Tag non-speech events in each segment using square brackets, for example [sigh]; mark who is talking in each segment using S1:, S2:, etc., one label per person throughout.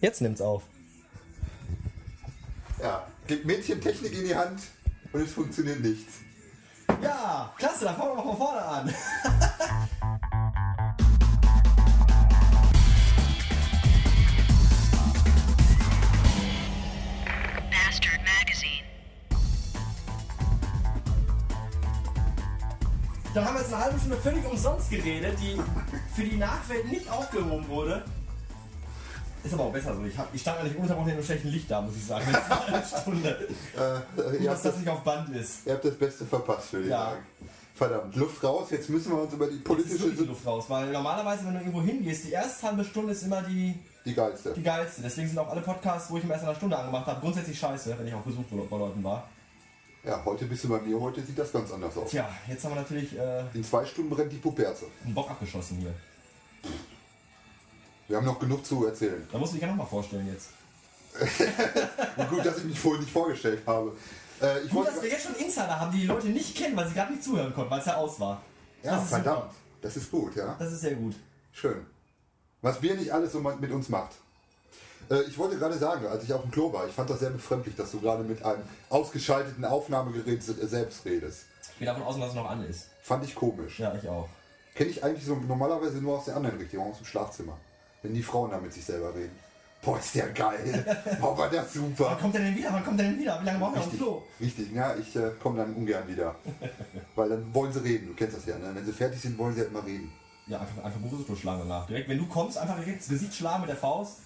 S1: Jetzt nimmt's auf.
S2: Ja, gibt Mädchen Technik in die Hand und es funktioniert nicht.
S1: Ja, klasse, da fangen wir mal von vorne an.
S3: Bastard Magazine.
S1: Da haben wir jetzt eine halbe Stunde völlig umsonst geredet, die für die Nachwelt nicht aufgehoben wurde. Ist aber auch besser so. Ich, hab, ich stand eigentlich ununterbrochen in einem schlechten Licht da, muss ich sagen. Jetzt eine halbe Stunde.
S2: Äh,
S1: Gut,
S2: ihr,
S1: dass
S2: habt
S1: das
S2: das,
S1: nicht auf Band ist.
S2: ihr habt das Beste verpasst, würde ich
S1: Ja.
S2: sagen. Verdammt, Luft raus, jetzt müssen wir uns über die
S1: Jetzt ist
S2: politische...
S1: wirklich die Luft raus, weil normalerweise, wenn du irgendwo hingehst, die erste halbe Stunde ist immer die,
S2: die geilste.
S1: die geilste. Deswegen sind auch alle Podcasts, wo ich immer erst eine Stunde angemacht habe, grundsätzlich scheiße, wenn ich auf Besuch bei Leuten war.
S2: Ja, heute bist du bei mir, heute sieht das ganz anders aus.
S1: Tja, jetzt haben wir natürlich äh,
S2: In zwei Stunden brennt die Puperze.
S1: einen Bock abgeschossen hier.
S2: Wir haben noch genug zu erzählen.
S1: Da musst du dich ja nochmal vorstellen jetzt.
S2: Und gut, dass ich mich vorhin nicht vorgestellt habe. Äh, ich
S1: Gut,
S2: wollte...
S1: dass wir jetzt schon Insider haben, die die Leute nicht kennen, weil sie gerade nicht zuhören konnten, weil es ja aus war.
S2: ja,
S1: das ist
S2: verdammt. Das ist gut, ja.
S1: Das ist sehr gut.
S2: Schön. Was Bier nicht alles so mit uns macht. Äh, Ich wollte gerade sagen, als ich auf dem Klo war, ich fand das sehr befremdlich, dass du gerade mit einem ausgeschalteten Aufnahmegerät se- äh, selbst redest.
S1: Ich gehe davon aus, dass es noch an ist.
S2: Fand ich komisch.
S1: Ja, ich auch.
S2: Kenne ich eigentlich so normalerweise nur aus der anderen Richtung, aus dem Schlafzimmer. Wenn die Frauen da mit sich selber reden. Boah, ist der geil.
S1: [laughs]
S2: Boah, war der super.
S1: Wann kommt er denn wieder? Wann kommt er denn wieder? Wie lange brauchen wir auf dem
S2: Richtig,
S1: Klo?
S2: richtig, ja, ich äh, komme dann ungern
S1: [laughs]
S2: wieder. Weil dann wollen sie reden, du kennst das ja. Ne? Wenn sie fertig sind, wollen sie halt mal reden.
S1: Ja, einfach, einfach Buchsuto-Schlange nach. Direkt, wenn du kommst, einfach direkt ins Gesicht schlagen mit der Faust.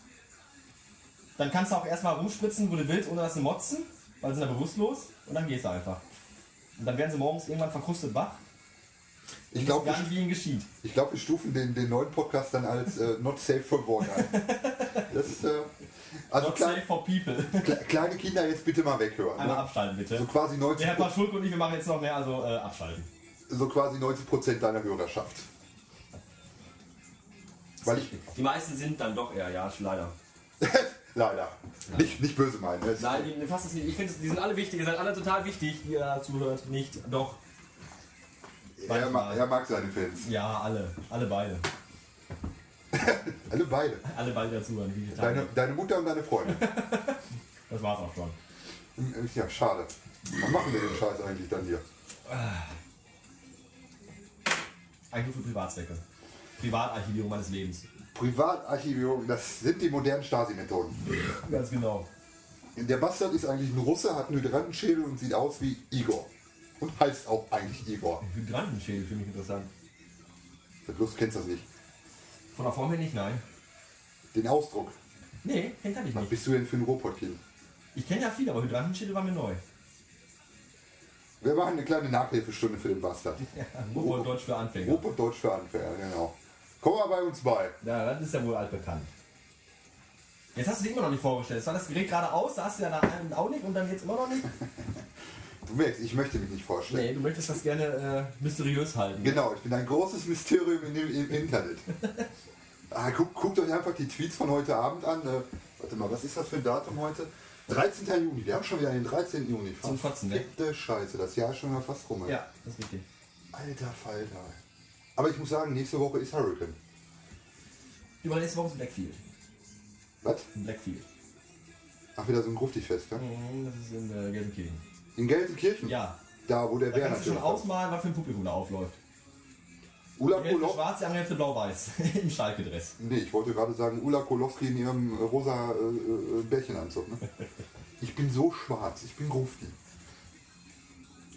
S1: Dann kannst du auch erstmal rumspritzen, wo du willst, ohne dass sie motzen, weil sie sind ja bewusstlos. Und dann gehst du einfach. Und dann werden sie morgens irgendwann verkrustet wach.
S2: Ich glaube,
S1: Gar nicht, wie ihnen geschieht.
S2: Ich glaube, wir stufen den, den neuen Podcast dann als äh, Not Safe for Work ein. Das ist, äh, also
S1: Not
S2: klein,
S1: safe for people. [laughs]
S2: kle kleine Kinder jetzt bitte mal weghören.
S1: Einmal
S2: Ne?
S1: abschalten,
S2: So
S1: bitte.
S2: quasi
S1: Der
S2: 90,
S1: Herr Paschulke und ich, wir machen jetzt noch mehr, also äh, abschalten.
S2: so quasi 90 deiner Hörerschaft. [laughs] Weil ich,
S1: Die meisten sind dann doch eher, ja, leider.
S2: leider, nicht, nicht böse meinen. Es-
S1: Nein, die, fast das nicht. Ich finde, die sind alle wichtig. Ihr seid alle total wichtig, die ihr da zuhört. Nicht, doch.
S2: Er, ma- er mag seine Fans.
S1: Ja, alle. Alle beide.
S2: Alle beide.
S1: Alle beide dazuhören. Wie die
S2: Deine,
S1: Tage.
S2: deine Mutter und deine Freunde.
S1: Das war's auch schon.
S2: Hm, äh, Ja, schade. Was machen wir den Scheiß eigentlich dann hier?
S1: Eigentlich nur für Privatzwecke. Privatarchivierung meines Lebens.
S2: Privatarchivierung, das sind die modernen Stasi-Methoden.
S1: Ganz genau.
S2: Der Bastard ist eigentlich ein Russe, hat einen Hydrantenschädel und sieht aus wie Igor. Und heißt auch eigentlich Igor.
S1: Hydrantenschädel finde ich interessant.
S2: Bloß du kennst das nicht.
S1: Von der Form her nicht, nein.
S2: Den Ausdruck.
S1: Nee, kennt er nicht.
S2: Was bist du denn für ein Robotkind?
S1: Ich kenne ja viele, aber Hydrantenschädel war mir neu.
S2: Wir machen eine kleine Nachhilfestunde für den Bastard.
S1: Wohl Deutsch für Anfänger.
S2: Robot Deutsch für Anfänger, genau. Komm mal bei uns bei.
S1: Ja, das ist ja wohl altbekannt. Jetzt hast du dich immer noch nicht vorgestellt. Jetzt war das Gerät gerade aus, da hast du ja da auch nicht und dann geht's immer noch nicht.
S2: Du merkst, ich möchte mich nicht vorstellen.
S1: Nee, du möchtest das gerne äh, mysteriös halten.
S2: Genau, ich bin ein großes Mysterium in dem, im
S1: [laughs]
S2: Internet. Ah, guck, guckt euch einfach die Tweets von heute Abend an. Äh, warte mal, was ist das für ein Datum heute? 13. Juni, wir haben schon wieder den 13. Juni.
S1: Zum Kotzen, ne?
S2: Verfickte Scheiße, das Jahr ist schon mal fast rum. ey.
S1: Ja, das ist richtig.
S2: Alter Falter. Aber ich muss sagen, nächste Woche ist Hurricane.
S1: Übernächste Woche ist Blackfield.
S2: Was?
S1: Blackfield.
S2: Ach, wieder so ein Gruftig-Fest, ja?
S1: Das ist in äh, Gelsenkirchen.
S2: In Gelsenkirchen?
S1: Ja,
S2: Da, wo der
S1: da
S2: Bär
S1: kannst du schon
S2: natürlich ist.
S1: ausmalen, was für ein Publikum da aufläuft.
S2: Ula
S1: Die Hälfte
S2: Kolow
S1: schwarz, die andere Hälfte blau-weiß. [laughs] Im Schalke-Dress.
S2: Nee, ich wollte gerade sagen, Ula Kolowski in ihrem äh, rosa äh, äh, Bärchenanzug.
S1: [laughs]
S2: Ne? ich bin so schwarz, ich bin Grufti.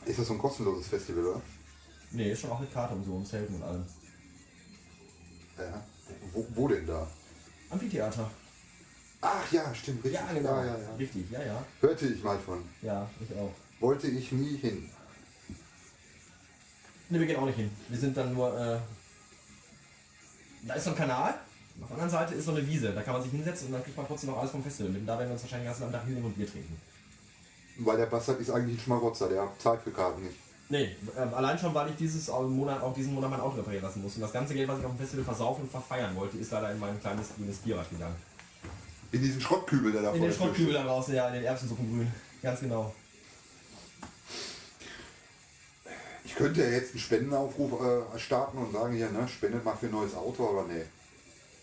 S2: Ist das so ein kostenloses Festival, oder?
S1: Nee, ist schon auch eine Karte und so, und Zelten und allem.
S2: Ja. Wo, wo denn da?
S1: Amphitheater. genau.
S2: Ach ja, stimmt, richtig. Ja, ja, ja.
S1: Richtig, ja, ja.
S2: Hörte ich mal von.
S1: Ja, ich auch.
S2: Wollte ich nie hin.
S1: Ne, wir gehen auch nicht hin. Wir sind dann nur, äh, da ist so ein Kanal. Auf der anderen Seite ist so eine Wiese. Da kann man sich hinsetzen und dann kriegt man trotzdem noch alles vom Festival mit. Und da werden wir uns wahrscheinlich den ganzen Abend hin und Bier trinken.
S2: Weil der Bastard ist eigentlich ein Schmarotzer, der zahlt für Karten nicht.
S1: Nee, ähm, allein schon, weil ich dieses äh, Monat, auch diesen Monat mein Auto reparieren lassen muss. Und das ganze Geld, was ich auf dem Festival versaufen und verfeiern wollte, ist leider in mein kleines grünes Bierrad gegangen.
S2: In diesen Schrottkübel, der da
S1: In
S2: vor
S1: den
S2: der Tür
S1: Schrottkübel da draußen, ja, in den Erbsensuppengrün. Ganz genau.
S2: steht. Ich könnte ja jetzt einen Spendenaufruf äh, starten und sagen, hier, ne, spendet mal für ein neues Auto, aber nee.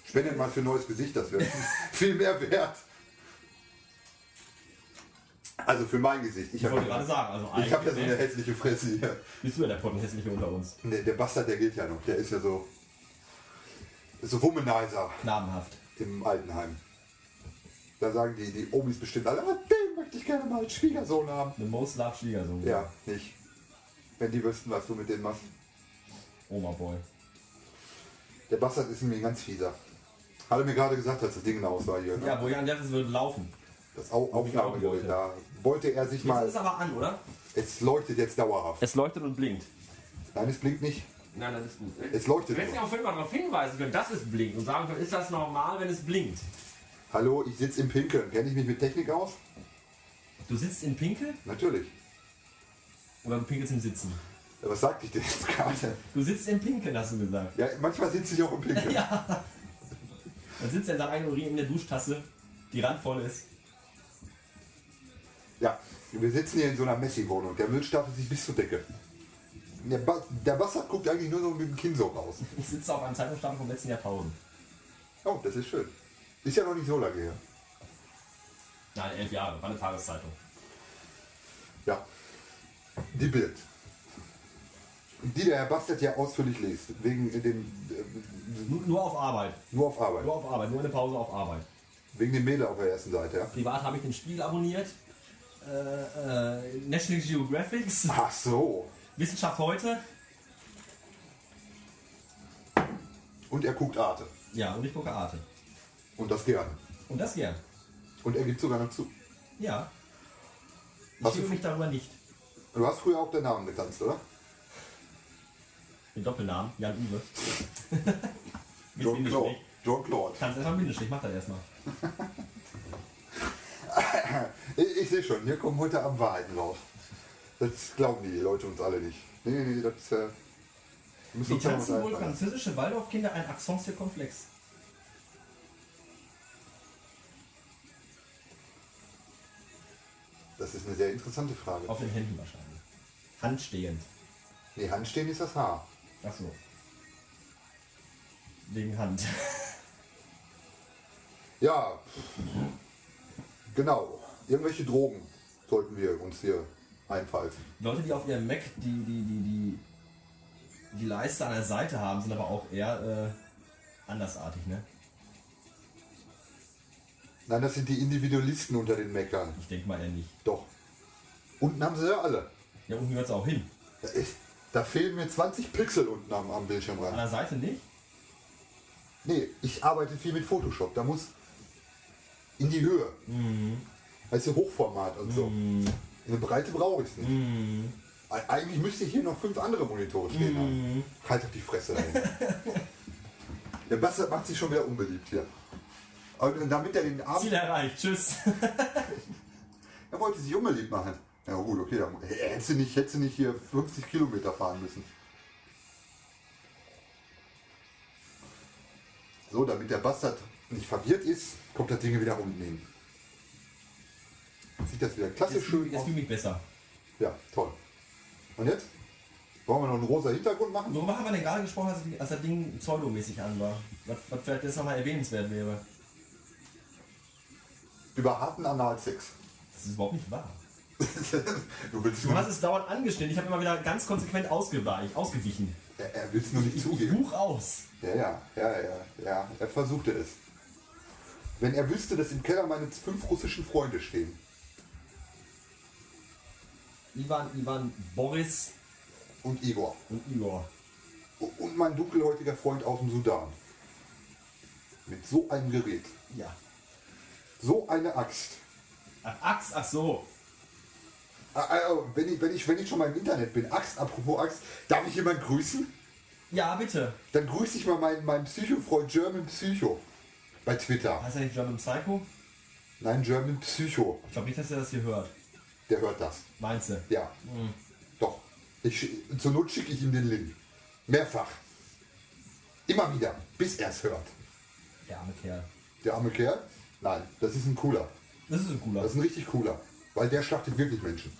S2: Spendet mal für ein neues Gesicht, das wäre viel mehr wert. Also für mein Gesicht. Ich
S1: Ich wollte
S2: habe
S1: gerade sagen, also
S2: ich hab ja so
S1: eigentlich,
S2: eine
S1: ne?
S2: hässliche Fresse hier.
S1: Bist du ja der Pottenhässliche unter uns.
S2: Nee, der Bastard, der gilt ja noch. Der ist ja so. So Womanizer
S1: Knabenhaft.
S2: im Altenheim. Da sagen die, die Omis bestimmt alle, ah, den möchte ich gerne mal als Schwiegersohn haben.
S1: The most love Schwiegersohn.
S2: Ja, nicht. Wenn die wüssten, was du mit denen machst.
S1: Oma Boy.
S2: Der Bastard ist mir ein ganz fieser. Hat er mir gerade gesagt, als das Ding aus war hier. Ne?
S1: Ja, wo ich an dachte, es würde laufen.
S2: Das Au Aufnahmegerät
S1: Aufnahmegerät.
S2: da. Wollte er sich
S1: Jetzt
S2: mal.
S1: ist es aber an, oder?
S2: Es leuchtet jetzt dauerhaft.
S1: Es leuchtet und blinkt.
S2: Nein, es blinkt nicht.
S1: Nein, das ist gut.
S2: Es leuchtet
S1: Du hättest ja
S2: nur.
S1: auch mal darauf hinweisen können, dass es blinkt und sagen können, ist das normal, wenn es blinkt?
S2: Hallo, ich sitze im Pinkeln. Kenne ich mich mit Technik aus?
S1: Du sitzt in Pinkel
S2: Natürlich.
S1: oder du pinkelst im Sitzen?
S2: Ja, Was sagte ich denn jetzt gerade?
S1: Du sitzt in Pinkeln, hast du gesagt.
S2: Ja, manchmal sitze ich auch
S1: [laughs]
S2: im Pinkeln.
S1: Dann sitzt er in seinem eigenen Urin in der Duschtasse, die randvoll ist.
S2: Ja, wir sitzen hier in so einer Messi-Wohnung. Der Müll stapelt sich bis zur Decke. Der, ba der Bastard guckt eigentlich nur so mit dem Kinn so raus.
S1: Ich sitze auf einem Zeitungsstand vom letzten Jahrtausend.
S2: Oh, das ist schön. Ist ja noch nicht so lange her.
S1: Nein, elf Jahre, war eine Tageszeitung.
S2: Ja. Die Bild. Die der Herr Bastard ja ausführlich liest. Wegen dem. Äh,
S1: Nur, nur auf Arbeit.
S2: nur auf Arbeit.
S1: Nur auf Arbeit, nur eine Pause auf Arbeit.
S2: Wegen dem Mädel auf der ersten Seite, ja.
S1: Privat habe ich den Spiegel abonniert. Äh, äh, National Geographics, [laughs]
S2: Ach so.
S1: Wissenschaft heute.
S2: Und er guckt Arte.
S1: Ja, und ich gucke Arte.
S2: Und das gern.
S1: Und das gern.
S2: Und er gibt sogar noch zu.
S1: Ja. Ich
S2: Hast
S1: fühle
S2: du,
S1: mich darüber nicht.
S2: du hast früher auch den Namen getanzt, oder?
S1: Den Doppelnamen, Jan Uwe. [laughs] Mit
S2: John
S1: Bindestrich.
S2: Claude. John Claude.
S1: Kannst erstmal Bindestrich, mach das erstmal.
S2: Ich, ich sehe schon, hier kommen heute am Wahrheiten raus. Das glauben die Leute uns alle nicht. Nee, nee, nee, das äh, müssen
S1: Wie
S2: uns ja noch was
S1: tanzen wohl
S2: einfallen.
S1: französische Waldorfkinder ein Accent Circonflex?
S2: Das ist eine sehr interessante Frage.
S1: Auf den Händen wahrscheinlich. Handstehend.
S2: Nee, Handstehen ist das Haar.
S1: Ach so. Wegen Hand. [laughs]
S2: Ja, genau. Irgendwelche Drogen sollten wir uns hier einpfeifen.
S1: Leute, die auf ihrem Mac die, die, die, die, die Leiste an der Seite haben, sind aber auch eher äh, andersartig, ne?
S2: Nein, das sind die Individualisten unter den Meckern.
S1: Ich denke mal eher nicht.
S2: Doch. Unten haben sie ja alle.
S1: Ja, unten gehört es auch hin.
S2: Da, ist, da fehlen mir 20 Pixel unten am, am
S1: An
S2: Bildschirmrand.
S1: der Seite nicht?
S2: Nee, ich arbeite viel mit Photoshop. Da muss in die Höhe. Also Hochformat und so. Eine Breite brauche ich nicht. Eig- Eigentlich müsste ich hier noch fünf andere Monitore stehen haben. Halt doch die Fresse dahin. Der Bastard macht sich schon wieder unbeliebt hier. Und damit er den Abend.
S1: Ziel erreicht, tschüss.
S2: Er wollte sich unbeliebt machen. Ja gut, okay, dann hätte sie nicht, hätte sie nicht hier 50 Kilometer fahren müssen. So, damit der Bastard nicht verwirrt ist, kommt das Ding wieder unten hin. Sieht das wieder klasse
S1: Jetzt
S2: schön
S1: jetzt
S2: aus.
S1: fühle ich mich besser.
S2: Ja, toll. Und jetzt? Wollen wir noch einen rosa Hintergrund machen?
S1: Worüber haben wir denn gerade gesprochen, als, die- als das Ding pseudomäßig an war? Was, was vielleicht jetzt nochmal erwähnenswert wäre.
S2: Über harten Analsex.
S1: Das ist überhaupt nicht wahr.
S2: [laughs] du willst
S1: Du
S2: nur,
S1: hast es dauernd angeschnitten. Ich habe immer wieder ganz konsequent ausgewichen. ausgewichen.
S2: er, er will es nur nicht
S1: Ich
S2: zugeben.
S1: buch aus.
S2: Ja, ja, ja, ja, ja. Er versuchte es. Wenn er wüsste, dass im Keller meine fünf russischen Freunde stehen.
S1: Ivan, Ivan, Boris
S2: Und Igor.
S1: und Igor.
S2: U- Und mein dunkelhäutiger Freund aus dem Sudan. Mit so einem Gerät.
S1: Ja.
S2: So eine Axt.
S1: Ach, Axt, ach so.
S2: Ah, ah, ah, Wenn ich, wenn, ich, wenn ich schon mal im Internet bin, Axt, apropos Axt, darf ich jemanden grüßen?
S1: Ja, bitte.
S2: Dann grüße ich mal meinen, meinen Psycho-Freund German Psycho. Bei Twitter.
S1: Heißt er nicht German Psycho?
S2: Nein, German Psycho.
S1: Ich glaube nicht, dass er das hier hört.
S2: Der hört das.
S1: Meinst du?
S2: Ja.
S1: Hm.
S2: Doch. Ich, schi- zur Not schicke ich ihm den Link. Mehrfach. Immer wieder, bis er es hört.
S1: Der arme Kerl.
S2: Der arme Kerl? Nein, das ist ein cooler.
S1: Das ist ein cooler.
S2: Das ist ein richtig cooler. Weil der schlachtet wirklich Menschen.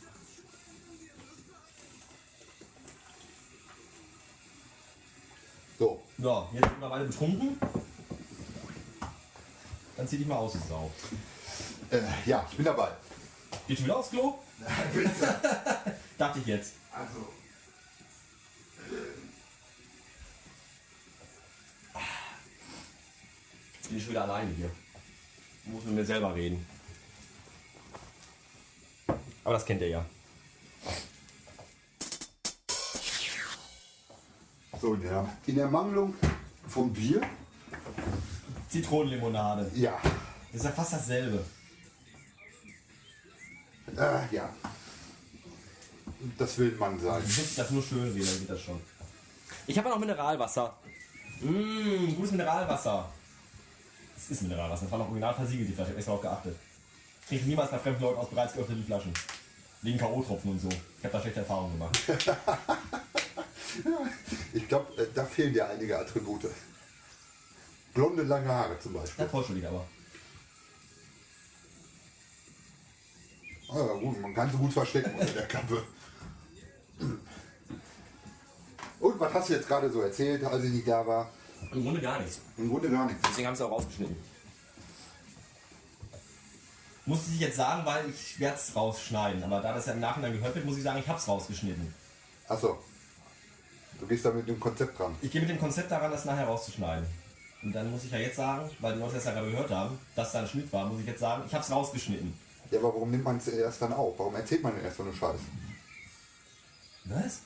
S2: So,
S1: Ja, jetzt sind wir beide betrunken. Dann zieh dich mal aus, du Sau.
S2: Äh, ja, ich bin dabei.
S1: Geht schon wieder aufs [laughs] Klo? [laughs] Dachte ich jetzt.
S2: Also,
S1: Ich bin schon wieder alleine hier. Ich muss mit mir selber reden. Aber das kennt ihr ja.
S2: so in der, in der Mangelung vom Bier,
S1: Zitronenlimonade.
S2: ja,
S1: Das ist ja fast dasselbe.
S2: äh, ja, das will man sein.
S1: Ich muss das nur schön reden, dann geht das schon. Ich habe ja noch Mineralwasser. Mmm, gutes Mineralwasser. Es ist Mineralwasser. Das war noch original versiegelt, die Flasche. Ich habe extra drauf geachtet. Ich trinke niemals nach fremden Leuten aus bereits geöffneten Flaschen. Wegen K.O.-Tropfen und so. Ich habe da schlechte Erfahrungen gemacht.
S2: Ich glaube, äh, da fehlen dir einige Attribute. Blonde, lange Haare zum
S1: Ja,
S2: Beispiel.
S1: täusche dich aber.
S2: Ah, ja, gut, man kann sie gut verstecken unter der Kappe. Und was hast du jetzt gerade so erzählt, als ich nicht da war?
S1: Im Grunde gar nichts.
S2: Im Grunde gar nichts.
S1: Deswegen haben sie auch rausgeschnitten. Musste ich jetzt sagen, weil ich werde es rausschneiden. Aber da das ja im Nachhinein gehört wird, muss ich sagen, ich habe es rausgeschnitten.
S2: Achso. Du gehst da mit dem Konzept ran.
S1: Ich gehe mit dem Konzept daran, das nachher rauszuschneiden. Und dann muss ich ja jetzt sagen, weil die Leute das ja gerade gehört haben, dass da ein Schnitt war, muss ich jetzt sagen, ich habe es rausgeschnitten.
S2: Ja, aber warum nimmt man es erst dann auf? Warum erzählt man denn erst so eine Scheiße?
S1: Was?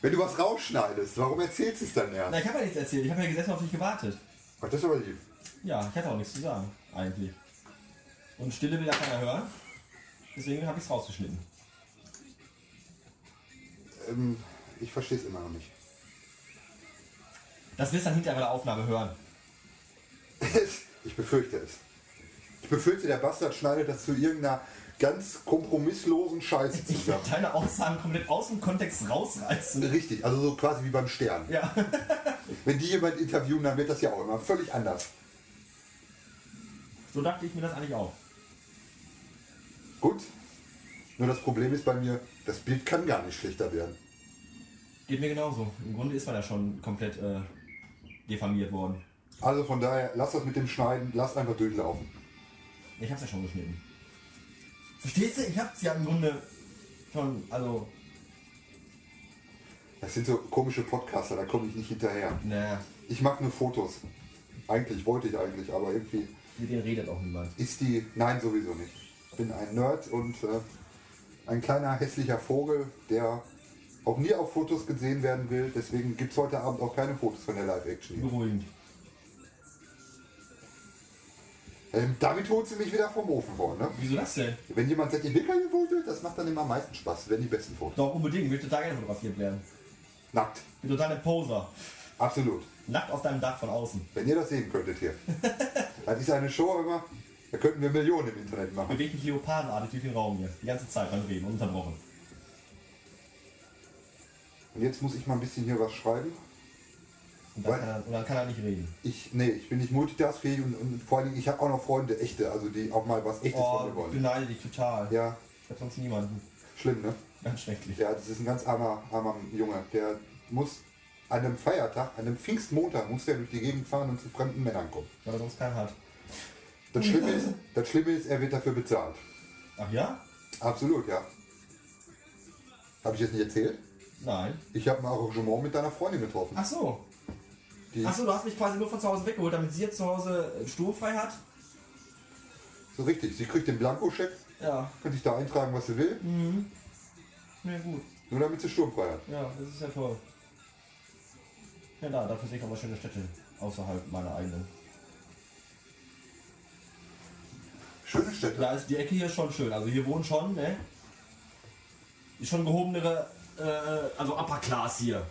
S2: Wenn du was rausschneidest, warum erzählst du es dann erst?
S1: Na, ich habe ja nichts erzählt. Ich habe ja gesessen auf dich gewartet.
S2: Ach, das ist aber lieb.
S1: Ja, ich hatte auch nichts zu sagen, eigentlich. Und Stille will ja keiner hören. Deswegen habe ich es rausgeschnitten.
S2: Ähm, ich verstehe es immer noch nicht.
S1: Das wirst du dann hinterher bei der Aufnahme hören.
S2: ich befürchte es. Ich befürchte, der Bastard schneidet das zu irgendeiner ganz kompromisslosen Scheiße
S1: Ich werde
S2: zusammen.
S1: deine Aussagen komplett aus dem Kontext rausreißen.
S2: Richtig, also so quasi wie beim Stern.
S1: Ja.
S2: Wenn die jemand interviewen, dann wird das ja auch immer völlig anders.
S1: So dachte ich mir das eigentlich auch.
S2: Gut. Nur das Problem ist bei mir, das Bild kann gar nicht schlechter werden.
S1: Geht mir genauso. Im Grunde ist man ja schon komplett äh, diffamiert worden.
S2: Also von daher, lass das mit dem Schneiden, lass einfach durchlaufen.
S1: Ich hab's ja schon geschnitten. Verstehst du? Ich hab's ja im Grunde schon, also,
S2: Das sind so komische Podcaster, da komme ich nicht hinterher.
S1: naja,
S2: Ich mache nur Fotos. Eigentlich wollte ich eigentlich, aber irgendwie
S1: mit denen redet auch niemand.
S2: ist die. Nein, sowieso nicht. Ich bin ein Nerd und äh, ein kleiner hässlicher Vogel, der auch nie auf Fotos gesehen werden will. Deswegen gibt es heute Abend auch keine Fotos von der Live-Action.
S1: Beruhigend.
S2: Ähm, damit holt sie mich wieder vom Ofen vor. Ne?
S1: Wieso das denn?
S2: Wenn jemand sagt, ich will keine Fotos, das macht dann immer am meisten Spaß. Das werden die besten Fotos.
S1: Doch, unbedingt. Ich will total gerne fotografiert werden.
S2: Nackt.
S1: Ich bin total ein Poser.
S2: Absolut.
S1: Nackt auf deinem Dach von außen.
S2: Wenn ihr das sehen könntet hier. Das ist eine Show immer. Da könnten wir Millionen im Internet machen.
S1: Bewegt mich leopardenartig durch den Raum hier. Die ganze Zeit beim Reden, ununterbrochen.
S2: Und jetzt muss ich mal ein bisschen hier was schreiben.
S1: Und dann,
S2: Was?
S1: kann er, und dann kann er nicht reden.
S2: Ich, nee, ich bin nicht multitaskfähig und, und vor allen Dingen, ich habe auch noch Freunde, echte, also die auch mal was echtes von
S1: Oh,
S2: mir
S1: ich
S2: wollen.
S1: beneide dich total.
S2: Ja,
S1: Ich hab sonst niemanden.
S2: schlimm, ne?
S1: Ganz schrecklich.
S2: Ja, das ist ein ganz armer, armer Junge. Der muss an einem Feiertag, an einem Pfingstmontag, muss der durch die Gegend fahren und zu fremden Männern kommen.
S1: Weil er sonst keinen hat.
S2: Das
S1: [laughs]
S2: Schlimme ist, das Schlimme ist er wird dafür bezahlt.
S1: Ach ja?
S2: Absolut, ja. Habe ich jetzt nicht erzählt?
S1: Nein.
S2: Ich habe ein Arrangement mit deiner Freundin getroffen.
S1: Ach so.
S2: Die,
S1: Ach so, du hast mich quasi nur von zu Hause weggeholt, damit sie jetzt zu Hause äh, sturmfrei hat.
S2: So richtig, sie kriegt den Blankoscheck,
S1: Ja.
S2: kann sich da eintragen, was sie will,
S1: Na ja, gut.
S2: nur damit sie sturmfrei hat.
S1: Ja, das ist ja toll. Ja, da, dafür sehe ich aber schöne Städte außerhalb meiner eigenen.
S2: Schöne Städte.
S1: Da ist die Ecke hier schon schön. Also hier wohnen schon, ne? Ist schon gehobenere, äh, also Upper Class hier.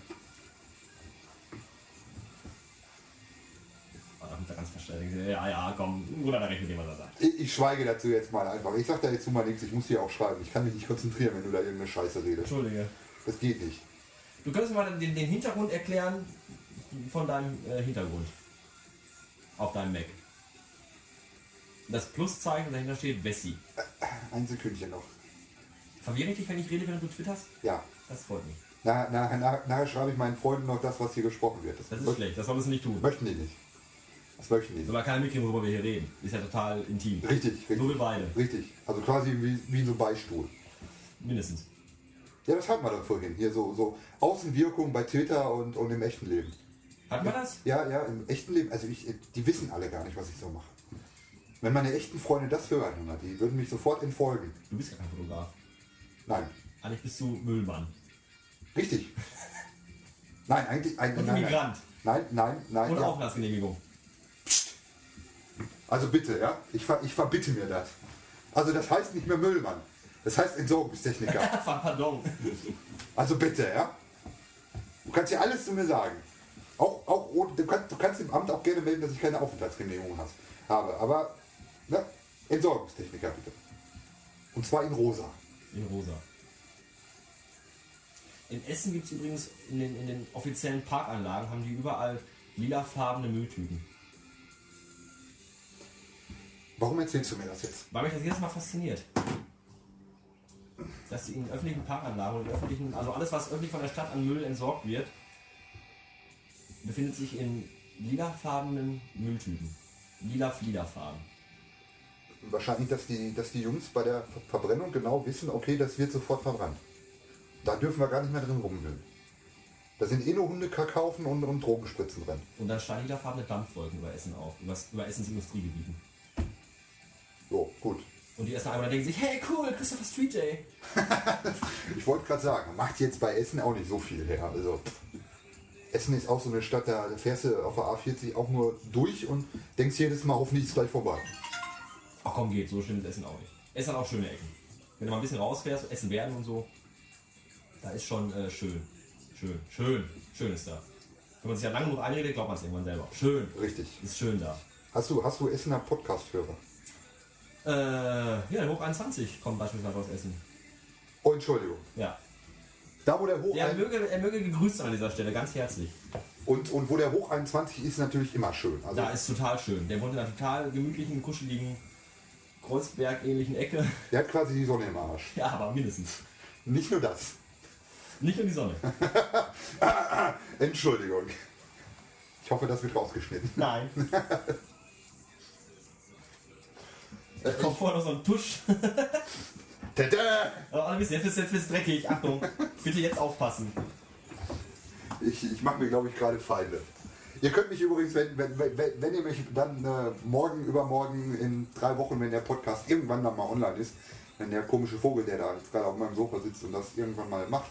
S1: Oh, da kommt er ganz verständig. Ja, ja, komm, oder da rechnet jemand was sagt.
S2: Ich, ich schweige dazu jetzt mal einfach. Ich sag da jetzt nun mal nichts, ich muss hier auch schreiben. Ich kann mich nicht konzentrieren, wenn du da irgendeine Scheiße redest.
S1: Entschuldige.
S2: Das geht nicht.
S1: Du könntest mir mal den, den Hintergrund erklären von deinem äh, Hintergrund auf deinem Mac. Das Pluszeichen dahinter steht Wessi.
S2: Ein Sekündchen noch.
S1: Verwirre ich dich, wenn ich rede, während du twitterst?
S2: Ja.
S1: Das freut mich.
S2: Na, na, na, nachher schreibe ich meinen Freunden noch das, was hier gesprochen wird.
S1: Das ist
S2: möcht-
S1: schlecht, das solltest du nicht tun.
S2: möchten die nicht. Das möchten die.
S1: So, man kann ja mitkriegen, worüber wir hier reden. Ist ja total intim.
S2: Richtig, richtig.
S1: So wie beide.
S2: Richtig. Also quasi wie, wie so ein Beistuhl.
S1: Mindestens.
S2: Ja, das hatten wir da vorhin. Hier so, so Außenwirkung bei Twitter und, und im echten Leben.
S1: Hat man das?
S2: Ja, ja, im echten Leben. Also ich, die wissen alle gar nicht, was ich so mache. Wenn meine echten Freunde das hören, Junge, die würden mich sofort entfolgen.
S1: Du bist gar kein Fotograf.
S2: Nein.
S1: Eigentlich bist du Müllmann. [laughs]
S2: Richtig. Nein, eigentlich. Ein,
S1: Und
S2: nein,
S1: Migrant.
S2: Nein, nein, nein.
S1: Und
S2: ja.
S1: Aufenthaltsgenehmigung.
S2: Also bitte, ja? Ich, ver, ich verbitte mir das. Also das heißt nicht mehr Müllmann. Das
S1: [laughs]
S2: heißt Entsorgungstechniker.
S1: Pardon.
S2: Also bitte, ja? Du kannst ja alles zu mir sagen. Auch, auch ohne- du, kannst, du kannst dem Amt auch gerne melden, dass ich keine Aufenthaltsgenehmigung has- habe. Aber ne? Entsorgungstechniker bitte. Und zwar in rosa.
S1: In rosa. In Essen gibt es übrigens in den, in den offiziellen Parkanlagen haben die überall lilafarbene Mülltüten.
S2: Warum erzählst du mir das jetzt?
S1: Weil mich das jedes Mal fasziniert. Dass die in öffentlichen Parkanlagen und in öffentlichen, also alles, was öffentlich von der Stadt an Müll entsorgt wird, befindet sich in lilafarbenen Mülltüten. Lila Fliederfarben.
S2: Wahrscheinlich, dass die, dass die Jungs bei der Ver- Verbrennung genau wissen, okay, das wird sofort verbrannt. Da dürfen wir gar nicht mehr drin rumwühlen. Da sind eh nur Hunde, Kakaufen und, und Drogenspritzen drin.
S1: Und dann steigen lilafarbene Dampfwolken über Essen auf, über, über Essens Industriegebieten.
S2: So, gut.
S1: Und die ersten einmal denken sich, hey cool, Christopher Street Day.
S2: Ich wollte gerade sagen, macht jetzt bei Essen auch nicht so viel her. Also, Essen ist auch so eine Stadt, da fährst du auf der A40 auch nur durch und denkst jedes Mal, hoffentlich ist es gleich vorbei.
S1: Ach komm, geht, so schlimm ist Essen auch nicht. Essen hat auch schöne Ecken. Wenn du mal ein bisschen rausfährst, Essen werden und so, da ist schon äh, schön. Schön, schön, schön ist da. Wenn man sich ja lange genug einredet, glaubt man es irgendwann selber. Schön,
S2: Richtig.
S1: ist schön da.
S2: Hast du, hast du Essener Podcast-Hörer?
S1: Äh, ja, der Hoch 21 kommt beispielsweise aus Essen.
S2: Oh, Entschuldigung.
S1: Ja.
S2: Da, wo der Hoch
S1: Er
S2: ein-
S1: möge, er möge gegrüßt sein an dieser Stelle, ganz herzlich.
S2: und, und wo der Hoch 21 ist, natürlich immer schön. Also,
S1: Da ist total schön. Der wohnt in einer total gemütlichen, kuscheligen, Kreuzberg-ähnlichen Ecke. [laughs]
S2: der hat quasi die Sonne im Arsch.
S1: Ja, aber mindestens.
S2: Nicht nur das.
S1: Nicht in die Sonne.
S2: Entschuldigung. Ich hoffe, das wird rausgeschnitten.
S1: Nein. Da kommt vorher noch so ein Tusch.
S2: Tada!
S1: Aber alle wissen, jetzt ist jetzt wird's dreckig. Achtung, bitte jetzt aufpassen.
S2: Ich, ich mache mir, glaube ich, gerade Feinde. Ihr könnt mich übrigens, wenn, wenn, wenn, wenn ihr mich dann äh, morgen, übermorgen, in drei Wochen, wenn der Podcast irgendwann dann mal online ist, wenn der komische Vogel, der da jetzt gerade auf meinem Sofa sitzt und das irgendwann mal macht,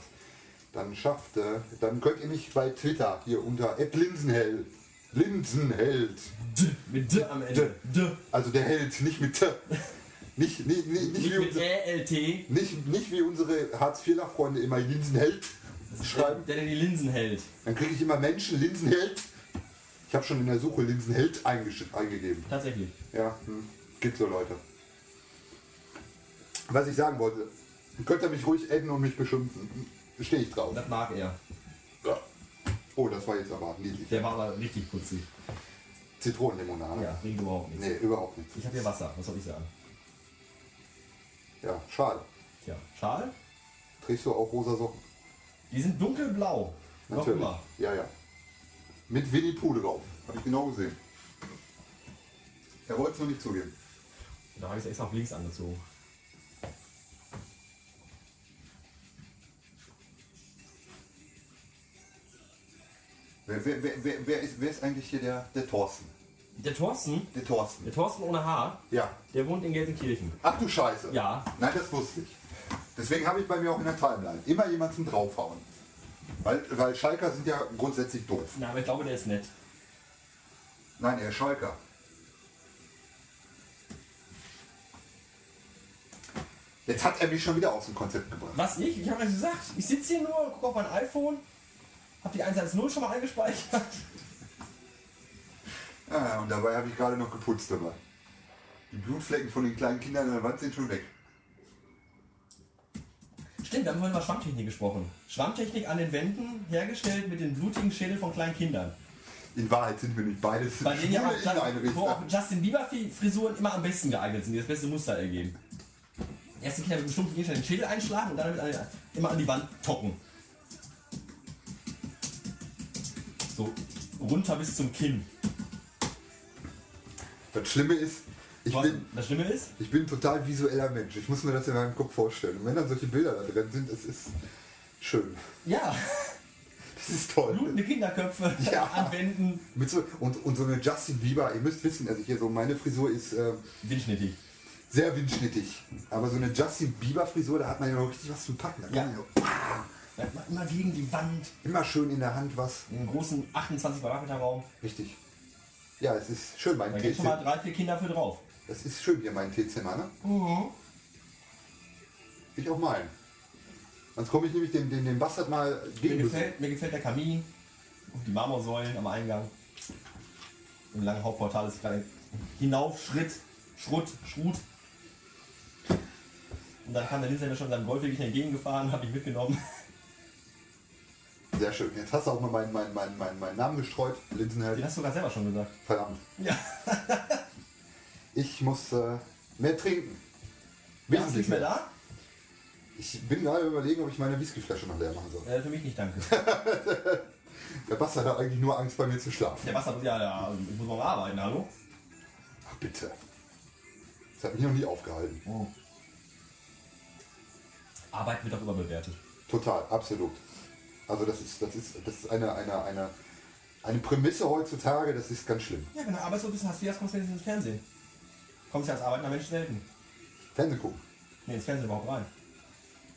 S2: dann schafft, äh, dann könnt ihr mich bei Twitter hier unter @linsenheld, Linsenheld,
S1: D, mit D am Ende. D.
S2: also der Held, nicht mit [laughs] T, nicht, nicht, nicht, nicht
S1: Nicht
S2: wie
S1: mit
S2: unser,
S1: ELT.
S2: Nicht, nicht wie unsere Hartz-IV-Freunde immer Linsenheld schreiben.
S1: Der, der die Linsen hält.
S2: Dann kriege ich immer Menschen Linsenheld. Ich habe schon in der Suche Linsenheld eingesch- eingegeben.
S1: Tatsächlich.
S2: Ja, hm. gibt so Leute. Was ich sagen wollte, könnt ihr mich ruhig adden und mich beschimpfen. Stehe ich drauf.
S1: Das mag er.
S2: Oh, das war jetzt aber niedlich.
S1: Der war aber richtig putzig.
S2: Zitronenlimonade.
S1: Ja, bringt überhaupt nichts.
S2: Nee, überhaupt nicht.
S1: Ich habe hier Wasser, was soll ich sagen?
S2: Ja, schade.
S1: Tja, Schal?
S2: Trägst du auch rosa Socken?
S1: Die sind dunkelblau. Noch
S2: Natürlich.
S1: immer.
S2: Ja, ja. Mit Winnie Pude drauf. Habe ich genau gesehen. Er wollte es noch nicht zugeben.
S1: Da habe ich es extra auf links angezogen.
S2: Wer, wer, wer, wer, wer, ist, wer ist eigentlich hier der, der Thorsten?
S1: Der Thorsten,
S2: Der Thorsten.
S1: der Thorsten ohne Haar,
S2: Ja.
S1: der wohnt in Gelsenkirchen.
S2: Ach du Scheiße.
S1: Ja.
S2: Nein, das wusste ich. Deswegen habe ich bei mir auch in der Timeline immer jemanden zum Draufhauen. Weil, weil Schalker sind ja grundsätzlich doof.
S1: Na, aber ich glaube, der ist nett.
S2: Nein, er ist Schalker. Jetzt hat er mich schon wieder aus dem Konzept gebracht.
S1: Was ich? Ich habe ja gesagt, ich sitze hier nur, gucke auf mein iPhone, habe die 110 schon mal eingespeichert.
S2: Ah, und dabei habe ich gerade noch geputzt dabei. Die Blutflecken von den kleinen Kindern an der Wand sind schon weg.
S1: [laughs] Stimmt, wir haben vorhin über Schwammtechnik gesprochen. Schwammtechnik an den Wänden hergestellt mit den blutigen Schädeln von kleinen Kindern.
S2: In Wahrheit sind wir nicht beides.
S1: Bei denen ja
S2: Schwule
S1: auch, wo
S2: Inneneinrichter.
S1: auch Justin Bieber Frisuren immer am besten geeignet sind, die das beste Muster ergeben. Erst die Kinder mit einem stumpfen Gegenstand den Schädel einschlagen und dann damit an- immer an die Wand tocken. So runter bis zum Kinn.
S2: Das Schlimme ist, ich
S1: Was,
S2: bin,
S1: das Schlimme ist,
S2: ich bin ein total visueller Mensch. Ich muss mir das in meinem Kopf vorstellen. Und wenn dann solche Bilder da drin sind, es ist schön.
S1: [laughs] ja,
S2: Das ist toll.
S1: blutende Kinderköpfe
S2: Ja.
S1: anwenden.
S2: Mit so, und, und so eine Justin Bieber, ihr müsst wissen, also hier so meine Frisur ist äh,
S1: Windschnittig.
S2: sehr windschnittig. Aber so eine Justin Bieber Frisur, da hat man ja noch richtig was zu packen. Da kann
S1: Ja.
S2: man ja
S1: Da hat man immer gegen die Wand,
S2: immer schön in der Hand was.
S1: einen großen 28 Quadratmeter Raum.
S2: Richtig. Ja, es ist schön, mein
S1: Da gehen schon
S2: Teezimmer.
S1: mal drei, vier Kinder für drauf.
S2: Das ist schön hier, mein Teezimmer, ne?
S1: Mhm.
S2: Will ich auch malen. Sonst komme ich nämlich dem, dem, dem Bastard mal
S1: Mir
S2: gegen.
S1: gefällt, mir gefällt der Kamin und die Marmorsäulen am Eingang. Im langen Hauptportal ist gerade hinauf, Schritt, Schrut, Schrut. Und dann kam der Linzer mir schon seinem Golfweg entgegengefahren, habe ich mitgenommen.
S2: Sehr schön. Jetzt hast du auch mal meinen meinen meinen meinen meinen Namen gestreut,
S1: Den
S2: Linsenheld.
S1: hast du gerade selber schon gesagt.
S2: Verdammt.
S1: Ja,
S2: Ich muss äh, mehr trinken.
S1: bist du nicht mehr da?
S2: Ich bin gerade überlegen, ob ich meine Whiskyflasche noch leer machen soll.
S1: Äh, für mich nicht, danke.
S2: Der Bastard hat eigentlich nur Angst, bei mir zu schlafen.
S1: Der Wasser muss ja, ja, ich muss morgen arbeiten, hallo?
S2: Ach bitte. Das hat mich noch nie aufgehalten.
S1: Arbeit Oh. wird doch überbewertet.
S2: Total, absolut. Also das ist, das ist, das ist eine, eine, eine, eine Prämisse heutzutage, das ist ganz schlimm.
S1: Ja, genau, wenn du arbeitslos bist, hast du das, kommst du wenigstens ins Fernsehen. Kommst ja als arbeitender Mensch selten.
S2: Fernsehen gucken.
S1: Nee, ins Fernsehen überhaupt rein.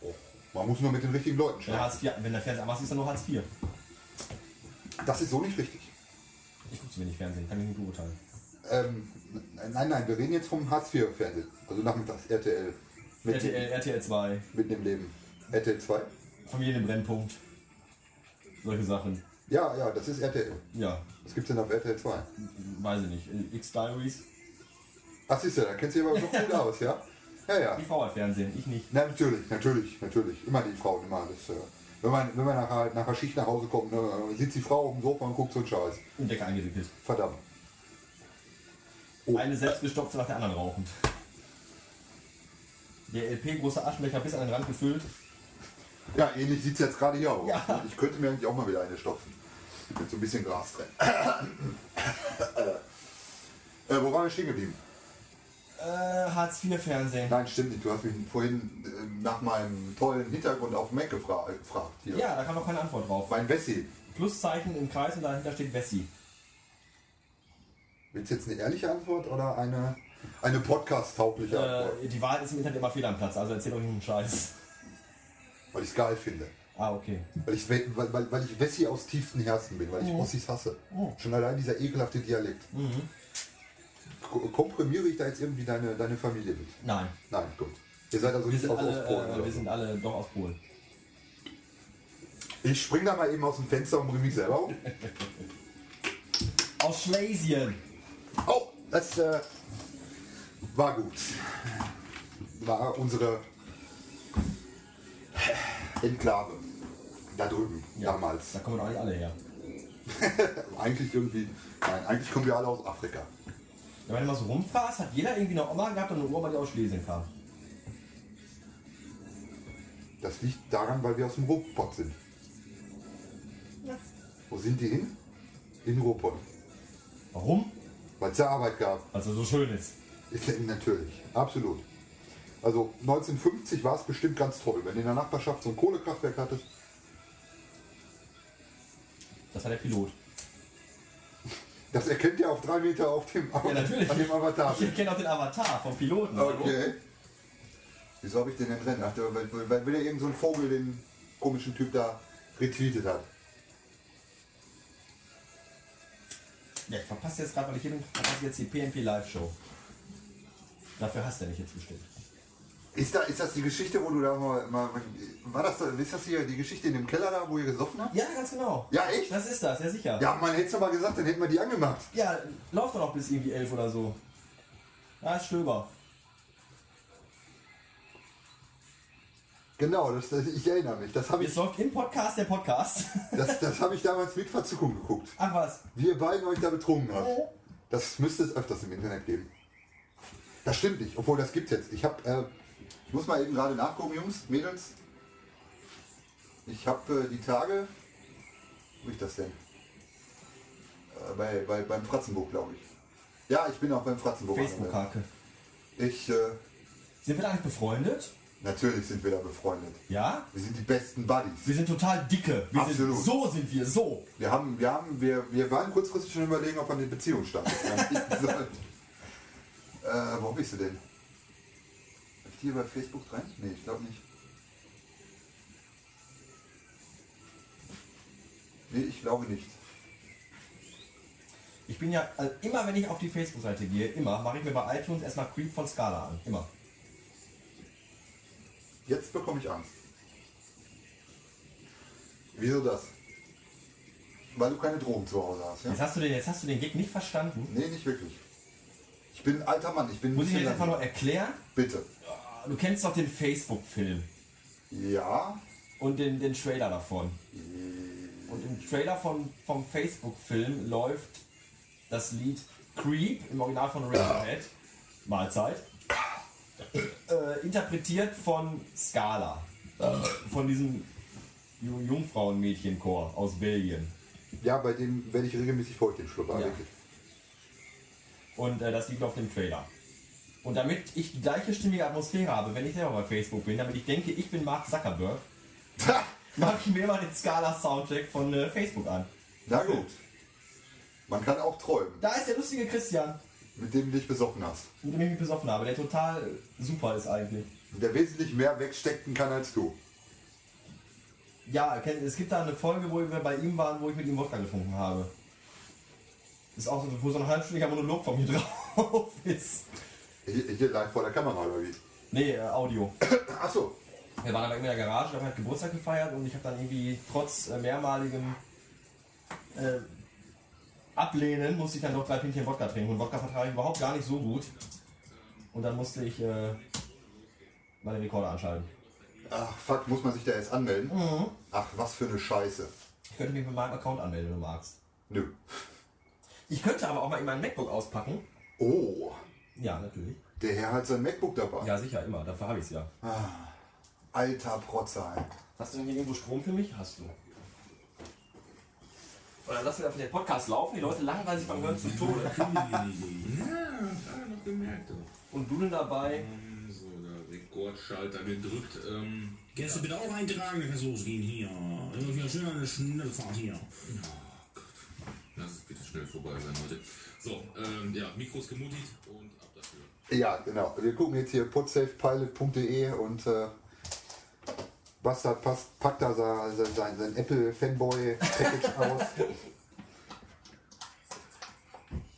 S2: Oh, man muss nur mit den richtigen Leuten
S1: Wenn, der
S2: schauen.
S1: Hartz IV, wenn der Fernseher anmachst, ist er nur Hartz IV.
S2: Das ist so nicht richtig.
S1: Ich gucke zu wenig Fernsehen, kann ich nicht beurteilen.
S2: Ähm, nein, nein, wir reden jetzt vom Hartz IV-Fernsehen. Also nachmittags, RTL. Mit,
S1: RTL, RTL 2,
S2: Mitten im Leben. RTL 2?
S1: Familien im Brennpunkt. Solche Sachen.
S2: Ja, ja, das ist RTL.
S1: Ja,
S2: Was gibt's denn auf RTL 2?
S1: weiß ich nicht. Äh, X-Diaries.
S2: Ach, siehst du, da kennst du dich aber so gut aus, ja? Ja, ja.
S1: Die Frau hat Fernsehen, ich nicht.
S2: Na, natürlich, natürlich, natürlich. Immer die Frauen, immer das. Äh, wenn man, wenn man nachher, nach der Schicht nach Hause kommt, ne, sitzt die Frau auf dem Sofa und guckt so einen Scheiß.
S1: Und Decke eingewickelt.
S2: Verdammt.
S1: Eine selbstgestopfte nach der anderen rauchend. Der LP große Aschenbecher bis an den Rand gefüllt.
S2: Ja, ähnlich sieht es jetzt gerade hier aus.
S1: Ja.
S2: Ich könnte mir eigentlich auch mal wieder eine stopfen. Mit so ein bisschen Gras drin. [coughs] äh, wo waren wir stehen geblieben?
S1: Äh, Hartz IV Fernsehen.
S2: Nein, stimmt nicht. Du hast mich vorhin äh, nach meinem tollen Hintergrund auf Mac gefra äh, gefragt. Hier.
S1: Ja, da kam noch keine Antwort drauf.
S2: Mein Wessi.
S1: Pluszeichen im Kreis und dahinter steht Wessi.
S2: Willst du jetzt eine ehrliche Antwort oder eine, eine podcast-taugliche Antwort?
S1: Äh, die Wahrheit ist im Internet immer fehl am Platz, also erzähl doch nicht einen Scheiß.
S2: Weil ich es geil finde.
S1: Ah, okay.
S2: Weil ich, We- weil, weil, weil ich Wessi aus tiefstem Herzen bin, weil
S1: Mhm.
S2: ich Ossis hasse. Schon allein dieser ekelhafte Dialekt. Ko- Komprimiere ich da jetzt irgendwie deine, deine Familie mit?
S1: Nein.
S2: Nein, gut. Ihr seid also
S1: Wir
S2: nicht
S1: sind,
S2: aus,
S1: alle,
S2: aus Polen.
S1: äh,
S2: oder
S1: wir
S2: so.
S1: sind alle doch aus Polen.
S2: Ich spring da mal eben aus dem Fenster und bring mich selber um.
S1: Aus Schlesien.
S2: Oh, das äh, war gut. War unsere Enklave. Da drüben, damals.
S1: Da kommen doch eigentlich alle her.
S2: Eigentlich irgendwie, nein, eigentlich kommen wir alle aus Afrika.
S1: Ja, wenn du mal so rumfährst, hat jeder irgendwie eine Oma gehabt und eine Oma, die aus Schlesien kam.
S2: Das liegt daran, weil wir aus dem Ruhrpott sind. Wo sind die hin? In den Ruhrpott.
S1: Warum?
S2: Weil es da Arbeit gab.
S1: Weil es so schön ist.
S2: Ist ja natürlich, absolut. Also 1950 war es bestimmt ganz toll, wenn du in der Nachbarschaft so ein Kohlekraftwerk hattest.
S1: Das war der Pilot.
S2: Das erkennt ihr auf drei Meter auf dem,
S1: Ja, natürlich.
S2: An dem Avatar.
S1: Ich kenne auch den Avatar vom Piloten.
S2: Okay. Wieso habe ich den entrennt? Ach, der- weil, weil, weil wieder irgend so ein Vogel den komischen Typ da retweetet hat.
S1: Ja, ich verpasse jetzt gerade, weil ich hier bin, verpasse jetzt die PNP Live Show. Dafür hast du ja mich jetzt bestimmt.
S2: Ist, da, ist das die Geschichte, wo du da mal. mal war das, ist das hier die Geschichte in dem Keller da, wo ihr gesoffen habt?
S1: Ja, ganz genau.
S2: Ja, echt?
S1: Das ist das, ja sicher.
S2: Ja, man hätte es doch mal gesagt, dann hätten wir die angemacht.
S1: Ja, lauf doch noch bis irgendwie elf oder so. Da ist Stöber.
S2: Genau, das, das, ich erinnere mich. Das habe
S1: Jetzt
S2: ich,
S1: läuft im Podcast der Podcast. [laughs]
S2: das, das hab ich damals mit Verzückung geguckt.
S1: Ach was.
S2: wie ihr beiden euch da betrunken habt. Das müsste es öfters im Internet geben. Das stimmt nicht, obwohl das gibt's jetzt. Ich hab, äh, ich muss mal eben gerade nachgucken, Jungs, Mädels. Ich habe äh, die Tage, wo ich das denn? Äh, bei, bei, beim Fratzenburg, glaube ich. Ja, ich bin auch beim Fratzenburg. angemeldet.
S1: Facebook-Hake.
S2: Ich, äh,
S1: Sind wir da nicht befreundet?
S2: natürlich sind wir da befreundet.
S1: Ja?
S2: Wir sind die besten Buddies.
S1: Wir sind total dicke. Wir
S2: Absolut.
S1: Sind, so sind wir, so.
S2: Wir haben, wir haben, wir, wir waren kurzfristig schon überlegen, ob wir eine Beziehung starten sollen. [laughs] äh, wo bist du denn? Hab ich die hier bei Facebook rein? Nee, ich glaube nicht. Nee, ich glaube nicht.
S1: Ich bin ja, also immer wenn ich auf die Facebook-Seite gehe, immer, mache ich mir bei iTunes erstmal Creep von Scala an. Immer.
S2: Jetzt bekomme ich Angst. Wieso das? Weil du keine Drogen zu Hause hast, ja?
S1: Jetzt hast du den, jetzt hast du den Gig nicht verstanden.
S2: Nee, nicht wirklich. Ich bin ein alter Mann, ich bin
S1: Muss ich
S2: nicht
S1: dir jetzt
S2: mehr
S1: einfach
S2: lang-
S1: nur erklären?
S2: Bitte.
S1: Du kennst doch den Facebook-Film
S2: Ja,
S1: und den, den Trailer davon. Und im Trailer von, vom Facebook-Film läuft das Lied Creep im Original von Radiohead, Mahlzeit, äh, interpretiert von Scala, von diesem Ju- Jungfrauenmädchenchor aus Belgien.
S2: ja, bei dem werde ich regelmäßig feucht, den Schlupper,
S1: Ja.
S2: [laughs] wirklich.
S1: Und äh, das liegt auf dem Trailer. Und damit ich die gleiche stimmige Atmosphäre habe, wenn ich selber bei Facebook bin, damit ich denke, ich bin Mark Zuckerberg, [laughs]
S2: Ha!
S1: mache ich mir immer den Scala-Soundtrack von äh, Facebook an.
S2: Na gut. Man kann auch träumen,
S1: Da ist der lustige Christian,
S2: mit dem du dich besoffen hast.
S1: mit dem ich mich besoffen habe, der total äh, super ist eigentlich.
S2: Der wesentlich mehr wegstecken kann als du.
S1: Ja, kennt- es gibt da eine Folge, wo wir bei ihm waren, wo ich mit ihm Wodka getrunken habe. Ist auch so, wo so ein halbstündiger Monolog von mir [laughs] drauf ist.
S2: Hier, hier live vor der Kamera, oder wie?
S1: Nee, äh, Audio.
S2: Achso,
S1: Wir waren aber in der Garage, haben halt Geburtstag gefeiert und ich habe dann irgendwie trotz äh, mehrmaligem äh, Ablehnen musste ich dann doch drei Pinchen Wodka trinken. Und Wodka vertrage ich überhaupt gar nicht so gut. Und dann musste ich äh, meine Rekorder anschalten.
S2: ach fuck, muss man sich da jetzt anmelden? Ach, was für eine Scheiße.
S1: Ich könnte mich mit meinem Account anmelden, wenn du magst.
S2: Nö.
S1: Ich könnte aber auch mal in mein MacBook auspacken.
S2: Oh,
S1: Ja, natürlich.
S2: der Herr hat sein MacBook dabei.
S1: Ja, sicher, immer. Dafür habe ich es ja.
S2: Alter Protzer. ey.
S1: Hast du denn hier irgendwo Strom für mich? Hast du. Oder lassen wir einfach den Podcast laufen, die Leute langweilen sich beim Hören zu Tode
S4: noch gemerkt.
S1: und dudeln dabei.
S4: So, der Rekordschalter gedrückt. Ähm,
S5: Gäste bitte auch eintragen, dann kann's losgehen hier. Immer wieder schön eine Schnellfahrt hier.
S4: lass es bitte schnell vorbei sein, Leute. So, ähm, ja, Mikros gemutet und ab dafür.
S2: Ja, genau. Wir gucken jetzt hier podsafepilot.de und äh, Bastard passt, packt da sein, sein- sein, sein Apple-Fanboy-Package aus.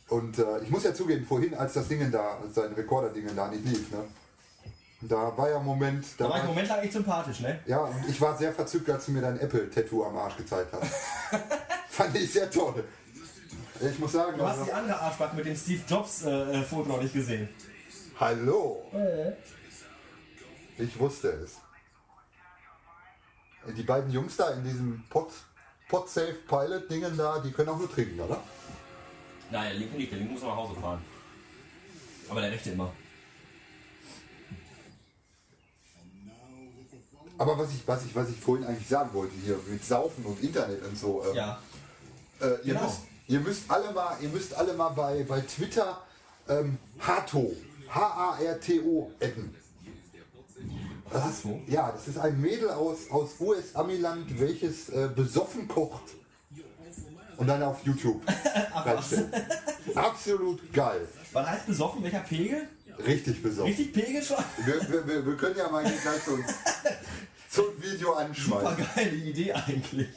S2: Und äh, ich muss ja zugeben, vorhin, als das Ding da, als sein Rekorder-Ding da nicht lief, ne? Da war ja ein Moment, da
S1: Da war ich
S2: war,
S1: im Moment lang echt sympathisch, ne?
S2: ja, und ich war sehr verzückt, als du mir dein Apple-Tattoo am Arsch
S1: [laughs]
S2: gezeigt hast. Fand ich sehr toll. Ich muss sagen,
S1: Du hast
S2: also-
S1: die andere Arschbacke mit dem Steve Jobs-Foto noch nicht gesehen.
S2: Hallo. Ich wusste es. Die beiden Jungs da in diesem Pod, Podsafe Pilot Dingen da, die können auch nur trinken, oder?
S1: Nein, der linke nicht, der linke muss nach Hause fahren. Aber der rechte immer.
S2: Aber was ich, was ich, was ich vorhin eigentlich sagen wollte hier mit Saufen und Internet und so. ähm,
S1: Ja.
S2: äh, ihr,
S1: genau.
S2: müsst, ihr müsst alle mal, ihr müsst alle mal bei, bei Twitter ähm, Hato, H-A-R-T-O adden. Das ist,
S1: Hato?
S2: ja, das ist ein Mädel aus, aus US-Amiland, welches äh, besoffen kocht. Und dann auf
S1: [laughs]
S2: YouTube reinstellt. Absolut geil.
S1: Was heißt besoffen? Welcher Pegel?
S2: Richtig besoffen.
S1: Richtig Pegel schon?
S2: Wir, wir, wir, wir können ja mal gleich so ein, so ein Video anschmeißen.
S1: Super geile Idee eigentlich.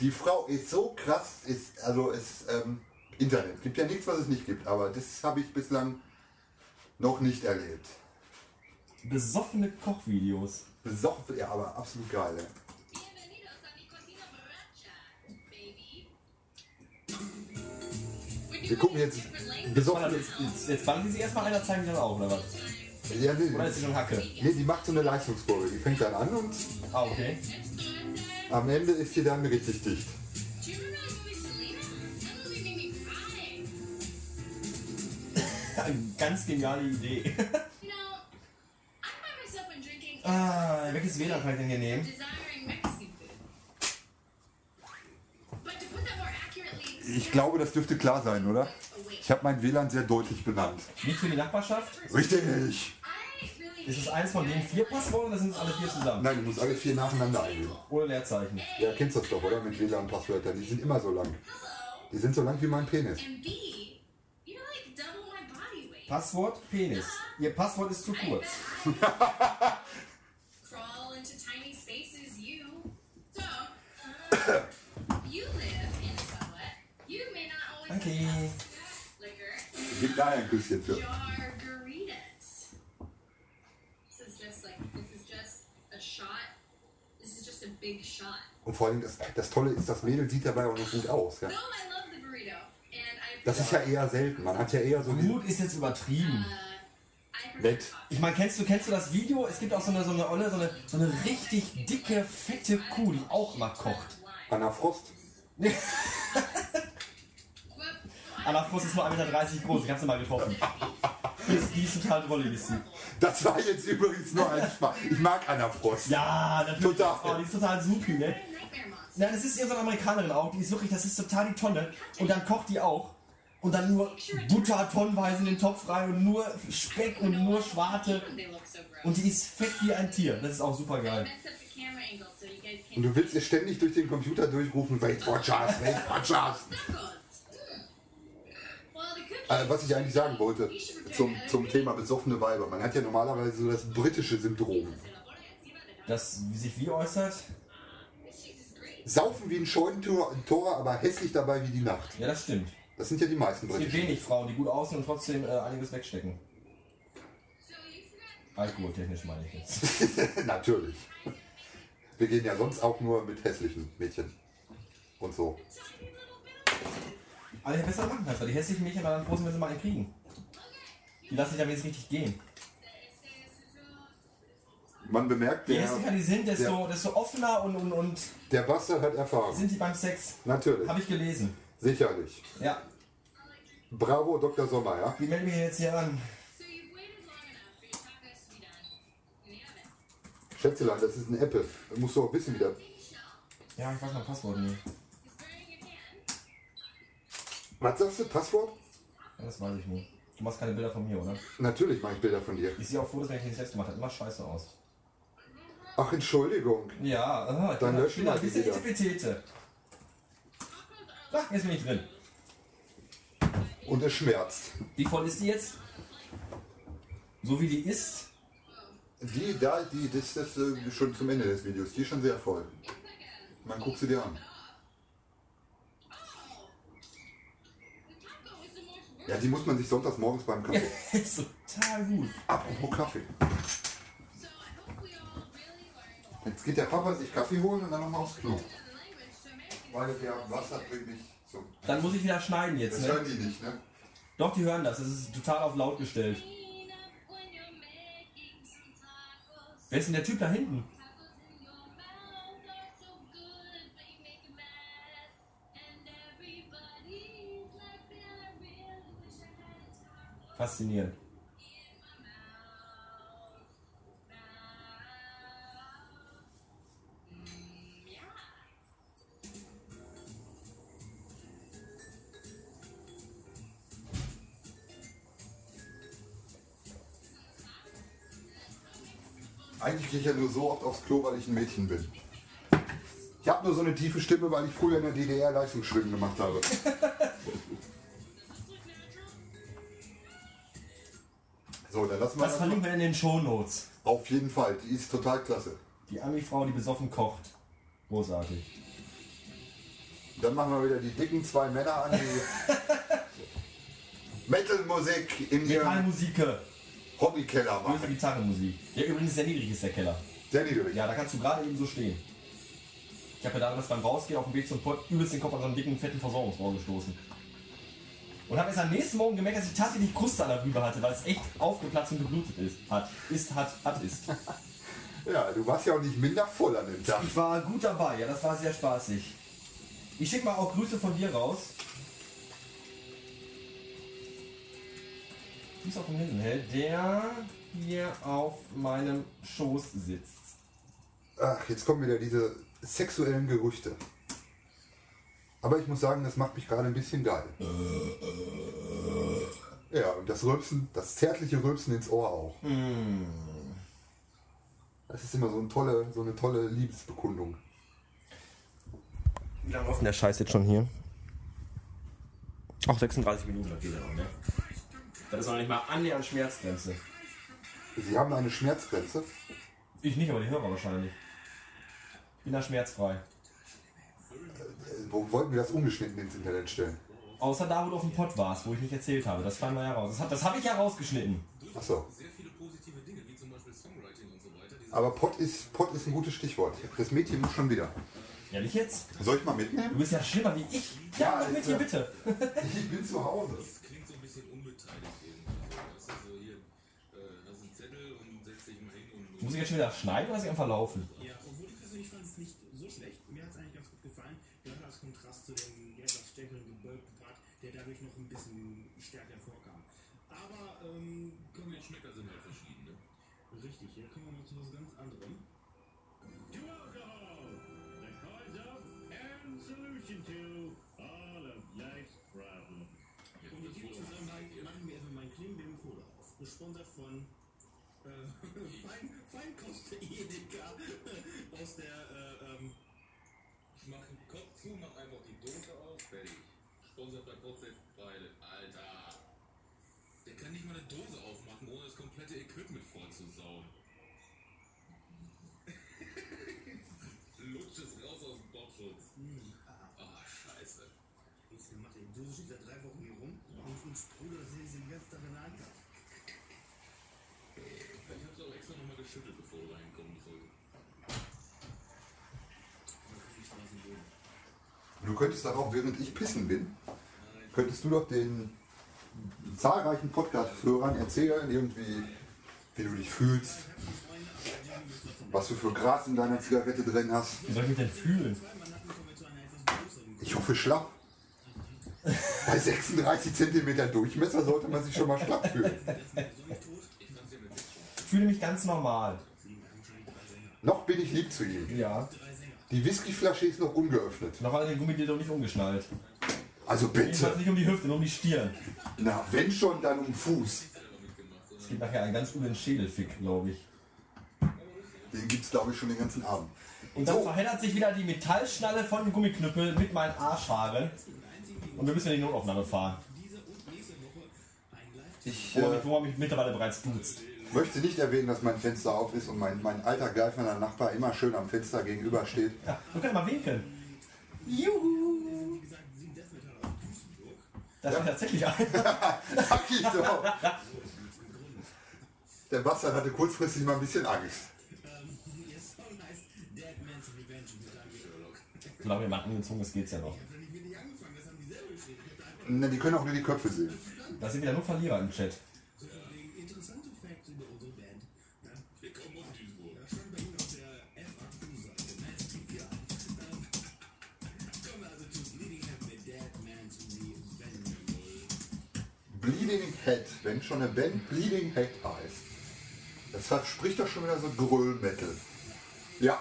S2: Die Frau ist so krass, ist, also ist ähm, Internet. Gibt ja nichts, was es nicht gibt, aber das habe ich bislang noch nicht erlebt.
S1: Besoffene Kochvideos.
S2: Besoffen, ja, aber absolut geil. Ey.
S6: Bienvenidos a mi cocina borracha, baby. We're
S2: Wir
S6: doing
S2: gucken
S6: it
S2: jetzt
S6: differently.
S1: Warte,
S2: besoffen.
S1: also Jetzt, jetzt, jetzt bangen sie erstmal einer, zeigen sie dann auch, oder was?
S2: Ja,
S1: Oder ist sie
S2: nee,
S1: schon Hacke?
S2: nee, die macht so eine Leistungskurve. Die fängt dann an und
S1: Ah, okay. [laughs]
S2: am Ende ist sie dann richtig dicht.
S6: Do you remember that movie Selena? That movie made me cry.
S1: Ganz geniale Idee.
S6: You know, I find myself when drinking
S1: Ah, welches WLAN kann ich denn hier nehmen?
S6: desiring Mexican food. But to put that more accurately,
S2: Ich glaube, das dürfte klar sein, oder?
S6: awake.
S2: Ich habe mein WLAN sehr deutlich benannt.
S1: Nicht für die Nachbarschaft?
S2: Richtig!
S1: Ist es eins von den vier Passworten oder sind es alle vier zusammen?
S2: Nein, du musst alle vier nacheinander eingeben.
S1: Ohne Leerzeichen.
S2: Ja, kennst das doch, oder? Mit WLAN-Passwörtern. Die sind immer so lang. Die sind so lang wie mein Penis.
S6: And B, you're like double my body weight.
S1: Passwort Penis. Ihr Passwort ist zu kurz.
S6: [laughs] Crawl into tiny spaces, you. So, uh, you live in a sublet. You may not always have
S1: Okay.
S6: liquor,
S2: Gib da ein Küsschen für.
S6: Margaritas. This is just like, this is just a shot. This is just a big shot.
S2: Und vor allem, das, das Tolle ist, das Mädel sieht dabei auch noch gut aus. Ja?
S6: Though I love the burrito, and I uh,
S2: Das ist ja eher selten. Man hat ja eher so die,
S1: Gut ist jetzt übertrieben.
S6: I prefer
S2: nett.
S6: coffee.
S1: Ich meine, kennst du, kennst du das Video? Es gibt auch so eine, so eine Olle, so eine, so eine richtig dicke, fette Kuh, die auch mal kocht.
S2: Anna Frost.
S1: Anna Frost ist nur 1,30 Meter groß, ich hab's mal [laughs] getroffen. Die ist, die ist total drollig, ist sie.
S2: Das war jetzt übrigens nur ein Spaß. Ich mag Anna Frost.
S1: Ja, natürlich.
S2: Total.
S1: Oh, die ist total supi, ne?
S6: Nightmare monster.
S1: Nein, das ist irgendeine Amerikanerin auch, die ist wirklich, das ist total die Tonne. Und dann kocht die auch. Und dann nur Butter tonnenweise in den Topf rein und nur Speck und nur Schwarte.
S6: They look so gross.
S1: Und die ist fett wie ein Tier. Das ist auch super geil.
S6: Mess up the camera angle so you guys
S2: Und
S6: can't.
S2: du willst ihr ständig durch den Computer durchrufen, Weight Watchers, Weight Watchers.
S6: Hmm. Well, the cookies.
S2: Äh, was ich eigentlich sagen wollte zum, zum Thema besoffene Weiber. Man hat ja normalerweise so das britische Syndrom.
S1: Das sich wie äußert?
S2: Saufen wie ein Scheunentor, Tor, aber hässlich dabei wie die Nacht.
S1: Ja, das stimmt.
S2: Das sind ja die meisten
S1: Es gibt
S2: britischen.
S1: wenig Frauen, die gut aussehen und trotzdem äh, einiges wegstecken. Alkoholtechnisch meine ich jetzt. [laughs]
S2: [laughs] Natürlich. Wir gehen ja sonst auch nur mit hässlichen Mädchen. Und so.
S1: Aber ich hätte besser machen kannst, weil die hässlichen Mädchen bei den Großen müssen mal einen kriegen. Die lassen sich damit jetzt richtig gehen.
S2: Man bemerkt,
S1: Je
S2: der,
S1: hässlicher die sind, desto, desto offener und, und, und
S2: der Bastard hat Erfahrung.
S1: sind die beim Sex.
S2: Natürlich.
S1: Habe ich gelesen.
S2: Sicherlich.
S1: Ja,
S2: Bravo, Dr. Sommer, ja?
S1: die melden mich jetzt hier an.
S6: So you've waited long enough for your tacos to be done in the oven.
S2: Schätzelein, das ist ein Apple. Da Musst du auch wissen, wie der.
S1: Ja, ich weiß mein Passwort nicht.
S6: It's burning again.
S2: Was sagst du? Passwort?
S1: Ja, Das weiß ich nicht. Du machst keine Bilder von mir, oder?
S2: Natürlich mache ich Bilder von dir.
S1: Ich sehe auch Fotos, wenn ich die selbst gemacht habe. Immer scheiße aus.
S2: Ach, Entschuldigung.
S1: Ja, aha,
S2: Dann
S1: ich
S2: löschen
S1: bin da
S2: wir
S1: ein
S2: die
S1: bisschen
S2: wieder.
S1: Etipetete. Ach, jetzt bin ich drin.
S2: Und es schmerzt.
S1: Wie voll ist die jetzt? So wie die ist? [laughs]
S2: Die da, die, das ist äh, schon zum Ende des Videos. Die ist schon sehr voll. Man guckt sie dir an. Ja, die muss man sich sonntags morgens beim Kaffee.
S1: ist total gut.
S2: Apropos Kaffee. Jetzt geht der Papa sich Kaffee holen und dann nochmal aufs Klo. Weil der Wasser bringt mich zum.
S1: Dann muss ich wieder schneiden jetzt,
S2: Das
S1: ne?
S2: hören die nicht, ne?
S1: Doch, die hören das. Das ist total auf laut gestellt.
S6: Clean up when you're making some tacos.
S1: Wer ist denn der Typ da hinten?
S6: Tacos in your mouth are so good, but you make a mess. And everybody's like, man, I really wish I had a taco
S1: Faszinierend.
S6: in my mouth. Mouth. Mm, yeah.
S2: Eigentlich gehe ich ja nur so oft aufs Klo, weil ich ein Mädchen bin. Ich habe nur so eine tiefe Stimme, weil ich früher in der DDR Leistungsschwimmen gemacht habe.
S6: Mm,
S2: So, dann lassen wir
S1: Das
S2: das mal.
S1: verlinken wir in den Shownotes.
S2: Auf jeden Fall, die ist total klasse.
S1: Die Ami-Frau, die besoffen kocht. Großartig.
S2: Dann machen wir wieder die dicken zwei Männer an die Metal-Musik in
S1: Metall
S2: ihrem
S1: Musike.
S2: Hobbykeller
S1: Böse
S2: machen.
S1: Gitarrenmusik. Ja, übrigens sehr niedrig ist der Keller.
S2: Sehr niedrig.
S1: Ja, da kannst du gerade eben so stehen. Ich habe ja damals beim Rausgehen auf dem Weg zum Pott übelst den Kopf an so einen dicken, fetten Versorgungsraum gestoßen. Und habe erst am nächsten Morgen gemerkt, dass ich tatsächlich Kruste an der Rübe hatte, weil es echt aufgeplatzt und geblutet ist. Hat, ist, hat, hat, ist.
S2: Ja, du warst ja auch nicht minder voll an dem Tag.
S1: Ich war gut dabei, ja, das war sehr spaßig. Ich schicke mal auch Grüße von dir raus. Grüße auch vom Linsenheld, der hier auf meinem Schoß sitzt.
S2: Ach, jetzt kommen wieder diese sexuellen Gerüchte. Aber ich muss sagen, das macht mich gerade ein bisschen geil. Ja, und das Rülpsen, das zärtliche Rülpsen ins Ohr auch. Das ist immer so eine tolle, so eine tolle Liebesbekundung.
S1: Wie lange läuft denn der Scheiß jetzt schon hier? Auch 36 Minuten, das geht ja noch, ne? Das ist noch nicht mal annähernd Schmerzgrenze.
S2: Sie haben eine Schmerzgrenze.
S1: Ich nicht, aber die Hörer wahrscheinlich. Ich bin da schmerzfrei.
S2: Äh, Wo wollten wir das ungeschnitten ins Internet stellen?
S1: Außer da, wo du auf dem Pott warst, wo ich nicht erzählt habe. Das fand wir ja raus. Das, hab- das habe ich ja rausgeschnitten.
S2: Achso.
S4: Sehr viele positive Dinge, wie zum Beispiel Songwriting und so weiter. Die
S2: Aber Pott ist, Pott ist ein gutes Stichwort. Das Mädchen muss schon wieder.
S1: Ehrlich jetzt?
S2: Soll ich mal
S1: Du
S2: mitnehmen?
S1: bist ja schlimmer wie ich. Ja,
S2: Ja,
S1: mit
S2: ist
S1: dir
S2: ja-
S1: bitte.
S2: Ich bin zu Hause.
S4: Das klingt so ein bisschen unbeteiligt irgendwie. Also, Das ist so hier, äh, das ist ein Zettel und setz dich mal hin und.
S1: Muss ich jetzt schon wieder schneiden oder ist ich einfach laufen?
S5: Ja, obwohl ich persönlich fand es nicht so schlecht. Mir hat es eigentlich ganz gut gefallen. Gerade als Kontrast zu dem etwas stärkeren gebölkten Part, der dadurch noch ein bisschen stärker vorkam. Aber, ähm, kommen wir
S4: Die
S5: jetzt
S4: Schmecker sind halt verschieden, ne?
S5: richtig. Hier kommen wir mal zu was ganz anderem.
S7: to alcohol, the cause of and solution to all of life's problems.
S4: Jetzt
S5: Und in
S4: wird
S5: diesem
S4: wohl auch
S5: Zusammenhang
S4: gezeigt, ja.
S5: machen wir erstmal meinen Klimbim Cola auf. Gesponsert von äh, [laughs] Fein, Feinkost Edeka aus der äh, ähm,
S4: Ich mach den Kopf zu, mach einfach die Dose auf, fertig. Sponsor bei Prozess, beide. Alter! Der kann nicht mal eine Dose aufmachen, ohne das komplette Equipment vollzusauen. Lutsch es raus aus dem Bobschutz. Ah, scheiße.
S5: hm, Jetzt gemacht, ey. Dose steht seit drei Wochen hier rum und, und sprudelt das hier den ganzen Tag in der Hand.
S4: Ich hab's auch extra nochmal geschüttelt, bevor du reinkommen solltest.
S2: Du könntest dann auch, während ich pissen bin, könntest du doch den zahlreichen Podcast-Hörern erzählen, irgendwie, wie du dich fühlst, was du für Gras in deiner Zigarette drin hast.
S1: Wie soll ich mich denn fühlen?
S2: Ich hoffe schlapp. Bei 36 cm Durchmesser sollte man sich schon mal schlapp fühlen.
S4: Ich kann's dir mit sechs schon.
S1: Ich fühle mich ganz normal.
S2: Noch bin ich lieb zu ihm.
S1: Ja.
S2: Die Whiskyflasche ist noch ungeöffnet.
S1: Noch alle den Gummidildo nicht umgeschnallt.
S2: Also
S1: Ich weiß
S2: bitte.
S1: nicht um die Hüfte, nur um die Stirn.
S2: Na, wenn schon, dann um Fuß.
S1: Es gibt nachher einen ganz üblen Schädelfick, glaube ich.
S2: Den gibt's glaube ich schon den ganzen Abend.
S1: Und dann verheddert sich wieder die Metallschnalle von dem Gummiknüppel mit meinen Arschhaaren. Und wir müssen in die Notaufnahme fahren,
S2: Ich
S1: wo man
S2: äh,
S1: mich, wo man mich mittlerweile bereits duzt.
S2: möchte nicht erwähnen, dass mein Fenster auf ist und mein, mein alter geifender Nachbar immer schön am Fenster gegenüber [laughs] steht.
S1: Ja, wir können mal winken. Juhu! Das ist tatsächlich ein. [laughs]
S2: Fuck ich doch. Der Bastian hatte kurzfristig mal ein bisschen Angst.
S5: Ihr Song heißt Dead Man's Revenge mit einem Sherlock.
S1: Solange jemand angezogen ist, geht's ja noch.
S5: Wenn ich mir nicht angefangen, das haben die selber geschrieben. Ich hab da einfach
S2: Na, die können auch nur die Köpfe sehen.
S1: Das sind wieder nur Verlierer im Chat.
S5: so von wegen interessante Facts über unsere Band. Ja,
S4: Wir kommen aus Duisburg.
S5: da stand bei Ihnen auf der FAQ-Seite. Man's Revenge. Ähm, Kommen wir also zu Bleeding Head mit Dead Man's Revenge.
S2: Bleeding Head, wenn schon eine Band Bleeding Head heißt. Das verspricht doch schon wieder so Gröll-Metal. Ja.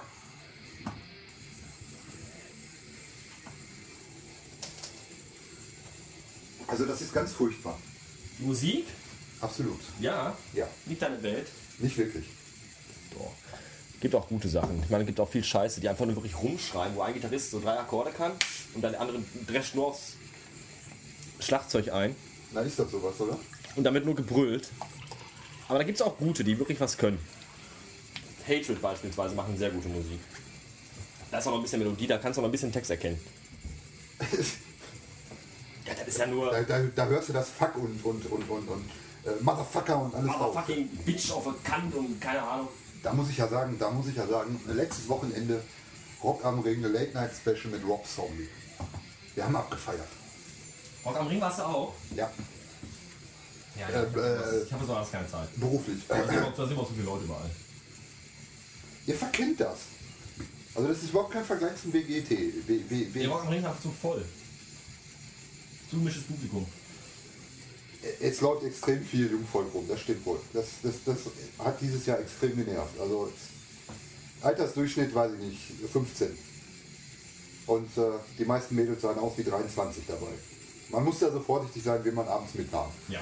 S2: Also das ist ganz furchtbar.
S1: Die Musik?
S2: Absolut.
S1: Ja.
S2: Ja,
S1: Liegt deine Welt?
S2: nicht wirklich.
S1: Doch. Gibt auch gute Sachen. Ich meine, gibt auch viel Scheiße, die einfach nur wirklich rumschreien, wo ein Gitarrist so drei Akkorde kann und dann der andere drescht nur aufs Schlagzeug ein.
S2: Na ist das sowas, oder?
S1: und damit nur gebrüllt. Aber da gibt es auch gute, die wirklich was können. Hatred beispielsweise machen sehr gute Musik. Da ist auch noch ein bisschen Melodie, da kannst du auch noch ein bisschen Text erkennen. Ja, das ist ja nur
S2: [laughs] Da, da, da hörst du das Fuck und und und und und äh, Motherfucker und alles drauf.
S1: fucking Bitch auf der Kant und keine Ahnung.
S2: Da muss ich ja sagen, da muss ich ja sagen, letztes Wochenende Rock am Ring, eine Late Night Special mit Rob Zombie. Wir haben abgefeiert.
S1: Rock am Ring warst du auch?
S2: Ja,
S1: Ja,
S2: Äh,
S1: ich habe
S2: äh,
S1: hab so alles keine Zeit.
S2: beruflich. Äh,
S1: Da sind, auch, da sind auch so viele Leute überall.
S2: Ihr verkennt das. Also das ist überhaupt kein Vergleich zum WGT. W, w, w,
S1: Der Rock am Ring war zu voll. Zu gemischtes Publikum.
S2: es läuft extrem viel Jungvolk rum, das stimmt wohl. Das, das, das hat dieses Jahr extrem genervt. Also Altersdurchschnitt weiß ich nicht, 15. Und äh, die meisten Mädels sahen aus wie 23 dabei. Man muss da so vorsichtig sein, wen man abends mitnahm.
S1: Ja.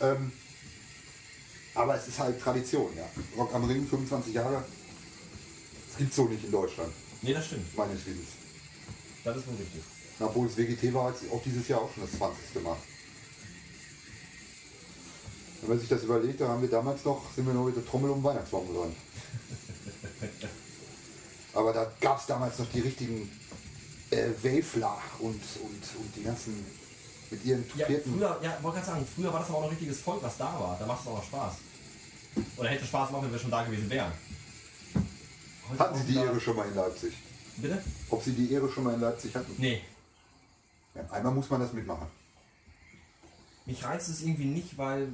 S2: Ähm, aber es ist halt Tradition, ja. Rock am Ring, 25 Jahre. Es gibt so nicht in Deutschland,
S1: Nee, das stimmt.
S2: meines Wissens.
S1: Das ist wohl richtig.
S2: Obwohl es WGT war, hat sie auch dieses Jahr auch schon das 20. gemacht. Wenn man sich das überlegt, da haben wir damals noch, sind wir noch mit der Trommel um den Weihnachtsbaum gerannt. Aber da gab es damals noch die richtigen äh, Wafler und, und, und die ganzen mit ihren
S1: Ja,
S2: Tupierten.
S1: früher, ja, wollte gerade sagen, früher war das aber auch noch richtiges Volk, was da war. Da macht es auch noch Spaß. Oder hätte Spaß gemacht, wenn wir schon da gewesen wären. Heute
S2: hatten
S1: auch
S2: sie die
S1: da-
S2: Ehre schon mal in Leipzig?
S1: Bitte?
S2: Ob sie die Ehre schon mal in Leipzig hatten?
S1: Nee.
S2: Ja, einmal muss man das mitmachen.
S1: Mich reizt es irgendwie nicht, weil.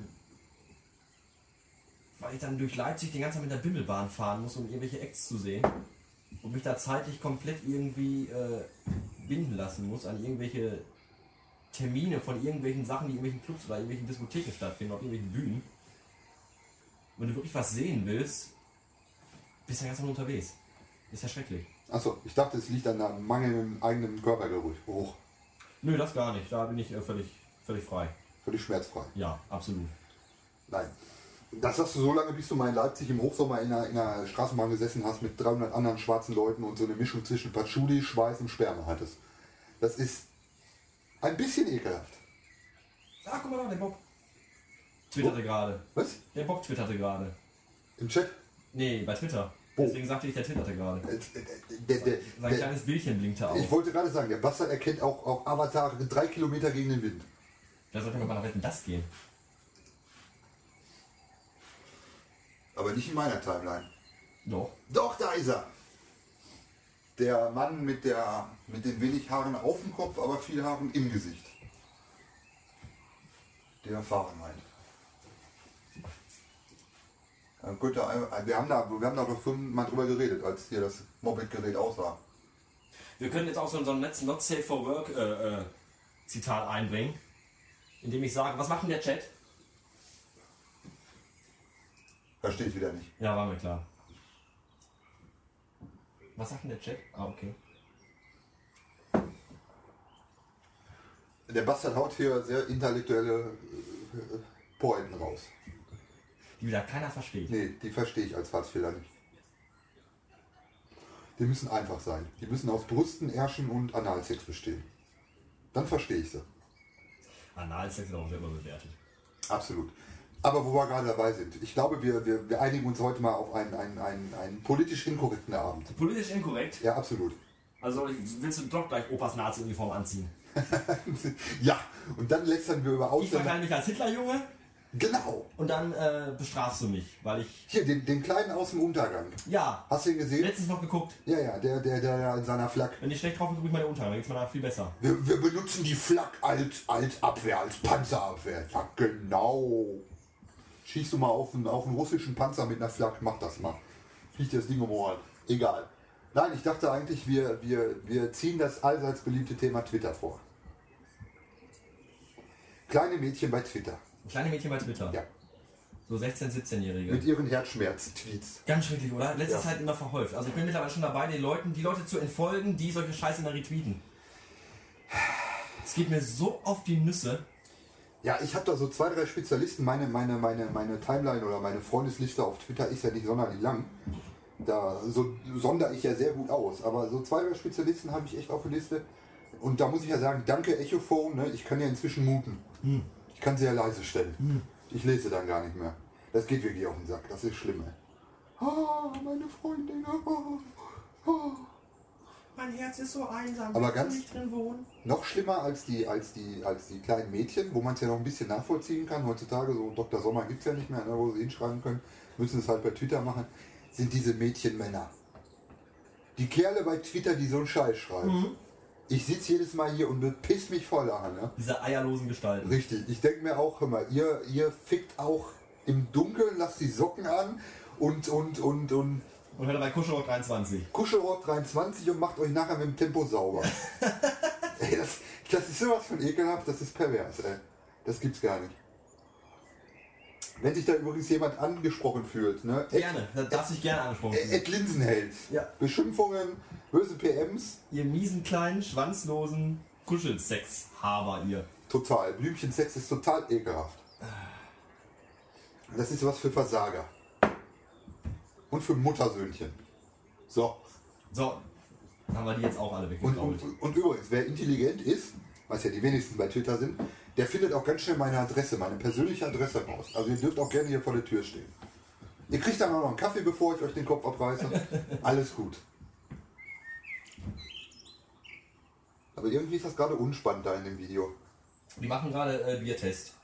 S1: Weil ich dann durch Leipzig den ganzen Tag mit der Bimmelbahn fahren muss, um irgendwelche Acts zu sehen. Und mich da zeitlich komplett irgendwie äh, binden lassen muss an irgendwelche Termine von irgendwelchen Sachen, die in irgendwelchen Clubs oder irgendwelchen Diskotheken stattfinden, auf irgendwelchen Bühnen. Wenn du wirklich was sehen willst, bist du ja ganz normal unterwegs. Ist ja schrecklich.
S2: Achso, ich dachte, es liegt an einem mangelnden eigenen Körpergeruch.
S1: Nö, das gar nicht. Da bin ich äh, völlig, völlig frei.
S2: Völlig schmerzfrei.
S1: Ja, absolut.
S2: Nein. Das hast du so lange, bis du mal in Leipzig im Hochsommer in einer, in einer Straßenbahn gesessen hast mit 300 anderen schwarzen Leuten und so eine Mischung zwischen Patchouli, Schweiß und Sperma hattest. Das ist ein bisschen ekelhaft.
S1: Ah, guck mal da, der Bob. Twitterte gerade.
S2: Was?
S1: Der Bob twitterte gerade.
S2: Im Chat?
S1: Nee, bei Twitter.
S2: Oh.
S1: Deswegen sagte ich, der twitterte gerade.
S2: Äh, Der, der,
S1: Sein
S2: der,
S1: kleines Bildchen blinkte
S2: ich
S1: auf.
S2: wollte gerade sagen, der Bastard erkennt auch, auch Avatar drei Kilometer gegen den Wind.
S1: Da sollte man mal nach Wetten das gehen.
S2: Aber nicht in meiner Timeline.
S1: Doch.
S2: Doch, da ist er. Der Mann mit, der, mit den wenig Haaren auf dem Kopf, aber viel Haaren im Gesicht. Der Fahrenheit. Dann könnte, ein- wir, haben da, wir haben da doch fünf Mal drüber geredet, als hier das Moped-Gerät aus war.
S1: Wir können jetzt auch so einen letzten Not Safe for Work äh, äh, Zitat einbringen, indem ich sage, was macht denn der Chat?
S2: Verstehe ich wieder nicht.
S1: Ja, war mir klar. Was sagt denn der Chat? Ah, okay.
S2: Der Bastard haut hier sehr intellektuelle äh, Poeten raus.
S1: Die wieder keiner versteht.
S2: Nee, die verstehe ich als Hartz-Fehler nicht. Die müssen einfach sein. Die müssen aus Brüsten, Ärschen und Analsex bestehen. Dann verstehe ich sie.
S1: Analsex ist auch selber bewertet.
S2: Absolut. Aber wo wir gerade dabei sind, ich glaube, wir, wir, wir einigen uns heute mal auf einen, einen, einen, einen politisch inkorrekten Abend.
S1: Politisch inkorrekt.
S2: Ja, absolut. [laughs]
S1: Also willst du doch gleich Opas Nazi-Uniform anziehen?
S2: ja, und dann lästern wir über
S1: Ich
S2: Ausländer.
S1: verkleide mich als Hitlerjunge
S2: Genau.
S1: und dann äh, bestrafst du mich, weil ich.
S2: Hier, den, den Kleinen aus dem Untergang.
S1: Ja,
S2: Hast du ihn gesehen?
S1: letztens noch geguckt.
S2: Ja, ja, der, der, der, der in seiner Flak.
S1: Wenn ich schlecht drauf bin, gucke ich meine Unterhose, dann geht's mir danach viel besser.
S2: Wir, wir benutzen die Flak als, als Abwehr, als Panzerabwehr. Ja, genau. Schießt du mal auf einen, auf einen russischen Panzer mit einer Flak, mach das mal. Fliegt dir das Ding um die Ohren. Egal. Nein, ich dachte eigentlich, wir, wir, wir ziehen das allseits beliebte Thema Twitter vor. Kleine Mädchen bei Twitter.
S1: Kleine Mädchen bei Twitter.
S2: Ja.
S1: So 16-, 17-Jährige.
S2: Mit ihren Herzschmerz-Tweets.
S1: Ganz schrecklich, oder? Letzte
S2: Ja.
S1: Zeit immer verhäuft. Also ich bin mittlerweile schon dabei, den Leuten, die Leute zu entfolgen, die solche Scheiße da retweeten. Es geht mir so auf die Nüsse.
S2: Ja, ich habe da so zwei, drei Spezialisten. Meine, meine, meine, meine Timeline oder meine Freundesliste auf Twitter ist ja nicht sonderlich lang. Da so, sonder ich ja sehr gut aus. Aber so zwei, drei Spezialisten habe ich echt auf der Liste. Und da muss ich ja sagen, danke Echophone, ne? ich kann ja inzwischen muten. Ich kann sie ja leise stellen. Ich lese dann gar nicht mehr. Das geht wirklich auf den Sack. Das ist schlimm. Ey. Ah, meine Freundin. Ah, ah.
S1: Mein Herz ist so einsam.
S2: Aber Willst du ganz-
S1: nicht
S2: nicht
S1: drin wohnen.
S2: Noch schlimmer als die, als die, als die kleinen Mädchen, wo man es ja noch ein bisschen nachvollziehen kann. Heutzutage, so Dr. Sommer gibt es ja nicht mehr, ne, wo sie hinschreiben können, müssen es halt bei Twitter machen, sind diese Mädchenmänner. Die Kerle bei Twitter, die so einen Scheiß schreiben. Ich sitze jedes Mal hier und bepiss mich voll an. Ne?
S1: Diese eierlosen Gestalten.
S2: Richtig, ich denke mir auch, hör mal, ihr, ihr fickt auch im Dunkeln, lasst die Socken an und, und, und, und
S1: Und hört dabei Kuschelrock 23.
S2: Kuschelrock 23 und macht euch nachher mit dem
S1: [laughs]
S2: Tempo sauber. ey, das, das ist sowas von ekelhaft, das ist pervers, ey. Das gibt's gar nicht. Wenn sich da übrigens jemand angesprochen fühlt, ne? Ed-
S1: Gerne. Da darf sich gerne angesprochen
S2: Ed,
S1: werden.
S2: Ed Linsenheld.
S1: Ja.
S2: Beschimpfungen, böse PMs,
S1: Ihr miesen kleinen, schwanzlosen Kuschelsex-Haber, ihr.
S2: total. Blümchensex ist total ekelhaft. Das ist was für Versager. Und für Muttersöhnchen. So.
S1: So, haben wir die jetzt auch alle
S2: Und,
S1: weggeklaut.
S2: und, und übrigens, wer intelligent ist, was ja die wenigsten bei Twitter sind, der findet auch ganz schnell meine Adresse, meine persönliche Adresse raus. Also ihr dürft auch gerne hier vor der Tür stehen. Ihr kriegt dann auch noch einen Kaffee, bevor ich euch den Kopf abreiße. Alles gut. Aber irgendwie ist das gerade unspannend da in dem Video.
S1: Die machen gerade äh, Biertest.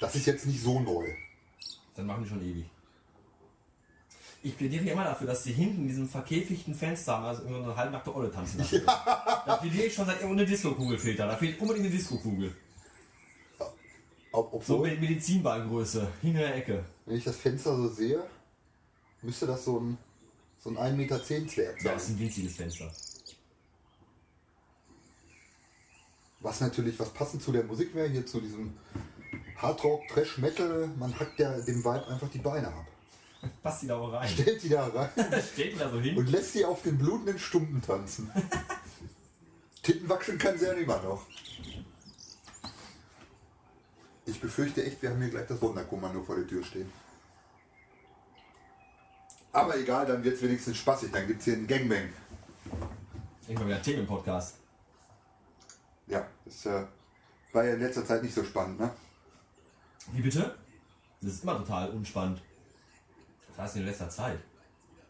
S2: Das ist jetzt nicht so neu.
S1: Dann machen die schon ewig. Ich plädiere ja immer dafür, dass sie hinten in diesem verkäfigten Fenster also immer so eine halbnackte Olle tanzen lassen. Da plädiere ich schon seit ohne Disco-Kugelfilter. Da fehlt unbedingt eine Disco-Kugel.
S2: Ob,
S1: So
S2: obwohl,
S1: mit Medizinballgröße. Hinter der Ecke.
S2: wenn ich das Fenster so sehe, müsste das so ein, so ein 1,10 Meter Zwerg
S1: Ja, das ist
S2: sein.
S1: ein winziges Fenster.
S2: Was natürlich, was passend zu der Musik wäre, hier zu diesem Hardrock, Trash, Metal, man hackt ja dem Vibe einfach die Beine ab. [laughs]
S1: Passt die da auch rein.
S2: Stellt die da rein
S1: [laughs] Steht die da so hin?
S2: und lässt sie auf den blutenden Stumpen tanzen. Titten wachsen kann sie ja immer noch. Ich befürchte echt, wir haben hier gleich das Wunderkommando vor der Tür stehen. Aber egal, dann wird es wenigstens spaßig, dann gibt es hier einen Gangbang.
S1: Irgendwann wieder Themenpodcast.
S2: Ja, das äh, war ja in letzter Zeit nicht so spannend, ne?
S1: Wie bitte? Das ist immer total unspannend. Das heißt in letzter Zeit.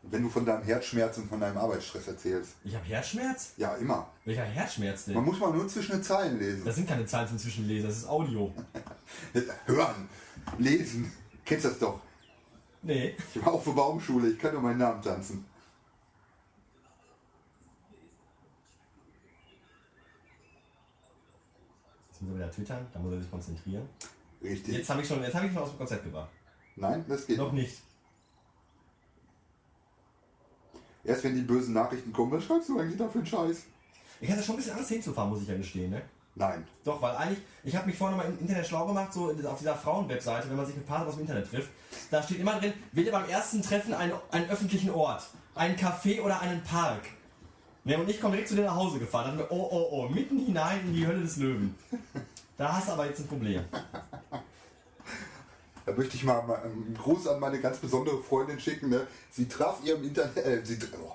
S2: Wenn du von deinem Herzschmerz und von deinem Arbeitsstress erzählst.
S1: Ich habe Herzschmerz?
S2: Ja, immer.
S1: Welcher Herzschmerz
S2: Man
S1: denn?
S2: muss mal nur zwischen den Zeilen lesen.
S1: Das sind keine Zahlen zum Zwischenlesen, das ist Audio.
S2: [laughs] Hören, lesen. [laughs] Kennst das doch.
S1: Nee.
S2: Ich war auf der Baumschule, ich kann nur meinen Namen tanzen.
S1: Jetzt muss er wieder twittern, da muss er sich konzentrieren.
S2: Richtig.
S1: Jetzt habe ich schon, jetzt habe ich schon aus dem Konzept gebracht.
S2: Nein, das geht.
S1: Noch nicht.
S2: Erst wenn die bösen Nachrichten kommen, was schreibst du eigentlich da für einen Scheiß?
S1: Ich hatte schon ein bisschen Angst hinzufahren, muss ich ja gestehen, ne?
S2: Nein.
S1: Doch, weil eigentlich, ich habe mich vorhin nochmal im Internet schlau gemacht, so in- auf dieser Frauen-Webseite, wenn man sich mit Partnern aus dem Internet trifft, da steht immer drin, wähle beim ersten Treffen einen, einen öffentlichen Ort, einen Café oder einen Park. Ne, und ich komme direkt zu dir nach Hause gefahren, dachte mir, oh, oh, oh, mitten hinein in die Hölle des Löwen. Da hast du aber jetzt ein Problem.
S2: Da möchte ich mal mal einen Gruß an meine ganz besondere Freundin schicken. Ne? Sie traf ihrem Internet. Äh, sie, tr- oh,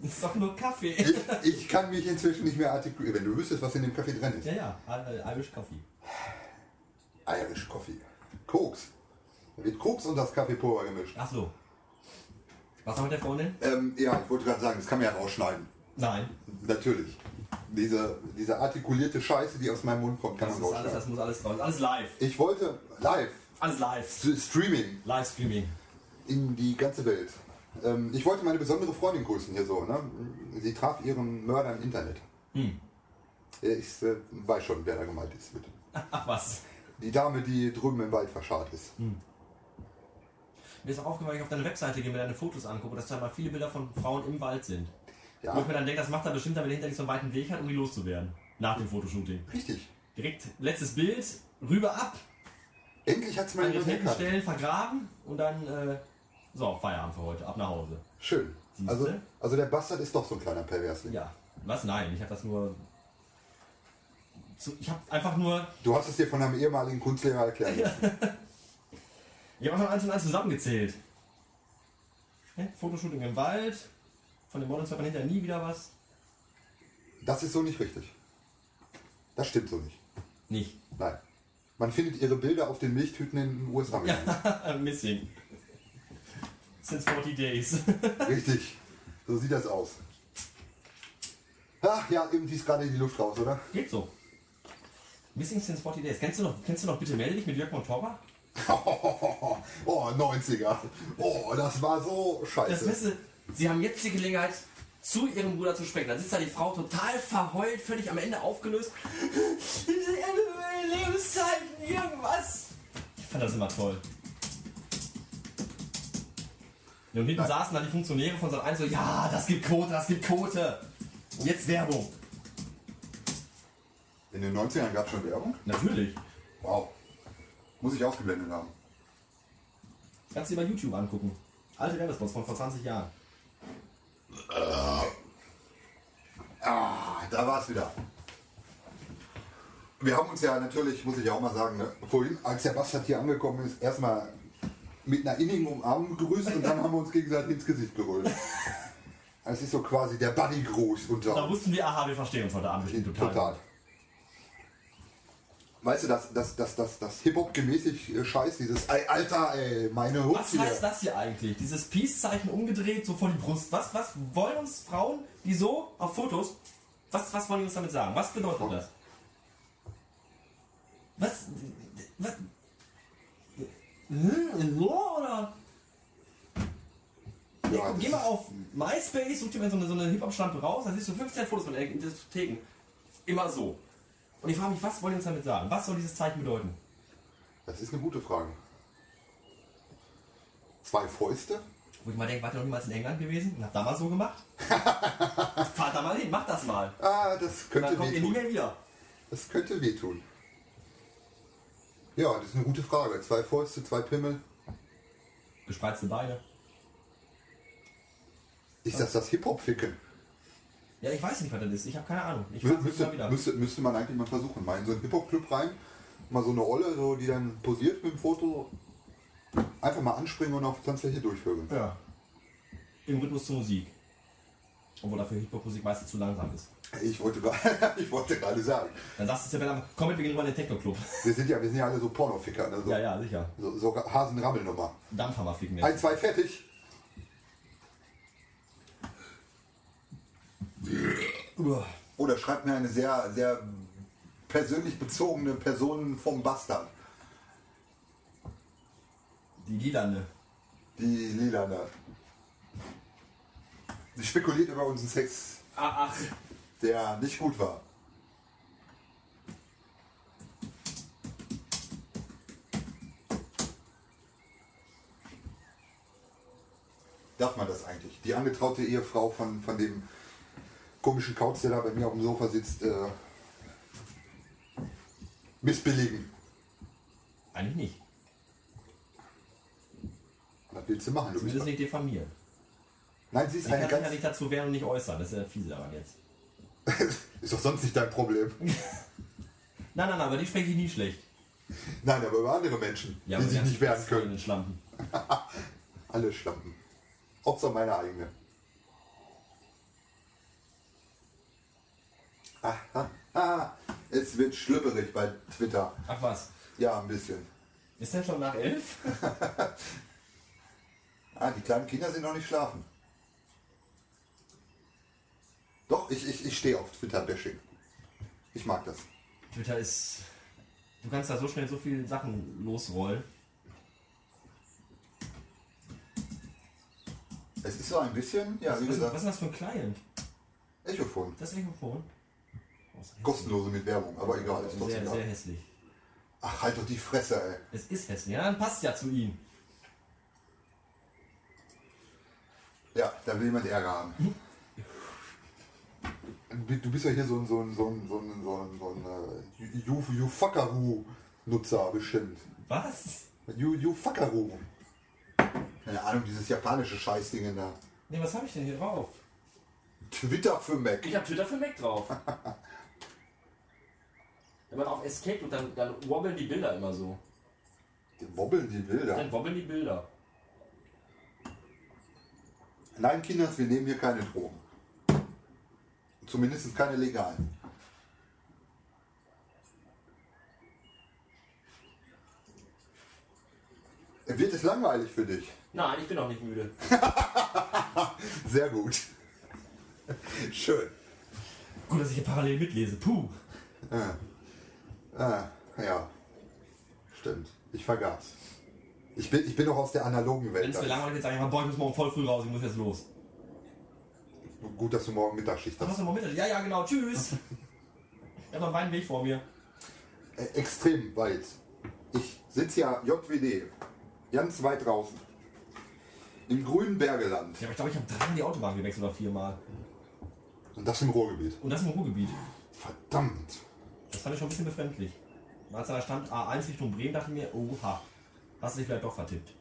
S1: Das ist doch nur Kaffee.
S2: ich, ich kann mich inzwischen nicht mehr artikulieren. Wenn du wüsstest, was in dem Kaffee drin ist.
S1: Ja, ja, I- Irish Coffee.
S2: Irish Coffee. Koks. Da wird Koks und das Kaffeepulver gemischt.
S1: Ach so. Was noch mit der Freundin?
S2: Ähm, ja, ich wollte gerade sagen, das kann man ja rausschneiden.
S1: Nein.
S2: Natürlich. Diese, diese artikulierte Scheiße, die aus meinem Mund kommt, kann
S1: Das,
S2: man
S1: ist alles, das
S2: rausschneiden.
S1: muss alles raus. Alles live.
S2: Ich wollte live,
S1: Alles live.
S2: Streaming
S1: Livestreaming.
S2: in die ganze Welt. Ähm, ich wollte meine besondere Freundin grüßen hier so. Ne? Sie traf ihren Mörder im Internet.
S1: Hm.
S2: Ja, Ich äh, weiß schon, wer da gemeint ist. Mit.
S1: Ach was.
S2: Die Dame, die drüben im Wald verscharrt ist.
S1: Hm. Mir ist auch aufgefallen, wenn ich auf deine Webseite gehe, mir deine Fotos angucke, dass da mal viele Bilder von Frauen im Wald sind. Wo
S2: Ja,
S1: ich mir dann denke, das macht er bestimmt, damit er hinter nicht so einen weiten Weg hat, um die loszuwerden. Nach dem Fotoshooting.
S2: richtig.
S1: Direkt letztes Bild, rüber ab,
S2: Endlich hat es mal
S1: an den
S2: jemand
S1: Händen
S2: erkannt.
S1: stellen, vergraben und dann, äh, so, Feierabend für heute, ab nach Hause.
S2: Schön.
S1: Siehste?
S2: Also, also der Bastard ist doch so ein kleiner Perversling.
S1: Ja. Was? Nein, ich habe das nur. zu- Ich habe einfach nur.
S2: Du hast es dir von einem ehemaligen Kunstlehrer erklärt.
S1: Ich habe einfach eins und eins zusammengezählt. Hä? Fotoshooting im Wald, von den Models hört man hinterher nie wieder was.
S2: Das ist so nicht richtig. Das stimmt so nicht.
S1: Nicht. [laughs]
S2: Nein. Man findet ihre Bilder auf den Milchtüten in den USA.
S1: Missing. Since 40 days.
S2: [laughs] Richtig. So sieht das aus. Ach ja, irgendwie ist gerade die Luft raus, oder? [laughs]
S1: Geht so. Missing since 40 days. Kennst du noch, kennst du noch bitte melde dich mit Jörg Montorba?
S2: Oh, 90er. Oh, das war so
S1: Das
S2: scheiße.
S1: wisse, sie haben jetzt die Gelegenheit, zu ihrem Bruder zu sprechen. Da sitzt da die Frau total verheult, völlig am Ende aufgelöst. Ende meiner Lebenszeiten, irgendwas. Ich fand das immer toll. Ja, Und hinten
S2: Nein.
S1: saßen dann die Funktionäre von Sat 1 so, ja, das gibt Quote, das gibt Quote. Und jetzt Werbung.
S2: In den 90ern gab es schon Werbung?
S1: Natürlich.
S2: Wow. Muss ich ausgeblendet haben.
S1: Kannst du dir bei YouTube angucken. Alte Werbespots von vor 20 Jahren.
S2: Ah, da war es wieder. wir haben uns ja natürlich, muss ich ja auch mal sagen, ne, vorhin, als der Bastard hier angekommen ist, erstmal mit einer innigen Umarmung gegrüßt und dann haben wir uns gegenseitig ins Gesicht gerollt. Es ist so quasi der Buddy-Gruß unter
S1: Da wussten wir, aha, wir verstehen uns heute Abend bestimmt total.
S2: Total. Weißt du, das, das, das, das, das Hip-Hop-gemäßig äh, Scheiß, dieses ey, Alter, ey, meine Hooks
S1: Was heißt
S2: hier.
S1: das hier eigentlich? Dieses Peace-Zeichen umgedreht, so vor die Brust. Was, was wollen uns Frauen, die so auf Fotos, was, was wollen die uns damit sagen? Was bedeutet das? Was? was hm, in Lore, oder? Ja,
S2: Ja,
S1: komm,
S2: das
S1: geh mal
S2: ist-
S1: auf MySpace, such dir mal so eine, so eine Hip-Hop-Schlampe raus, da siehst du 15 Fotos von in Diskotheken. Immer so. Und ich frage mich, was wollen die uns damit sagen? Was soll dieses Zeichen bedeuten?
S2: Das ist eine gute Frage. Zwei Fäuste?
S1: Wo ich mal denke, wart ihr noch niemals in England gewesen und habt da mal so gemacht?
S2: [laughs]
S1: Fahrt da mal hin, macht das mal.
S2: Ah,
S1: Und
S2: das
S1: dann
S2: könnte
S1: kommt ihr nie
S2: wehtun.
S1: mehr wieder.
S2: Das könnte wehtun. Ja, das ist eine gute Frage. Zwei Fäuste, zwei Pimmel.
S1: Gespreizte Beine.
S2: Ist das das Hip-Hop-Ficken?
S1: Ja, ich weiß nicht, was das ist. Ich habe keine Ahnung. Ich
S2: Mü-
S1: frag mich
S2: Müsste,
S1: mal wieder.
S2: müsste, müsste man eigentlich mal versuchen. Mal in so einen Hip-Hop-Club rein, mal so eine Olle, so, die dann posiert mit dem Foto. Einfach mal anspringen und auf der Tanzfläche durchvögeln.
S1: Ja. Im Rhythmus zur Musik. Obwohl dafür Hip-Hop-Musik meistens zu langsam ist.
S2: Ich wollte, gra- [laughs] ich wollte gerade sagen,
S1: Dann sagst du Isabella, komm mit, wir gehen mal in den Techno-Club.
S2: wir sind ja, wir sind ja alle so Pornoficker, ne? so,
S1: ja, ja, sicher.
S2: so, so Hasenrammelnummer.
S1: Dampfhammer ficken jetzt.
S2: Ein, zwei, fertig.
S1: Uah.
S2: Oder schreibt mir eine sehr, sehr persönlich bezogene Person vom Bastard.
S1: Die Liederne.
S2: Die Lilane. Sie spekuliert über unseren Sex,
S1: Ah, ach.
S2: der nicht gut war. Darf man das eigentlich? Die angetraute Ehefrau von, von dem komischen Couch, der da bei mir auf dem Sofa sitzt, äh, missbilligen.
S1: Eigentlich nicht.
S2: Was willst du machen? Du bist
S1: Zumindest nicht diffamieren.
S2: Nein, sie ist
S1: Ich
S2: eine
S1: kann mich ja
S2: ganz.
S1: nicht dazu wehren und nicht äußern. Das ist ja fiese daran jetzt.
S2: Ist doch sonst nicht dein Problem.
S1: Nein, nein, nein, aber die spreche ich nie schlecht.
S2: Nein, aber über andere Menschen, die sich nicht wehren können.
S1: Den Schlampen.
S2: Alle Schlampen. Außer meine eigene. Ah, ah, ah. Es wird schlüpperig bei Twitter.
S1: Ach was.
S2: Ja, ein bisschen.
S1: Ist denn schon nach elf?
S2: Ah, die kleinen Kinder sind noch nicht schlafen. Doch, ich, ich, ich stehe auf Twitter-Bashing. Ich mag das.
S1: Twitter ist. Du kannst da so schnell so viele Sachen losrollen.
S2: Es ist so ein bisschen, ja, Also wie
S1: Was, was
S2: gesagt,
S1: ist das für ein Client?
S2: Echophon.
S1: Das Mikrofon? Oh, ist das hässlich.
S2: Kostenlose mit Werbung, aber egal, ist trotzdem
S1: sehr, sehr
S2: egal.
S1: hässlich.
S2: Ach, halt doch die Fresse, ey.
S1: Es ist hässlich. Ja, dann passt ja zu ihm.
S2: Ja, da will jemand Ärger haben. Du du bist ja hier so ein, so ein, so ein, so ein, so ein, so ein äh, you, you fuckaroo Nutzer bestimmt.
S1: Was?
S2: You, you fuckaroo. Keine Ahnung, dieses japanische Scheißding da.
S1: Nee, was habe ich denn hier drauf?
S2: Twitter für Mac.
S1: Ich habe Twitter für Mac
S2: [laughs]
S1: drauf. Wenn man auf Escape und dann, dann wobbeln die Bilder immer so.
S2: Die wobbeln die Bilder.
S1: Dann wobbeln die Bilder.
S2: Nein, Kinders, wir nehmen hier keine Drogen. Zumindest keine legalen. Wird es langweilig für dich?
S1: Nein, ich bin auch nicht müde.
S2: Sehr gut. [laughs] Schön.
S1: Gut, dass ich hier parallel mitlese. Puh.
S2: Ah, ja. Stimmt. Ich vergaß. Ich bin, ich bin noch aus der analogen
S1: Wenn
S2: Welt.
S1: es mir langweilig wird, sage ich mal, boah, ich muss morgen voll früh raus, ich muss jetzt los.
S2: Gut, dass du morgen Mittagsschicht
S1: Dann hast
S2: hast.
S1: du mal mit. Ja, ja, genau. Tschüss. Ich habe noch einen weiten Weg vor mir.
S2: Äh, extrem weit. Ich sitze ja JWD. Ganz weit draußen. Im grünen Bergeland.
S1: Ja, aber ich glaube, ich habe dreimal die Autobahn gewechselt oder viermal.
S2: Und das im Ruhrgebiet.
S1: Und das im Ruhrgebiet.
S2: Verdammt.
S1: Das fand ich schon ein bisschen befremdlich. Und Als da stand A1 Richtung Bremen, dachte ich mir, oha, hast du dich vielleicht doch vertippt.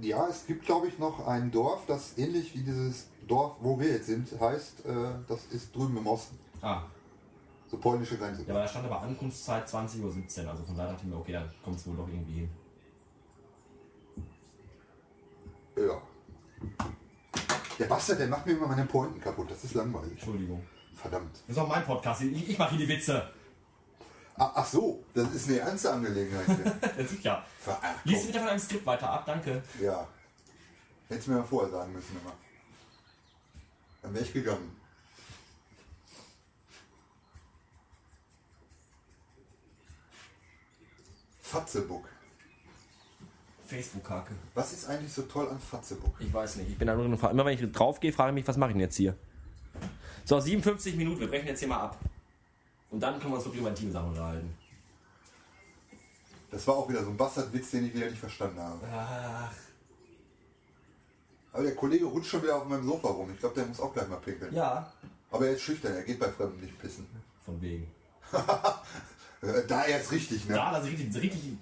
S2: Ja, es gibt, glaube ich, noch ein Dorf, das ähnlich wie dieses Dorf, wo wir jetzt sind, heißt, äh, das ist drüben im Osten.
S1: Ah,
S2: So polnische Grenze.
S1: Ja, aber da stand aber Ankunftszeit 20.17 Uhr, also von daher dachte ich mir, okay, dann kommt es wohl doch irgendwie hin.
S2: Ja. Der Bastard, der macht mir immer meine Pointen kaputt. Das ist langweilig.
S1: Entschuldigung.
S2: Verdammt.
S1: Das ist auch mein Podcast, ich, ich mache hier die Witze. [laughs]
S2: Ah, Ach, ach so, das ist eine ernste Angelegenheit.
S1: Das ist ja.
S2: Ver- ach,
S1: Lies
S2: komm.
S1: wieder von einem Skript weiter ab, danke.
S2: Ja. Hättest du mir mal vorher sagen müssen immer. Dann wäre ich gegangen. Fatzebuck.
S1: Facebook-Hake.
S2: Was ist eigentlich so toll an Fatzebuck?
S1: Ich weiß nicht. Ich bin da nur drin. Immer wenn ich drauf gehe, frage ich mich, was mache ich denn jetzt hier? So, 57 Minuten, wir brechen jetzt hier mal ab. Und dann können wir uns wirklich über Intimsachen unterhalten.
S2: Das war auch wieder so ein Bastardwitz, den ich wieder nicht verstanden habe.
S1: Ach,
S2: Aber der Kollege rutscht schon wieder auf meinem Sofa rum. Ich glaube, der muss auch gleich mal pinkeln.
S1: ja.
S2: Aber er ist schüchtern, er geht bei Fremden nicht pissen.
S1: Von wegen.
S2: Äh, Da er ist richtig, ne? Also,
S1: Da, das ist richtig, das ist richtig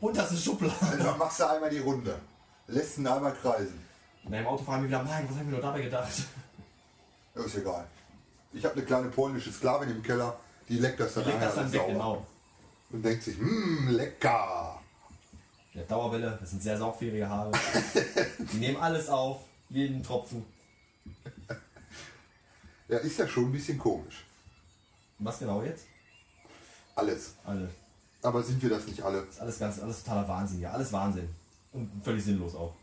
S1: unterste Schublade.
S2: Dann machst du einmal die Runde. Lässt ihn einmal kreisen.
S1: Na, im Auto fahren wir wieder, mein, was haben wir nur dabei gedacht?
S2: Ja, Ist egal. Ich habe eine kleine polnische Sklavin im Keller, die leckt das dann,
S1: Leg das
S2: nachher
S1: dann
S2: alles
S1: weg,
S2: sauber.
S1: genau.
S2: Und denkt sich, mmm, lecker.
S1: Ja, Dauerwelle, das sind sehr saugfähige [laughs] Haare. Die nehmen alles auf, jeden Tropfen.
S2: Ja, ist ja schon ein bisschen komisch.
S1: Was genau jetzt?
S2: Alles.
S1: Alles.
S2: Aber sind wir das nicht alle?
S1: Ist alles ganz, alles totaler Wahnsinn hier. Alles Wahnsinn. Und völlig sinnlos auch.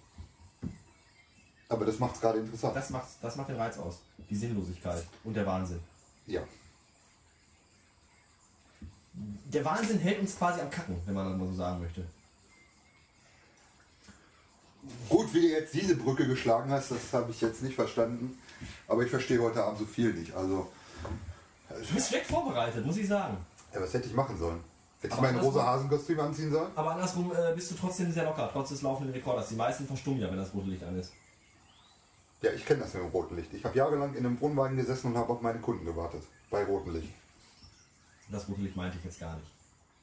S2: Aber das macht's gerade interessant.
S1: Das macht, das macht den Reiz aus. Die Sinnlosigkeit und der Wahnsinn.
S2: ja.
S1: Der Wahnsinn hält uns quasi am Kacken, wenn man das mal so sagen möchte.
S2: Gut, wie du jetzt diese Brücke geschlagen hast, das habe ich jetzt nicht verstanden. Aber ich verstehe heute Abend so viel nicht. Also,
S1: Du bist schlecht vorbereitet, muss ich sagen.
S2: ja, was hätte ich machen sollen? Hätte
S1: Aber
S2: ich mein
S1: andersrum-
S2: rosa Hasenkostüm anziehen sollen?
S1: Aber andersrum äh, bist du trotzdem sehr locker, trotz des laufenden Rekorders. Die meisten verstummen ja, wenn das rote Licht an ist.
S2: Ja, ich kenne das mit dem roten Licht. Ich habe jahrelang in einem Wohnwagen gesessen und habe auf meine Kunden gewartet. Bei rotem Licht.
S1: Das rote Licht meinte ich jetzt gar nicht.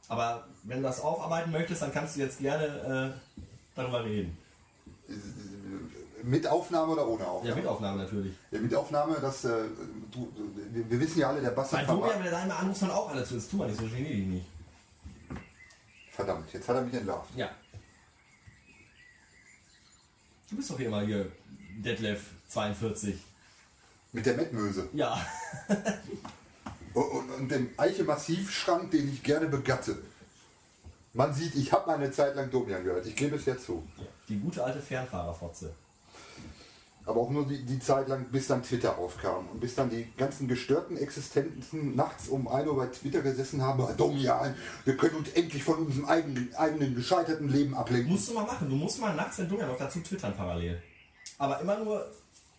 S1: Aber wenn du das aufarbeiten möchtest, dann kannst du jetzt gerne äh, darüber reden.
S2: Mit Aufnahme oder ohne
S1: Ja,
S2: Aufnahme?
S1: mit Aufnahme natürlich.
S2: Ja, mit Aufnahme, dass äh, du, wir, wir wissen ja alle, der Bastard
S1: Bei Domian,
S2: verma-
S1: wenn er da einmal anruft, hören auch alle zu. Das tun wir nicht, so genie ich nicht.
S2: Verdammt, jetzt hat er mich entlarvt.
S1: Ja. Du bist doch hier immer hier, Detlef 42.
S2: Mit der Mettmöse.
S1: Ja.
S2: Und, und, und dem Eiche-Massivschrank, den ich gerne begatte. Man sieht, ich habe meine Zeit lang Domian gehört. Ich gebe es ja zu.
S1: Die gute alte Fernfahrerfotze.
S2: Aber auch nur die, die Zeit lang, bis dann Twitter aufkam. Und bis dann die ganzen gestörten Existenzen nachts um 1 Uhr bei Twitter gesessen haben. "Ah, Domian, wir können uns endlich von unserem eigenen, eigenen gescheiterten Leben ablenken.
S1: Musst du mal machen. Du musst mal nachts, wenn Domian noch dazu twittern parallel. Aber immer nur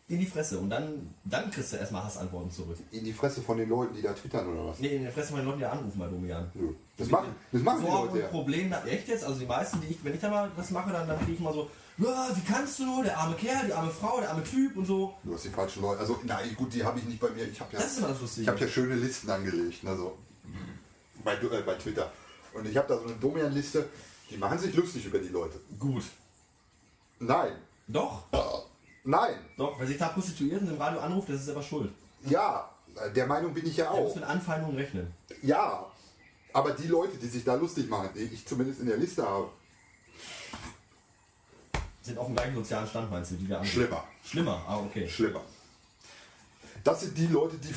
S1: in die Fresse. Und dann, dann kriegst du erstmal Hassantworten zurück.
S2: In die Fresse von den Leuten, die da twittern oder was?
S1: Nee, in der Fresse von den Leuten, die anrufen bei Domian.
S2: Nö. Das machen, das machen die
S1: Sorgen
S2: Leute
S1: und
S2: ja.
S1: Problem, echt jetzt, also die meisten, die ich, wenn ich da mal das mache, dann, dann kriege ich mal so, "Ja, wie kannst du nur, der arme Kerl, die arme Frau, der arme Typ und so.
S2: Du hast die falschen Leute. Also, nein, gut, die habe ich nicht bei mir. Ich habe ja,
S1: Das ist immer das Lustige.
S2: ich hab ja schöne Listen angelegt. Also, bei, Du- äh, bei Twitter. Und ich habe da so eine Domian-Liste. Die machen sich lustig über die Leute.
S1: Gut.
S2: Nein.
S1: Doch,
S2: Nein.
S1: doch, wenn sich da Prostituierten im Radio anruft, das ist selber schuld.
S2: Ja. Der Meinung bin ich ja
S1: Da muss
S2: auch.
S1: mit Anfeindungen rechnen.
S2: Ja. Aber die Leute, die sich da lustig machen, die ich zumindest in der Liste habe,
S1: Sind auf dem gleichen sozialen Stand, meinst du, die wir anrufen?
S2: schlimmer.
S1: Schlimmer, ah, okay.
S2: Schlimmer. Das sind die Leute, die.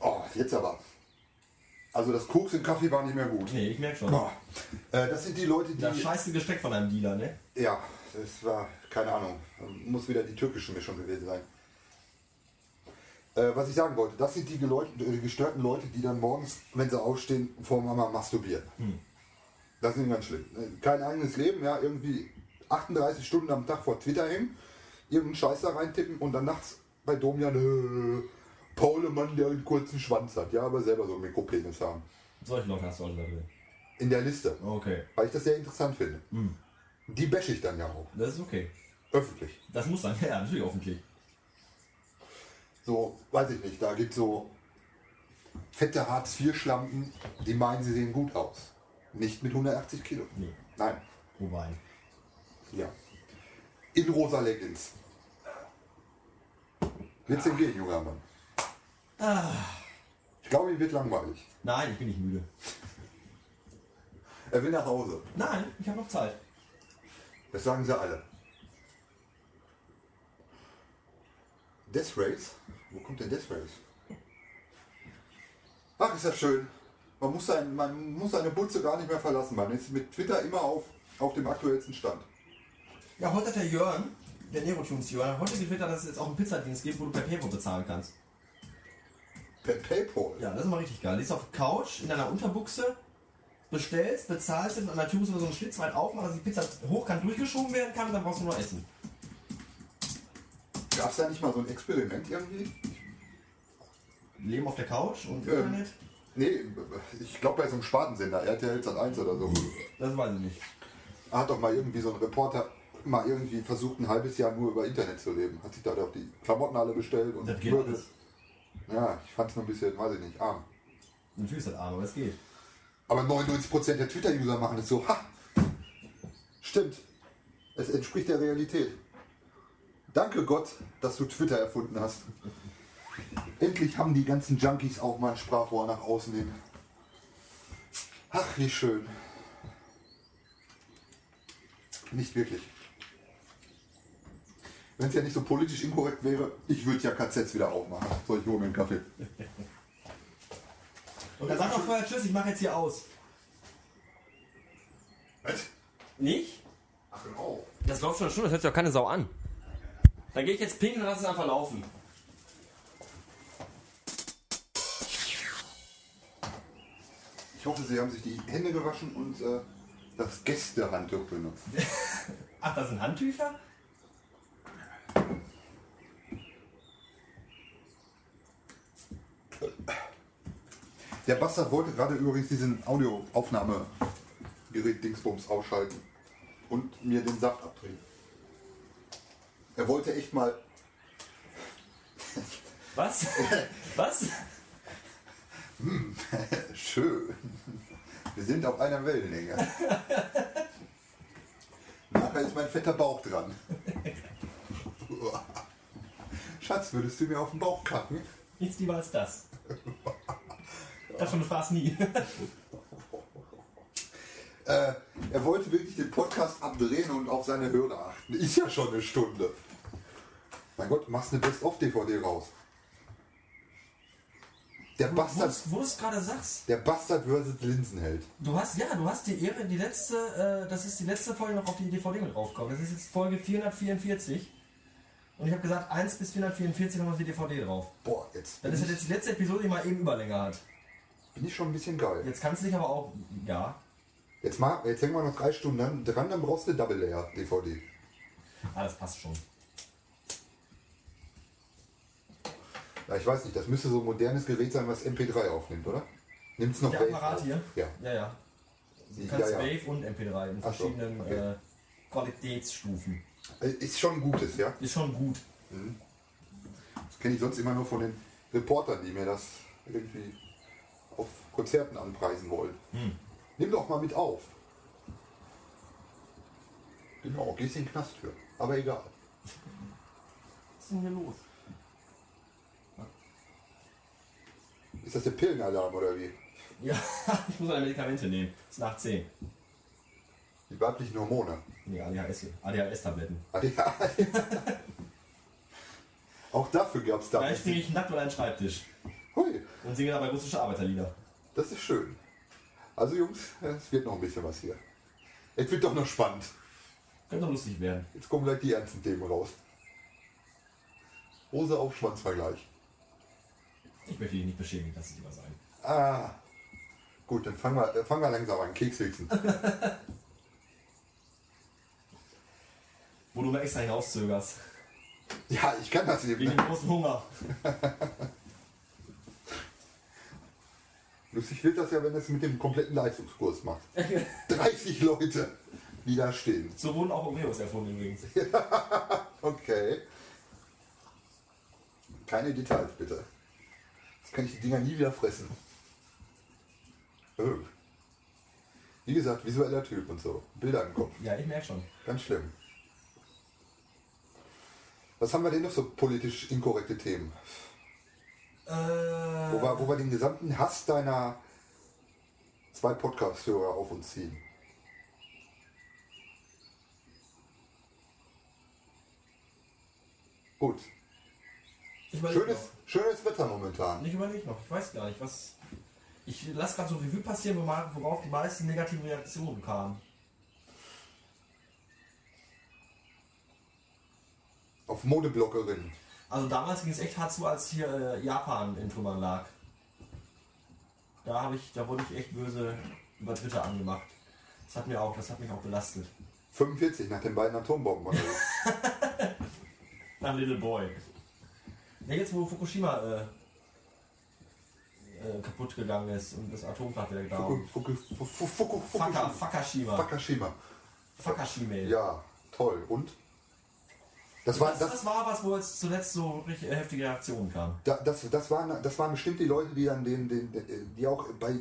S2: Oh, jetzt aber. Also, das Koks im Kaffee war nicht mehr gut.
S1: Nee, ich merke schon.
S2: Boah. Äh, Das sind die Leute, die.
S1: Das scheiße Gesteck von einem Dealer, ne?
S2: Ja, das war, keine Ahnung, muss wieder die türkische Mischung gewesen sein. Äh, was ich sagen wollte, das sind die Geleut- äh, gestörten Leute, die dann morgens, wenn sie aufstehen, vor Mama masturbieren. Das ist ganz schlimm. Äh, Kein eigenes Leben, ja, irgendwie 38 Stunden am Tag vor Twitter hängen, irgendeinen Scheiß da reintippen und dann nachts bei Domian, äh, Paulemann, der einen kurzen Schwanz hat, ja, aber selber so einen Mikropenis haben.
S1: Solche Leute hast du also da drin.
S2: In der Liste,
S1: Okay,
S2: weil ich das sehr interessant finde. Die bashe ich dann ja auch,
S1: das ist okay.
S2: öffentlich.
S1: Das muss sein, [laughs] ja, natürlich hoffentlich.
S2: so, weiß ich nicht, da gibt so fette Hartz-IV-Schlampen, die meinen, sie sehen gut aus. Nicht mit 180 Kilo.
S1: Nee.
S2: Nein,
S1: Wobei.
S2: ja. In rosa Leggings. Willst du denn gehen, junger Mann? glaube, ihm wird langweilig.
S1: Nein, ich bin nicht müde.
S2: Er will nach Hause.
S1: Nein, ich habe noch Zeit.
S2: Das sagen sie alle. Death Race? Wo kommt denn Death Race? Ach, ist das schön. Man muss, sein, man muss seine Butze gar nicht mehr verlassen. Man ist mit Twitter immer auf, auf dem aktuellsten Stand.
S1: Ja, heute hat der Jörn, der Nerotunes Jörn, hat heute getwittert, dass es jetzt auch einen Pizzadienst gibt, wo du per PayPal bezahlen kannst.
S2: Per Paypal.
S1: Ja, das ist mal richtig geil. Liegst auf der Couch in deiner Unterbuchse, bestellst, bezahlst und an der Tür musst du nur so einen Schlitz weit aufmachen, dass die Pizza hochkant durchgeschoben werden kann und dann brauchst du nur Essen.
S2: Gab es da nicht mal so ein Experiment irgendwie?
S1: Leben auf der Couch und
S2: Ähm.
S1: Internet?
S2: Nee, ich glaube bei so einem Spartensender, RTL Sat 1 oder so.
S1: Das weiß ich nicht.
S2: hat doch mal irgendwie so ein Reporter mal irgendwie versucht, ein halbes Jahr nur über Internet zu leben. Hat sich da doch die Klamotten alle bestellt und
S1: Das geht
S2: Möbel.
S1: alles.
S2: Ja, ich fand es nur ein bisschen, weiß ich nicht, arm.
S1: Natürlich ist das arm, aber es geht.
S2: Aber 99% der Twitter-User machen es so, ha! Stimmt. Es entspricht der Realität. Danke Gott, dass du Twitter erfunden hast. Endlich haben die ganzen Junkies auch mal ein Sprachrohr nach außen hin. Ach, wie schön. Nicht wirklich. Wenn es ja nicht so politisch inkorrekt wäre, ich würde ja KZs wieder aufmachen. So, ich hole mir einen Kaffee.
S1: Und dann sag doch vorher Tschüss, ich mache jetzt hier aus.
S2: Was?
S1: Nicht?
S2: Ach, genau.
S1: Das läuft schon eine Stunde, das hört sich doch keine Sau an. Dann gehe ich jetzt pinkeln und lass es einfach laufen.
S2: Ich hoffe, Sie haben sich die Hände gewaschen und äh, das Gästehandtuch benutzt.
S1: Ach, das sind Handtücher?
S2: Der Bastard wollte gerade übrigens diesen Audioaufnahmegerät Dingsbums ausschalten und mir den Saft abdrehen. Er wollte echt mal,
S1: Was? [laughs] Was?
S2: äh, schön, [laughs] wir sind auf einer Wellenlänge. Nachher ist mein fetter Bauch dran. [laughs] Uah. Schatz, würdest du mir auf den Bauch kacken?
S1: Nichts lieber als das. Davon fragst nie.
S2: Äh, er wollte wirklich den Podcast abdrehen und auf seine Hörer achten. Ist ja schon eine Stunde. Mein Gott, machst eine Best-of-DVD raus. Der
S1: Wo
S2: Bastard,
S1: du's- wo du es gerade sagst,
S2: der Bastard versus Linsenheld.
S1: du hast ja, du hast die Ehre, die letzte, äh, das ist die letzte Folge noch auf die E DVD mit draufgekommen. Das ist jetzt Folge 444. Und ich habe gesagt, 1 bis 444 haben wir auf die DVD drauf.
S2: Boah, jetzt
S1: Dann
S2: bin
S1: ist das
S2: ich,
S1: jetzt die letzte Episode, die mal eben Überlänge hat.
S2: bin ich schon ein bisschen geil.
S1: Jetzt kannst du dich aber auch, ja.
S2: Jetzt, mal, jetzt hängen wir noch drei Stunden an- dran, dann brauchst du eine Double-Layer-DVD.
S1: Ah, das passt schon.
S2: Ja, ich weiß nicht, das müsste so ein modernes Gerät sein, was MP3 aufnimmt, oder? Nimmt es noch
S1: Der
S2: Wave
S1: Apparat
S2: auf?
S1: hier?
S2: Ja.
S1: Ja, ja. Du
S2: ja,
S1: kannst
S2: ja.
S1: Wave und MP3 in
S2: Ach so,
S1: verschiedenen
S2: okay.
S1: äh, Qualitätsstufen.
S2: Ist schon ein gutes, ja?
S1: Ist schon gut.
S2: Kenne ich sonst immer nur von den Reportern, die mir das irgendwie auf Konzerten anpreisen wollen. Nimm doch mal mit auf. Genau, gehst in den Knast für. Aber egal.
S1: Was ist denn hier los?
S2: Ist das der Pillenalarm oder wie?
S1: Ja, [laughs] ich muss meine Medikamente nehmen. Ist nach 10.
S2: Die weiblichen Hormone. [laughs]
S1: Nee, ADHS, ADHS-Tabletten.
S2: Auch dafür gab es da.
S1: Gleich stehe ich nackt an einen Schreibtisch
S2: Hui,
S1: und singe dabei russische Arbeiterlieder.
S2: das ist schön. Also Jungs, es wird noch ein bisschen was hier. Es wird doch noch spannend.
S1: Könnte doch lustig werden.
S2: Jetzt kommen gleich die ernsten Themen raus. Hose auf Schwanzvergleich.
S1: Ich möchte dich nicht beschämen, lass es lieber sein.
S2: Ah. Gut, dann fangen wir, äh, fangen wir langsam an. Kekswichsen.
S1: Wo du mir extra hinauszögerst.
S2: Ja, ich kann das
S1: Wegen
S2: eben.
S1: dem großen Hunger.
S2: Lustig wird das ja, wenn das mit dem kompletten Leistungskurs macht. 30 Leute, die da stehen.
S1: So wurden auch Oreos erfunden übrigens.
S2: Okay. Keine Details bitte. Jetzt kann ich die Dinger nie wieder fressen. Öh. Wie gesagt, visueller Typ und so. Bilder im Kopf.
S1: Ja, ich merke schon.
S2: Ganz schlimm. Was haben wir denn noch so politisch inkorrekte Themen?
S1: Äh,
S2: Wo wir, wo wir den gesamten Hass deiner zwei Podcast-Hörer auf uns ziehen. Gut.
S1: Ich überleg
S2: Schönes, schönes Wetter momentan.
S1: noch. Ich überlege noch. Ich weiß gar nicht, was. Ich lasse gerade so ein Revue passieren, wo ma- worauf die meisten negativen Reaktionen kamen.
S2: Auf Modebloggerin.
S1: Also damals ging es echt hart zu, als hier äh, Japan in Trümmern lag. Da habe ich, da wurde ich echt böse über Twitter angemacht. Das hat mir auch, das hat mich auch belastet.
S2: 45 nach den beiden Atombomben. oder so.
S1: Na, Little Boy. Ja, jetzt wo Fukushima äh, äh, kaputt gegangen ist und das Atomkraftwerk da.
S2: Fuku- Fuku- Fu- Fu- Fuku-
S1: Fucker,
S2: Fukushima.
S1: Fukushima.
S2: Fukushima.
S1: Fukushima.
S2: Ja, toll. Und? Das war,
S1: Das,
S2: das,
S1: das war was, wo jetzt zuletzt so richtig äh, heftige Reaktionen kamen.
S2: da- das, das, waren, das waren bestimmt die Leute, die dann den, den, den- die auch bei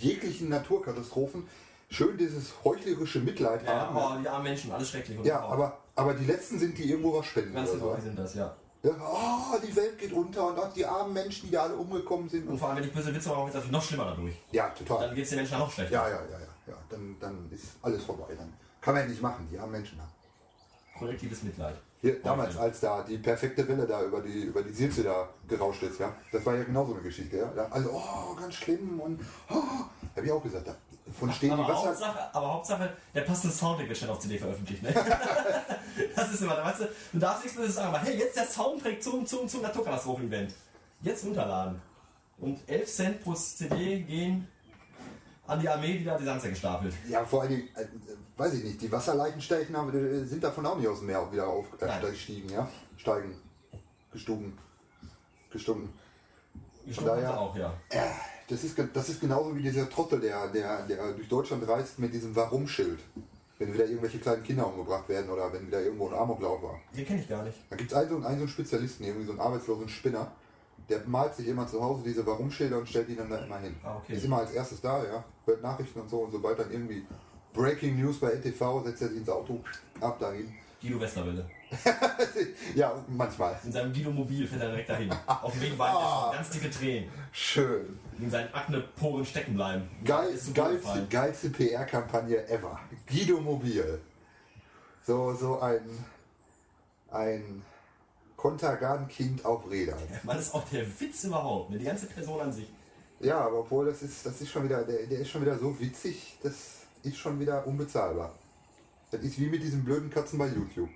S2: jeglichen Naturkatastrophen schön dieses heuchlerische Mitleid
S1: Ja,
S2: haben.
S1: oh, die armen Menschen, alles schrecklich. Und
S2: Ja,
S1: oh,
S2: aber, aber die letzten sind, die irgendwo was spenden.
S1: Ganz
S2: Oder
S1: genau,
S2: so.
S1: die sind das, ja.
S2: ja, oh, die Welt geht unter und auch die armen Menschen, die da alle umgekommen sind.
S1: Und
S2: Und,
S1: vor allem, wenn ich böse Witze mache, wird das noch schlimmer dadurch.
S2: ja,
S1: Dann
S2: total.
S1: geht es den Menschen noch schlechter.
S2: Ja, ja, ja, ja. ja. Dann, dann ist alles vorbei. Dann kann man ja nicht machen, die armen Menschen.
S1: Kollektives Mitleid.
S2: Hier, damals, als da die perfekte Welle da über die, über die Sirte da gerauscht ist, ja. Das war ja genau so eine Geschichte, ja. Da Alle, oh, ganz schlimm und, oh, hab ich auch gesagt, da, von stehen die
S1: Aber
S2: Wasser.
S1: Hauptsache, aber Hauptsache, der passende Soundtrack wird schon auf CD veröffentlicht. Ne? [laughs] das ist immer, weißt du, du darfst nichts Böses sagen, aber hey, jetzt der Soundtrack zum, zum, zum Naturkatastrophen-Event. Jetzt runterladen. Und 11 Cent pro CD gehen an die Armee, die da die Sanze gestapelt.
S2: Ja, vor allen Dingen, äh, äh, weiß ich nicht, die Wasserleichensteichen haben, äh, sind davon auch nicht aus dem Meer auch wieder
S1: Nein.
S2: aufgestiegen, ja? Steigen. Gestuben. Gestunken.
S1: Gestorben
S2: daher-
S1: sind sie auch, ja.
S2: Das ist, ge- das ist genauso wie dieser Trottel, der, der, der durch Deutschland reist mit diesem Warum-Schild. Wenn wieder irgendwelche kleinen Kinder umgebracht werden oder wenn wieder irgendwo ein Amoklauf war.
S1: Den kenne ich gar nicht.
S2: Da gibt es einen, so einen- einen so einen Spezialisten, irgendwie so einen arbeitslosen Spinner, der malt sich immer zu Hause diese Warum-Schilder und stellt die dann da immer hin.
S1: Ah, okay.
S2: Ist immer als erstes da, ja. Hört Nachrichten und so und sobald dann irgendwie Breaking News bei NTV, setzt er sich ins Auto, ab dahin.
S1: Guido Westerwelle.
S2: ja, manchmal.
S1: In seinem Guido-Mobil fährt er direkt dahin. Auf dem Weg weint
S2: Ah.
S1: er schon ganz dicke Tränen.
S2: Schön.
S1: die In seinen Akne-Poren stecken bleiben.
S2: Geil,
S1: Ist so gut
S2: geilste,
S1: gefallen.
S2: geilste PR-Kampagne ever. Guido Mobil. So, so ein, ein Kontergan-Kind auf Rädern.
S1: Man ist auch der Witz überhaupt, ne? die ganze Person an sich.
S2: Ja, aber obwohl das ist, das ist schon wieder, der, der ist schon wieder so witzig, das ist schon wieder unbezahlbar. Das ist wie mit diesen blöden Katzen bei YouTube.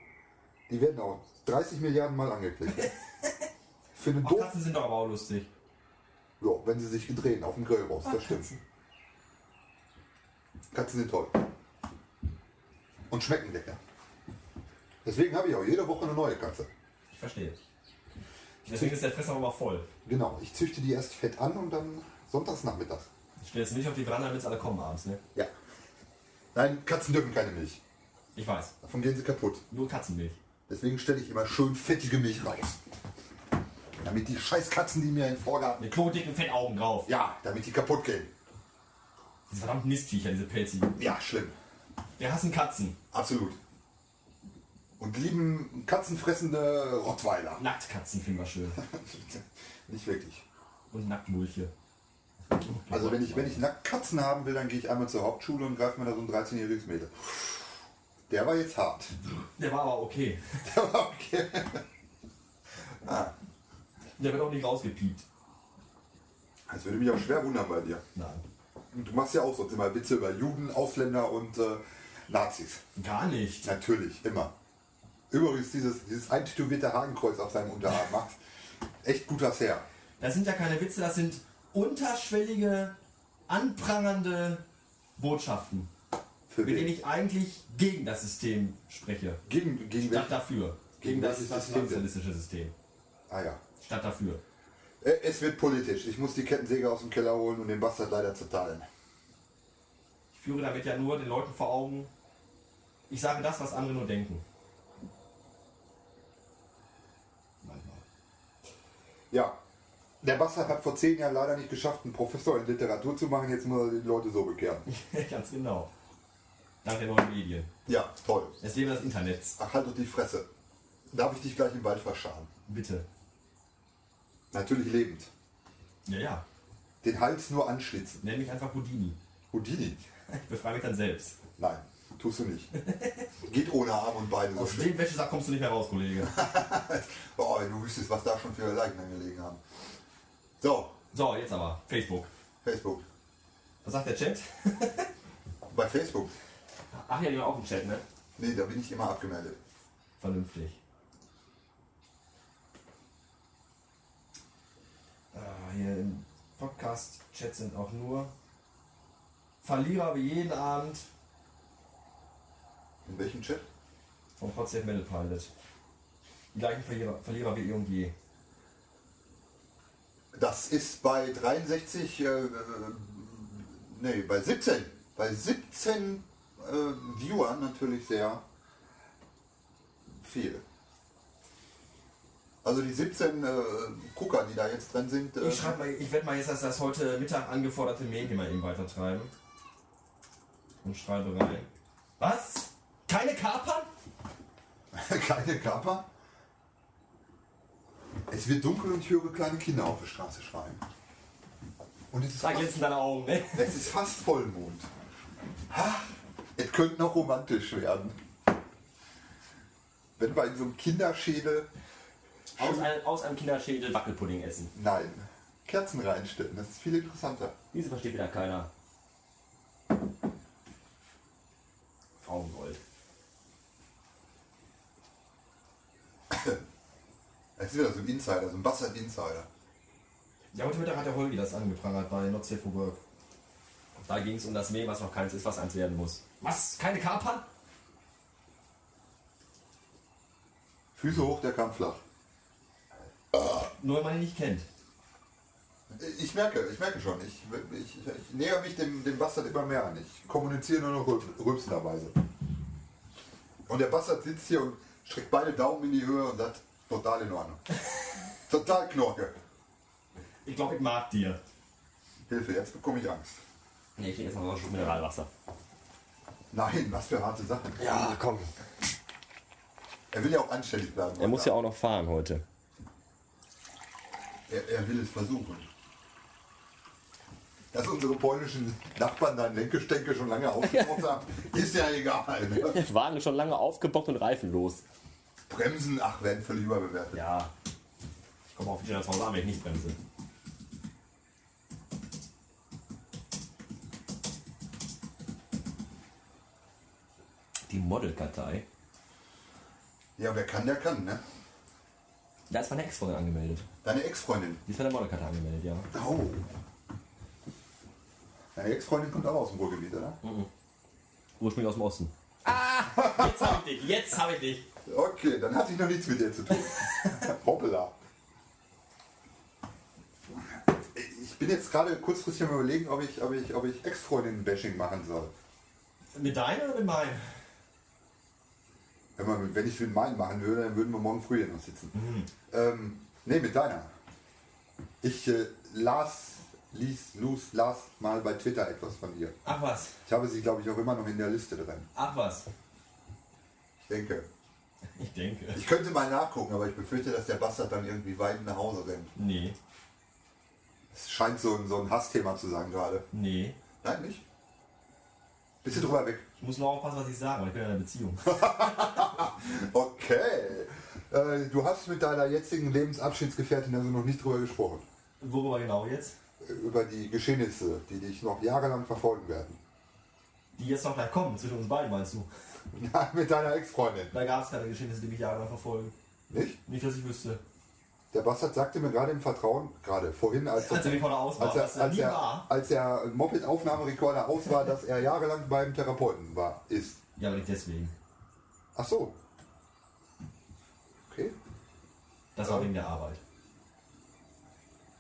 S2: Die werden auch 30 Milliarden Mal angeklickt.
S1: [laughs]
S2: Für eine
S1: Ach,
S2: doof,
S1: Katzen sind doch aber auch lustig.
S2: ja, wenn sie sich drehen auf dem Grillrost, das stimmt. Katzen. sind toll. Und schmecken lecker. Deswegen habe ich auch jede Woche eine neue Katze.
S1: Ich verstehe. Deswegen ist der Fresser aber voll.
S2: Genau, ich züchte die erst fett an und dann sonntags nachmittags.
S1: Ich stelle jetzt nicht auf die Veranda, damit es alle kommen abends, ne?
S2: Ja. Nein, Katzen dürfen keine Milch.
S1: Ich weiß.
S2: Davon gehen sie kaputt.
S1: Nur Katzenmilch.
S2: Deswegen stelle ich immer schön fettige Milch raus. Damit die Scheißkatzen, die mir in den Vorgarten.
S1: Mit klodicken Fettaugen drauf.
S2: Ja, damit die kaputt gehen.
S1: Diese verdammten Mistviecher, diese Pelzigen.
S2: Ja, schlimm.
S1: Wir hassen Katzen.
S2: Absolut. Und lieben katzenfressende Rottweiler. [laughs]
S1: Nacktkatzen finden wir schön.
S2: Nicht wirklich.
S1: Und Nacktmulche.
S2: Also wenn ich, wenn ich nackt Katzen haben will, dann gehe ich einmal zur Hauptschule und greife mir da so ein 13-jähriges Mädel. Der war jetzt hart. [laughs]
S1: Der war aber okay.
S2: Der war okay.
S1: Der wird auch nicht rausgepiept.
S2: Das würde mich auch schwer wundern bei dir.
S1: Nein.
S2: Und du machst ja auch sonst immer Witze über Juden, Ausländer und äh, Nazis.
S1: Gar nicht.
S2: Natürlich, immer. Übrigens, dieses, dieses eintätowierte Hakenkreuz auf seinem Unterarm macht echt gut was her.
S1: Das sind ja keine Witze, das sind unterschwellige, anprangernde Botschaften,
S2: Für
S1: mit
S2: wen?
S1: denen ich eigentlich gegen das System spreche.
S2: Gegen, gegen
S1: Statt
S2: welchen?
S1: dafür.
S2: Gegen
S1: Gegen das
S2: welches System denn?
S1: sozialistische System.
S2: Ah ja.
S1: Statt dafür.
S2: Äh, Es wird politisch. Ich muss die Kettensäge aus dem Keller holen und den Bastard leider zerteilen.
S1: Ich führe damit ja nur den Leuten vor Augen, ich sage das, was andere nur denken. Manchmal. [laughs]
S2: Ja. Der Bastard hat vor zehn Jahren leider nicht geschafft, einen Professor in Literatur zu machen. Jetzt muss er die Leute so bekehren.
S1: Ganz genau. Dank der neuen Medien.
S2: Ja, toll.
S1: Es lebe das Internet.
S2: Ach, halt doch die Fresse. Darf ich dich gleich im Wald verscharen?
S1: Bitte.
S2: Natürlich lebend.
S1: Ja, ja.
S2: Den Hals nur anschlitzen.
S1: Nenn mich einfach Houdini.
S2: Houdini.
S1: Ich befreie mich dann selbst.
S2: Nein, tust du nicht. Geht ohne Arme und Beine so
S1: Aus
S2: schlimm.
S1: dem Wäschesack kommst du nicht mehr raus, Kollege.
S2: Oh, wenn du wüsstest, was da schon für Leichen angelegen haben. So,
S1: So, jetzt aber. Facebook.
S2: Facebook.
S1: Was sagt der Chat?
S2: Bei Facebook.
S1: Ach ja, die haben auch einen Chat, ne?
S2: Nee, da bin ich immer abgemeldet.
S1: Vernünftig. Ah, hier im Podcast-Chat sind auch nur Verlierer wie jeden Abend
S2: In welchem Chat?
S1: vom Potsdam Metal Pilot. Die gleichen Verlierer, Verlierer wie eh und je.
S2: Das ist bei 63, äh, äh, nee, bei 17. Bei 17 äh, Viewern natürlich sehr viel. Also die 17 äh, Gucker, die da jetzt drin sind, äh,
S1: Ich schreib mal, ich werde mal jetzt das, das heute Mittag angeforderte Mail hier mal eben weitertreiben. Und schreibe rein. Was? Keine Kapern?
S2: kleine Körper. Es wird dunkel und ich höre kleine Kinder auf der Straße schreien. Und es ist,
S1: Da
S2: fast,
S1: glitzern deine Augen, ne?
S2: es ist fast Vollmond. Ha, es könnte noch romantisch werden. Wenn wir in so einem Kinderschädel
S1: Aus, ein, aus einem Kinderschädel Wackelpudding essen.
S2: Nein. Kerzen reinstellen, das ist viel interessanter.
S1: Diese versteht wieder keiner. Frauengold.
S2: Es ist wieder so ein Insider, so ein Bastard-Insider.
S1: Ja, heute Mittag hat der Holgi das angeprangert bei Not Safe for Work. Da ging es um das Meme, was noch keins ist, was eins werden muss. Was? Keine Kapern?
S2: Füße hoch, der Kampf flach.
S1: Nur wenn man ihn nicht kennt.
S2: Ich merke, ich merke schon, ich, ich, ich näher mich dem, dem Bastard immer mehr an. Ich kommuniziere nur noch rülp- rülpsenderweise. Und der Bastard sitzt hier und streckt beide Daumen in die Höhe und sagt, total
S1: [laughs]
S2: in Ordnung. total Knorke.
S1: Ich glaube, ich mag dir.
S2: Hilfe, jetzt bekomme ich Angst.
S1: Nee, ich trinke jetzt mal so einen Schluck Mineralwasser.
S2: Nein, was für harte Sachen.
S1: Ja, komm.
S2: Er will ja auch anständig bleiben.
S1: Er muss ja auch noch fahren heute.
S2: Er, er will es versuchen. Dass unsere polnischen Nachbarn da ein Lenkgestänke schon
S1: [laughs]
S2: lange ausgebaut haben, ist ja egal. Ne?
S8: Wagen schon lange aufgebockt und reifenlos.
S2: Bremsen, ach, werden völlig überbewertet.
S1: Ja. Ich komme auf die das Haus an, wenn ich nicht bremse. Die Modelkartei.
S2: Ja, wer kann, der kann, ne?
S1: Da ist meine Ex-Freundin angemeldet.
S2: Deine Ex-Freundin.
S1: Die ist bei der Modelkarte angemeldet, ja.
S2: Oh. Deine Ex-Freundin kommt auch aus dem Ruhrgebiet, oder?
S1: Ursprünglich aus dem Osten. Ah! Jetzt hab ich dich, jetzt hab ich dich.
S2: Okay, dann hatte ich noch nichts mit dir zu tun. Hoppala. Ich bin jetzt gerade kurzfristig am überlegen, ob ich, ob ich, ob ich Ex-Freundinnen-Bashing machen soll.
S1: Mit deinem oder mit meinem?
S2: Wenn, man, wenn ich mit meinen machen würde, dann würden wir morgen früh hier noch sitzen. Ähm, nee, mit deiner. Ich äh, las, ließ, los, las mal bei Twitter etwas von ihr.
S1: Ach was,
S2: Ich habe sie, glaube ich, auch immer noch in der Liste drin.
S1: ach was.
S2: Ich denke.
S1: Ich denke.
S2: Ich könnte mal nachgucken, aber ich befürchte, dass der Bastard dann irgendwie weit nach Hause rennt.
S1: Nee,
S2: Es scheint so ein, so ein Hassthema zu sein gerade.
S1: nee.
S2: Nein, nicht? Bist du drüber weg?
S1: Ich muss nur aufpassen, was ich sage, weil ich bin in einer Beziehung.
S2: Okay. Äh, du hast mit deiner jetzigen Lebensabschiedsgefährtin also noch nicht drüber gesprochen.
S1: Worüber genau jetzt?
S2: über die Geschehnisse, die dich noch jahrelang verfolgen werden. [laughs]
S1: Die jetzt noch gleich kommen, zwischen uns beiden meinst du?
S2: Nein, mit deiner Ex-Freundin.
S1: Da gab es keine Geschehnisse, die mich jahrelang verfolgen.
S2: Nicht?
S1: Nicht, dass ich wüsste.
S2: Der Bastard sagte mir gerade im Vertrauen, gerade vorhin, als,
S1: Als er mich vor der Auswahl,
S2: als
S1: was
S2: er,
S1: er
S2: als
S1: nie war.
S2: er, als er Moped-Aufnahmerekorder aus war, dass er jahrelang beim Therapeuten war, ist.
S1: Ja, aber nicht deswegen.
S2: Ach so. Okay.
S1: Das war wegen der Arbeit.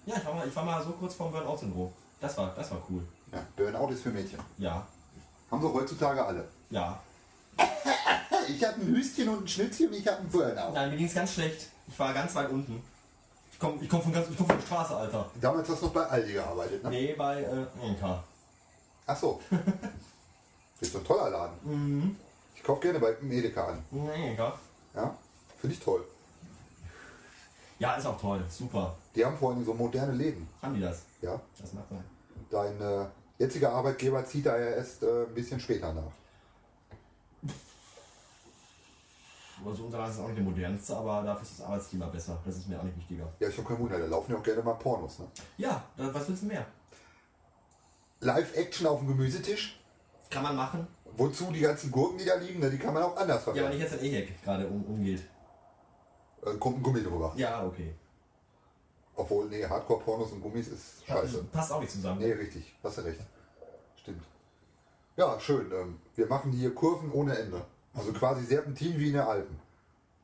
S1: Ja, ich war mal, ich war mal so kurz vorm Burnout-Syndrom. Das war, das war cool.
S2: Ja, Burnout ist für Mädchen.
S1: Ja,
S2: Haben sie heutzutage alle.
S1: ja.
S2: Ich hatte ein Hüstchen und ein Schnitzchen und ich hatte einen Burnout.
S1: Nein, mir ging es ganz schlecht. Ich war ganz weit unten. Ich komme ich komm von, ganz- ich komm von der Straße, Alter.
S2: Damals hast du noch bei Aldi gearbeitet, ne?
S1: Nee, bei äh, Inka.
S2: Ach so. Ist ein toller Laden. Ich kaufe gerne bei Edeka an.
S1: Nee, Inka.
S2: Ja, finde ich toll.
S1: Ja, ist auch toll. Super.
S2: Die haben vor allem so moderne Läden.
S1: Haben die das?
S2: Ja?
S1: Das mag sein.
S2: Dein äh, jetziger Arbeitgeber zieht da ja erst äh, ein bisschen später nach.
S1: Aber so unser ist es auch nicht der modernste, aber dafür ist das Arbeitsklima besser. Das ist mir auch nicht wichtiger.
S2: Ja, ist doch kein Wunder, da laufen ja auch gerne mal Pornos. Ne?
S1: Ja, da, was willst du mehr?
S2: Live-Action auf dem Gemüsetisch.
S1: Kann man machen.
S2: Wozu die ganzen Gurken, die da liegen, ne, die kann man auch anders
S1: Ja, aber
S2: verwenden.
S1: nicht jetzt ein E-Hack gerade um, umgeht.
S2: äh, kommt ein Gummi drüber.
S1: Ja, okay.
S2: Obwohl, nee, Hardcore-Pornos und Gummis ist scheiße.
S1: Also, Passt auch nicht zusammen.
S2: Nee, richtig, hast du recht. Stimmt. Ja, schön. Ähm, wir machen hier Kurven ohne Ende. Also quasi Serpentin wie in den Alpen.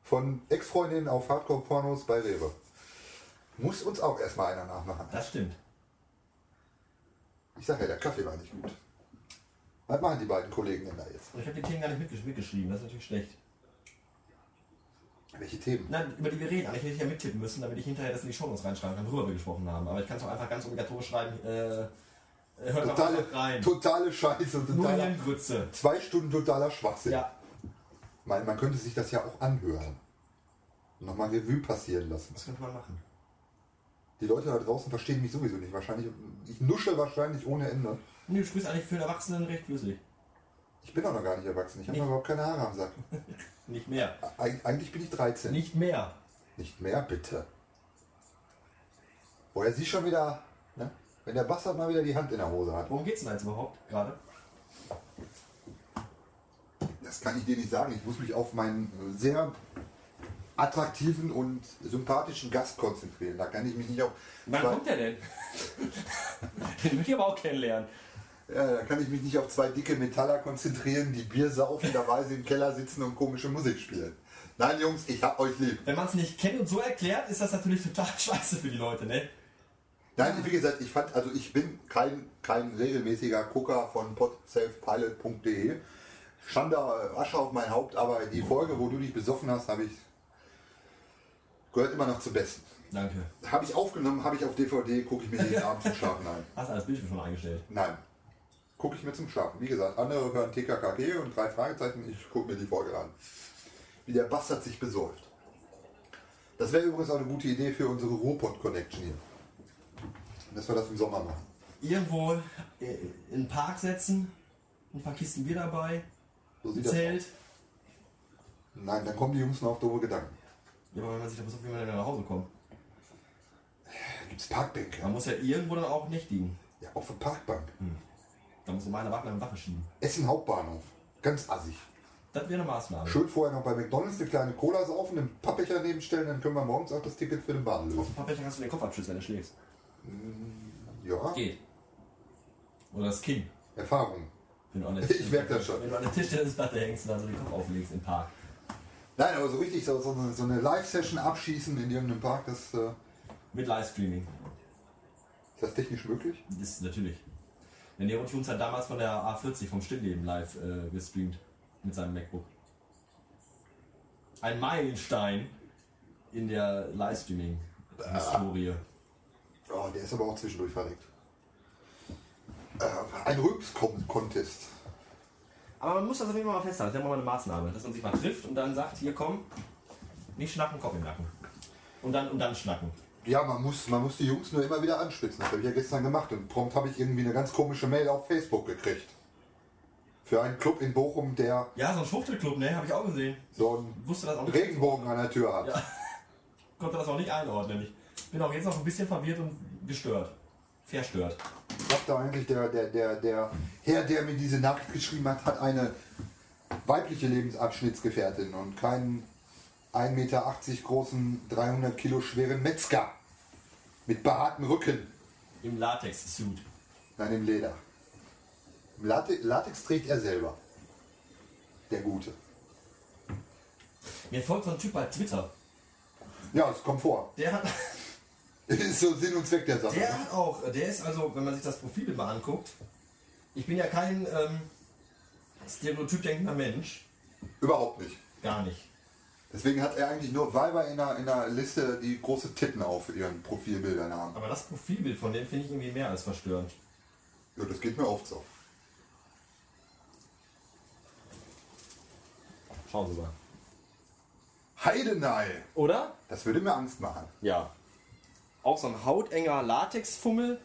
S2: Von Ex-Freundinnen auf Hardcore-Pornos bei Rewe. Muss uns auch erstmal einer nachmachen.
S1: Das stimmt.
S2: Ich sag ja, der Kaffee war nicht gut. Was machen die beiden Kollegen denn da jetzt?
S1: Und ich habe die Themen gar nicht mitgesch mitgeschrieben. Das ist natürlich schlecht.
S2: Welche Themen?
S1: Nein, über die wir reden. Eigentlich hätte ich ja mittippen müssen, damit ich hinterher das in die Show uns reinschreiben kann, worüber wir gesprochen haben. Aber ich kann es auch einfach ganz obligatorisch schreiben. Äh, hört doch
S2: Totale,
S1: einfach rein.
S2: totale Scheiße.
S1: Nur
S2: Totaler,
S1: in Grütze.
S2: zwei Stunden totaler Schwachsinn.
S1: Ja,
S2: Man, man könnte sich das ja auch anhören. Nochmal Revue passieren lassen.
S1: was könnte man machen?
S2: Die Leute da draußen verstehen mich sowieso nicht. Wahrscheinlich, ich nusche wahrscheinlich ohne Ende.
S1: Nee, du sprichst eigentlich für einen Erwachsenen recht flüssig.
S2: Ich bin auch noch gar nicht erwachsen. Ich habe
S1: Nicht.
S2: noch überhaupt keine Haare am Sack.
S1: Nicht mehr.
S2: Eig eigentlich bin ich 13.
S1: Nicht mehr.
S2: Nicht mehr, bitte. Woher sie schon wieder, ne? wenn der Bastard mal wieder die Hand in der Hose hat.
S1: Worum geht's denn jetzt überhaupt gerade?
S2: Das kann ich dir nicht sagen. Ich muss mich auf meinen äh, sehr attraktiven und sympathischen Gast konzentrieren. Da kann ich mich nicht auf.
S8: Wann
S2: zwei-
S8: kommt der
S1: [laughs]
S8: denn? Den will ich aber auch kennenlernen.
S2: Ja, da kann ich mich nicht auf zwei dicke Metaller konzentrieren, die Bier saufen, dabei sie im Keller sitzen und komische Musik spielen. Nein, Jungs, ich hab euch lieb.
S1: Wenn man es nicht kennt und so erklärt, ist das natürlich total [laughs] scheiße für die Leute, ne?
S2: Nein, wie gesagt, ich fand, also ich bin kein, kein regelmäßiger Gucker von podselfpilot.de. Schander äh, Asche auf mein Haupt, aber die Folge, wo du dich besoffen hast, habe ich gehört immer noch zum Besten.
S1: Danke.
S2: Habe ich aufgenommen, habe ich auf DVD, gucke ich mir jeden Abend zum Schlafen ein.
S1: Hast alles Bildschirm schon eingestellt?
S2: Nein. Gucke ich mir zum Schlafen. Wie gesagt, andere hören TKKG und drei Fragezeichen. Ich gucke mir die Folge an. Wie der Bastard sich besäuft. Das wäre übrigens auch eine gute Idee für unsere Ruhrpott-Connection hier. Dass wir das im Sommer machen.
S1: Irgendwo äh, in einen Park setzen, ein paar Kisten Bier dabei,
S2: So
S1: ein
S2: sieht das aus.
S1: Zelt.
S2: Nein, dann kommen die Jungs noch auf doofe Gedanken.
S1: Ja, aber wenn man sich da besucht, wie man denn nach Hause kommt.
S2: Da gibt es Parkbänke.
S1: Man muss ja irgendwo dann auch nicht liegen.
S2: Ja, auf der Parkbank.
S1: Da muss man eine Wache eine Wache schieben.
S2: Essen Hauptbahnhof. Ganz assig.
S1: Das wäre eine Maßnahme.
S2: Schön vorher noch bei McDonalds eine kleine Cola saufen, einen Pappbecher nebenstellen, dann können wir morgens auch das Ticket für den Bahn lösen.
S1: Papa, kannst du den Kopf abschütteln, wenn du schläfst.
S2: Ja,
S1: Geht. Oder das King.
S2: Erfahrung.
S1: Wenn du an der
S2: [laughs] Ich merke das schon.
S1: Wenn du an der Tischtennisplatte hängst und dann so den Kopf auflegst im Park.
S2: Nein, aber so richtig, so, so, eine- so eine Live-Session abschießen in irgendeinem Park, das äh,
S1: Mit Livestreaming.
S2: ist das technisch möglich?
S1: Das ist natürlich. Der Nero Tunes hat damals von der A40 vom Stillleben live äh, gestreamt mit seinem MacBook. Ein Meilenstein in der Livestreaming-Historie.
S2: Oh, der ist aber auch zwischendurch verreckt. Äh, ein Rübs-Contest.
S1: Aber man muss das auf jeden Fall mal festhalten. Das ist ja mal eine Maßnahme, dass man sich mal trifft und dann sagt: Hier komm, nicht schnacken, Kopf im Nacken. Und dann, und dann schnacken.
S2: Ja, man muss, man muss die Jungs nur immer wieder anspitzen. Das habe ich ja gestern gemacht und prompt habe ich irgendwie eine ganz komische Mail auf Facebook gekriegt. Für einen Club in Bochum, der
S1: Ja, so ein Schwuchtelclub, ne? Hab ich auch gesehen.
S2: so einen
S1: Wusste das auch nicht.
S2: Regenbogen an der Tür hat.
S1: Ja. Konnte das auch nicht einordnen. Ich bin auch jetzt noch ein bisschen verwirrt und gestört. Verstört.
S2: Sagt da eigentlich der, der, der, der Herr, der mir diese Nachricht geschrieben hat, hat eine weibliche Lebensabschnittsgefährtin und keinen 1,80 Meter großen, 300 Kilo schweren Metzger mit behaartem Rücken.
S1: Im Latex-Suit.
S2: Nein, im Leder. Im Late- Latex trägt er selber. Der Gute.
S1: Mir folgt so ein Typ bei Twitter.
S2: Ja, es kommt vor. [laughs]
S1: Der hat, [laughs]
S2: Ist so Sinn und Zweck der Sache.
S1: der hat auch, der ist also, wenn man sich das Profil mal anguckt, ich bin ja kein ähm, Stereotyp denkender Mensch.
S2: Überhaupt nicht.
S1: Gar nicht.
S2: Deswegen hat er eigentlich nur Weiber in einer, in einer Liste, die große Titten auf ihren Profilbildern haben.
S1: Aber das Profilbild von dem finde ich irgendwie mehr als verstörend.
S2: Ja, das geht mir oft so.
S1: Schauen Sie mal.
S2: Heidenei.
S1: Oder?
S2: Das würde mir Angst machen.
S1: Ja. Auch so ein hautenger Latexfummel.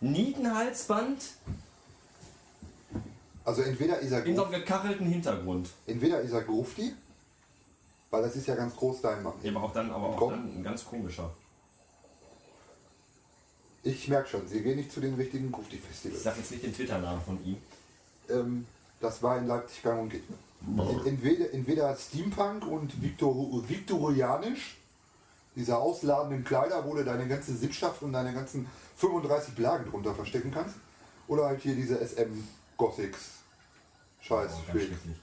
S1: Nietenhalsband
S2: Oh. Also entweder ist er,
S1: in so
S2: Gruf,
S1: einem gekachelten Hintergrund.
S2: entweder ist er Grufti, weil das ist ja ganz groß da im,
S1: Ja, aber auch dann, aber
S2: im
S1: auch
S2: Kopf.
S1: dann ein ganz komischer.
S2: Ich merke schon, sie gehen nicht zu den richtigen
S1: Ich
S2: Grufti-Festivals.
S1: sag jetzt nicht den Twitter-Namen von ihm.
S2: Ähm, das war in Leipzig gang und geht. Entweder, entweder Steampunk und Viktor, viktorianisch, diese ausladenden Kleider, wo du deine ganze Sippschaft und deine ganzen 35 Blagen drunter verstecken kannst. Oder halt hier diese SM-Gothics. Scheiß,
S1: Oh, ganz
S2: Weg.
S1: schrecklich.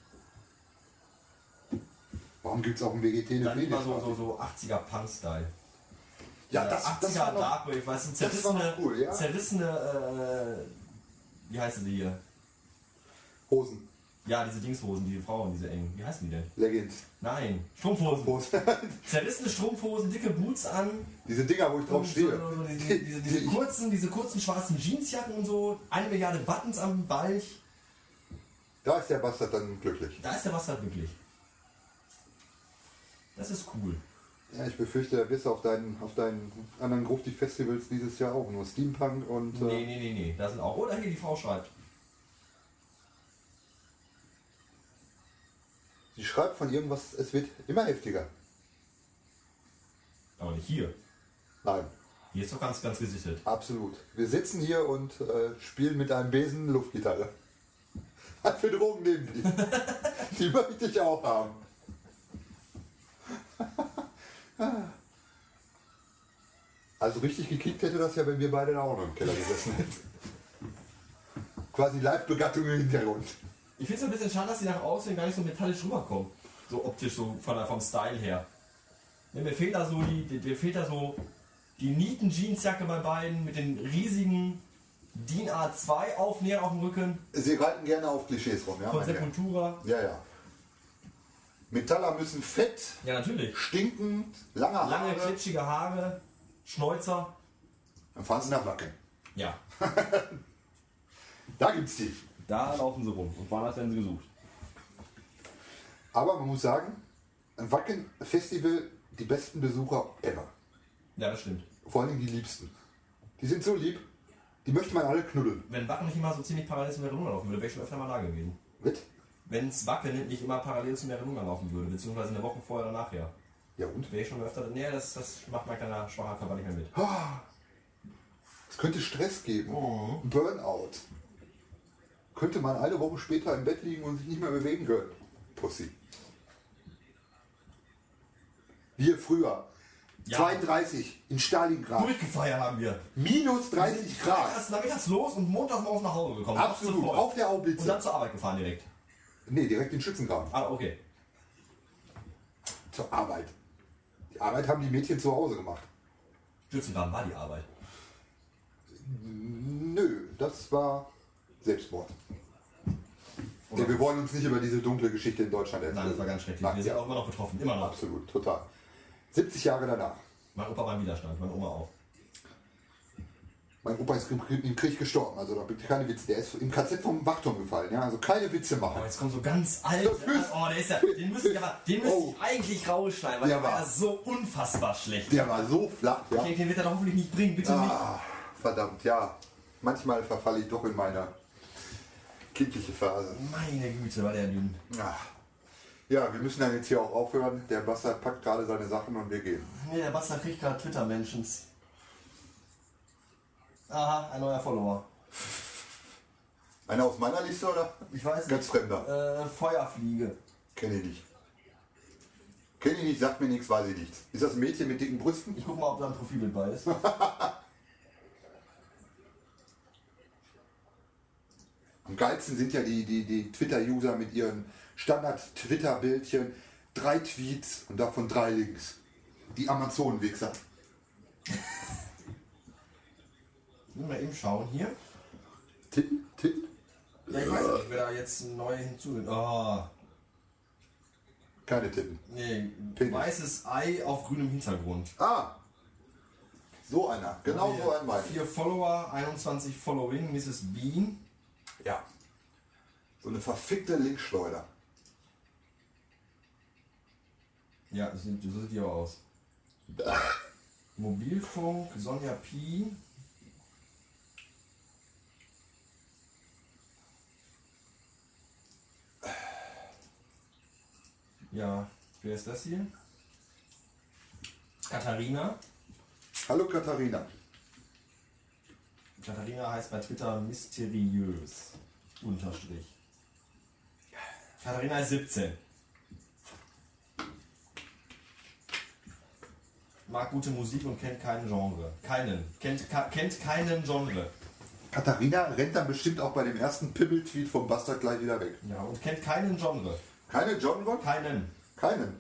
S2: Warum gibt es auch ein WGT eine
S1: Dann immer
S2: Fetisch?
S1: so, so, so 80er Punk-Style. Äh,
S2: Ja,
S1: Oder
S2: Ah, das, das
S1: 80er
S2: war noch,
S1: Darkwave, weißt du,
S2: das ist auch noch
S1: zerrissene,
S2: cool, ja.
S1: zerrissene, äh, wie heißen die hier?
S2: Hosen,
S1: Ja, diese Dingshosen, diese Frauen, diese engen. Wie heißen die denn?
S2: Leggings,
S1: Nein, Strumpfhosen.
S2: Hosen.
S1: Zerrissene Strumpfhosen, dicke Boots an.
S2: halt. diese Dinger, wo ich drauf
S1: Oh, So,
S2: stehe.
S1: so, so, Diese, diese, diese, kurzen, diese kurzen schwarzen Jeansjacken und so. Eine Milliarde Buttons am Balch.
S2: Da ist der Bastard dann glücklich.
S1: Da ist der Wasser wirklich. Das ist cool.
S2: Ja, ich befürchte, er wirst du auf deinen, auf deinen anderen Grufti-Festivals dieses Jahr auch nur Steampunk und... äh,
S1: Nee, nee, nee, nee. Da sind auch. Oder hier die Frau schreibt.
S2: Sie schreibt von irgendwas, es wird immer heftiger.
S1: Aber nicht hier.
S2: Nein,
S1: Hier ist doch ganz, ganz gesichert.
S2: absolut. Wir sitzen hier und äh, spielen mit einem Besen Luftgitarre. [laughs] Was für Drogen nehmen die? die möchte ich auch haben. [laughs] Also richtig gekickt hätte das ja, wenn wir beide da auch noch im Keller gesessen hätten. [laughs] Quasi Live-Begattung im Hintergrund.
S1: Ich finde es ein bisschen schade, dass die nach außen gar nicht so metallisch rüberkommen. So optisch, so von, der- vom Style her. Ne, mir fehlt da so die, die, mir fehlt da so die Nieten-Jeansjacke bei beiden mit den riesigen DIN A2 Aufnäher auf dem Rücken
S2: Sie reiten gerne auf Klischees rum, ja?
S1: von
S2: mein Herr?
S1: Sepultura.
S2: Ja, ja. Metaller müssen fett,
S1: Ja, natürlich.
S2: stinkend, lange Haare.
S1: Lange, klitschige Haare, Schnäuzer.
S2: Dann fahren sie nach Wacken.
S1: Ja,
S2: Da gibt's die.
S1: da laufen sie rum. Und woanders werden sie gesucht.
S2: Aber man muss sagen, ein Wacken-Festival, die besten Besucher ever.
S1: Ja, das stimmt.
S2: Vor allen Dingen die Liebsten. Die sind so lieb, die möchte man alle knuddeln.
S1: Wenn Wacken nicht immer so ziemlich parallel zum Meerrenunger laufen würde, wäre ich schon öfter mal da gewesen.
S2: Mit?
S1: Wenn's Wacken nicht immer parallel zum Meerrenunger laufen würde, beziehungsweise eine Woche vorher oder nachher.
S2: Ja und?
S1: Wäre ich schon öfter. Nee, das, das macht mein kleiner schwacher Körper nicht mehr mit.
S2: Es könnte Stress geben.
S1: Oh.
S2: Burnout. Könnte man eine Woche später im Bett liegen und sich nicht mehr bewegen können. Pussy. Wir früher.
S1: Ja.
S2: 32 in Stalingrad.
S1: Durchgefeiert haben wir.
S2: Minus 30 Grad.
S1: Erst nachmittags los und montagsmorgens nach Hause gekommen.
S2: Absolut.
S1: Voll.
S2: Auf der
S1: Und dann
S2: Aublitze.
S1: zur Arbeit gefahren direkt.
S2: Nee, direkt in Schützengraben.
S1: Ah, okay.
S2: Zur Arbeit. Die Arbeit haben die Mädchen zu Hause gemacht.
S1: Stützengraben war die Arbeit.
S2: Nö, das war Selbstmord. Denn wir wollen uns nicht über diese dunkle Geschichte in Deutschland erzählen.
S1: Nein, das war ganz schrecklich.
S2: Nein,
S1: Wir sind
S2: ja,
S1: auch immer noch betroffen. Immer noch.
S2: absolut, total. 70 Jahre danach.
S1: Mein Opa war im Widerstand, meine Oma auch.
S2: Mein Opa ist im Krieg- im Krieg gestorben, also da bitte keine Witze. Der ist im KZ vom Wachturm gefallen, ja, also keine Witze
S1: Oh,
S2: machen.
S1: jetzt kommt so ganz alt. Oh, der ist ja. Den müsste ich, aber, den müsste
S2: Oh.
S1: ich eigentlich rausschneiden, weil
S2: Der
S1: der war
S2: war-
S1: ja so unfassbar schlecht.
S2: Der war so flach, ja.
S1: Okay, den wird er doch hoffentlich nicht bringen, bitte nicht.
S2: Ah, verdammt, ja. Manchmal verfalle ich doch in meiner kindliche Phase.
S1: Meine Güte, war der dünn.
S2: Ah. Ja, wir müssen dann jetzt hier auch aufhören. Der Bastard packt gerade seine Sachen und wir gehen.
S1: Nee, der Bastard kriegt gerade Twitter-Mentions. Aha, ein neuer Follower.
S2: Einer aus meiner Liste oder?
S1: Ich weiß
S2: Ganz
S1: nicht.
S2: fremder.
S1: Äh, Feuerfliege.
S2: Kenne ich nicht. Kenne ich nicht, sagt mir nichts, weiß ich nichts. Ist das ein Mädchen mit dicken Brüsten?
S1: Ich guck mal, ob da ein Profilbild bei ist.
S2: Am geilsten sind ja die, die, die Twitter-User mit ihren Standard-Twitter-Bildchen. Drei Tweets und davon drei Links. Die Amazonen-Wichser.
S1: Müssen wir eben schauen hier.
S2: Titten? Titten?
S1: Ja, ich weiß nicht, wer da jetzt neu hinzugeht. Oh,
S2: Keine Titten.
S1: nee.
S2: Penis.
S1: Weißes Ei auf grünem Hintergrund.
S2: Ah! So einer. Genau so ein Mann.
S1: Vier Follower, 21 Following, Mrs. Bean.
S2: Ja. So eine verfickte Linkschleuder.
S1: Ja, das sind, so sieht die aber aus. Mobilfunk, Sonja Pi. Ja, wer ist das hier? Katharina.
S2: Hallo Katharina.
S1: Katharina heißt bei Twitter mysteriös. Unterstrich. Katharina ist 17. Mag gute Musik und kennt keinen Genre. Keinen. Kennt, ka, kennt keinen Genre.
S2: Katharina rennt dann bestimmt auch bei dem ersten Pimmel-Tweet vom Bastard gleich wieder weg.
S1: Ja, und kennt keinen Genre.
S2: Keine John Gott?
S1: Keinen.
S2: Keinen.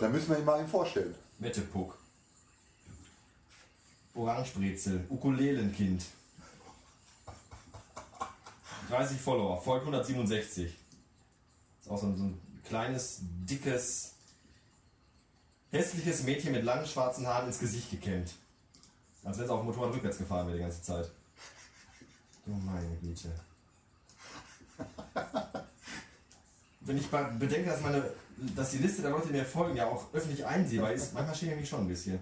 S2: Da müssen wir ihn mal einen vorstellen.
S1: Wettepuck. Orangebrezel. Ukulelenkind. 30 Follower. Folgt 167. Ist auch so ein, so ein kleines, dickes, hässliches Mädchen mit langen schwarzen Haaren ins Gesicht gekämmt. Als wenn es auf dem Motorrad rückwärts gefahren wäre die ganze Zeit. Du meine Güte. Wenn ich mal bedenke, dass, meine, dass die Liste der Leute, die mir folgen, ja auch öffentlich einsehbar ist, manchmal schäme ich mich schon ein bisschen.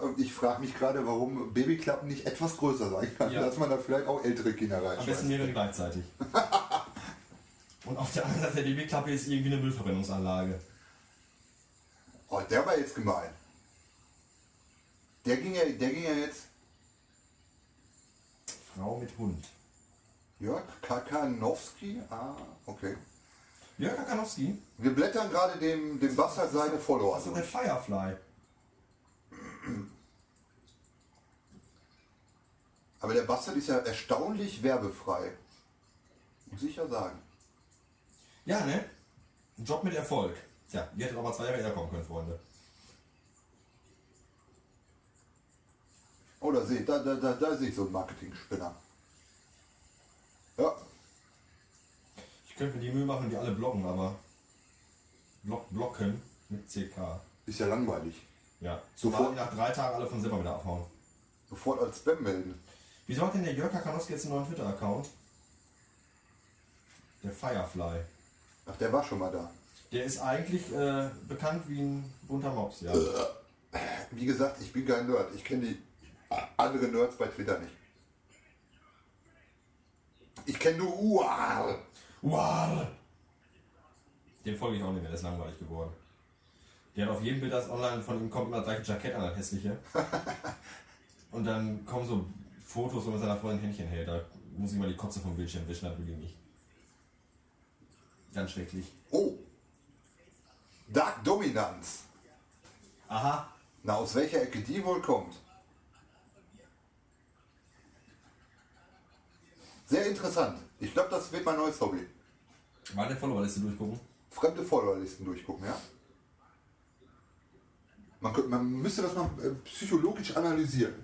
S2: Und ich frage mich gerade, warum Babyklappen nicht etwas größer sein kann,
S1: Ja.
S2: dass man da vielleicht auch ältere Kinder
S1: Am besten
S2: reinschmeißt.
S1: mehrere [laughs] gleichzeitig. Und auf der anderen Seite der DB-Klappe ist irgendwie eine Müllverbrennungsanlage.
S2: Oh, der war jetzt gemein. Der ging ja, der ging ja jetzt.
S1: Frau mit Hund.
S2: Jörg Kakanowski? Ah, okay.
S1: Jörg Kakanowski.
S2: Wir blättern gerade dem, dem Bastard seine Follower.
S1: Also der
S2: durch.
S1: Firefly.
S2: Aber der Bastard ist ja erstaunlich werbefrei. Muss ich ja sagen.
S1: Ja, ne? Ein Job mit Erfolg. Tja, ihr hättet auch mal zwei Jahre eher kommen können, Freunde.
S2: Oh, da sehe da, da, da, da sehe ich so einen Marketing-Spinner. Ja,
S1: Ich könnte mir die Mühe machen, die alle blocken, aber. Block, blocken mit CK.
S2: ist ja langweilig.
S1: Ja.
S2: Sofort.
S1: Sofort nach drei Tagen alle von selber wieder abhauen.
S2: Sofort als Spam melden.
S1: Wieso hat denn der Jörg Kakanowski jetzt einen neuen Twitter-Account? Der Firefly.
S2: Ach, der war schon mal da.
S1: Der ist eigentlich äh, bekannt wie ein bunter Mops, ja.
S2: Wie gesagt, ich bin kein Nerd. Ich kenne die anderen Nerds bei Twitter nicht. Ich kenne nur Uar.
S1: Wow! Dem folge ich auch nicht mehr, der ist langweilig geworden. Der hat auf jedem Bild, das online von ihm kommt, immer das gleiche Jackett an, das hässliche. Und dann kommen so Fotos, wo er mit seiner Freundin Händchen hält. Da muss ich mal die Kotze vom Bildschirm wischen, das will ich nicht. Ganz schrecklich.
S2: Oh. Dark Dominance.
S1: Aha,
S2: Na, aus welcher Ecke die wohl kommt? Sehr interessant. Ich glaube, das wird mein neues Hobby.
S1: war der Followerliste durchgucken?
S2: Fremde Followerlisten durchgucken, ja? Man, könnte, man müsste das mal äh, psychologisch analysieren.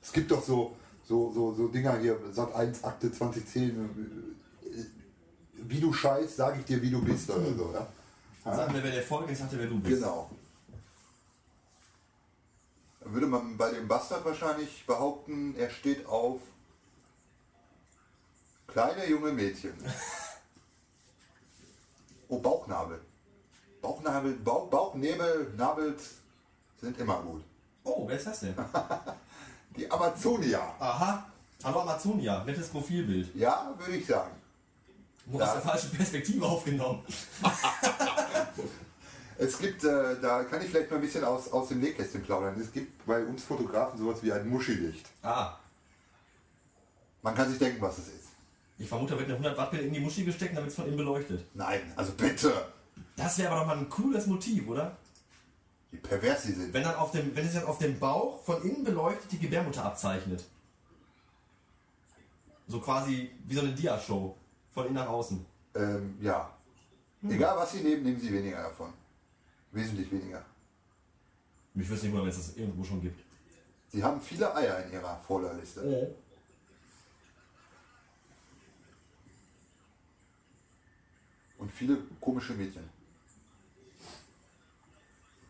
S2: Es gibt doch so, so, so, so Dinger hier, Sat 1, Akte 2010, äh, wie du scheißt, sage ich dir, wie du bist oder so, oder?
S1: Sag mir, wer der folgt, ich sag dir, wer du bist.
S2: Genau. Dann Würde man bei dem Bastard wahrscheinlich behaupten, er steht auf kleine junge Mädchen. Oh, Bauchnabel. Bauchnabel, Bauch, Bauchnebel, Nabel sind immer gut.
S1: Oh, wer ist das denn?
S2: Die Amazonia.
S1: Aha, hallo Amazonia, nettes Profilbild.
S2: Ja, würde ich sagen.
S1: Du
S2: Ja.
S1: hast eine falsche Perspektive aufgenommen.
S2: Es gibt, äh, da kann ich vielleicht mal ein bisschen aus, aus dem Nähkästchen plaudern. Es gibt bei uns Fotografen sowas wie ein Muschilicht.
S1: Ah,
S2: Man kann sich denken, was es ist.
S1: ich vermute, da wird eine 100 Watt Pille in die Muschi gesteckt, damit es von innen beleuchtet.
S2: Nein, also bitte.
S1: Das wäre aber doch mal ein cooles Motiv, oder?
S2: Wie pervers sie sind.
S1: Wenn, dann auf dem, wenn es dann auf dem Bauch von innen beleuchtet die Gebärmutter abzeichnet. So quasi wie so eine Dia-Show. Von innen nach außen.
S2: Ähm, ja. Egal was sie nehmen, nehmen sie weniger davon. Wesentlich weniger.
S1: Mich wüsste nicht wundern, wenn es das irgendwo schon gibt.
S2: Sie haben viele Eier in ihrer Vorderliste. Und viele komische Mädchen.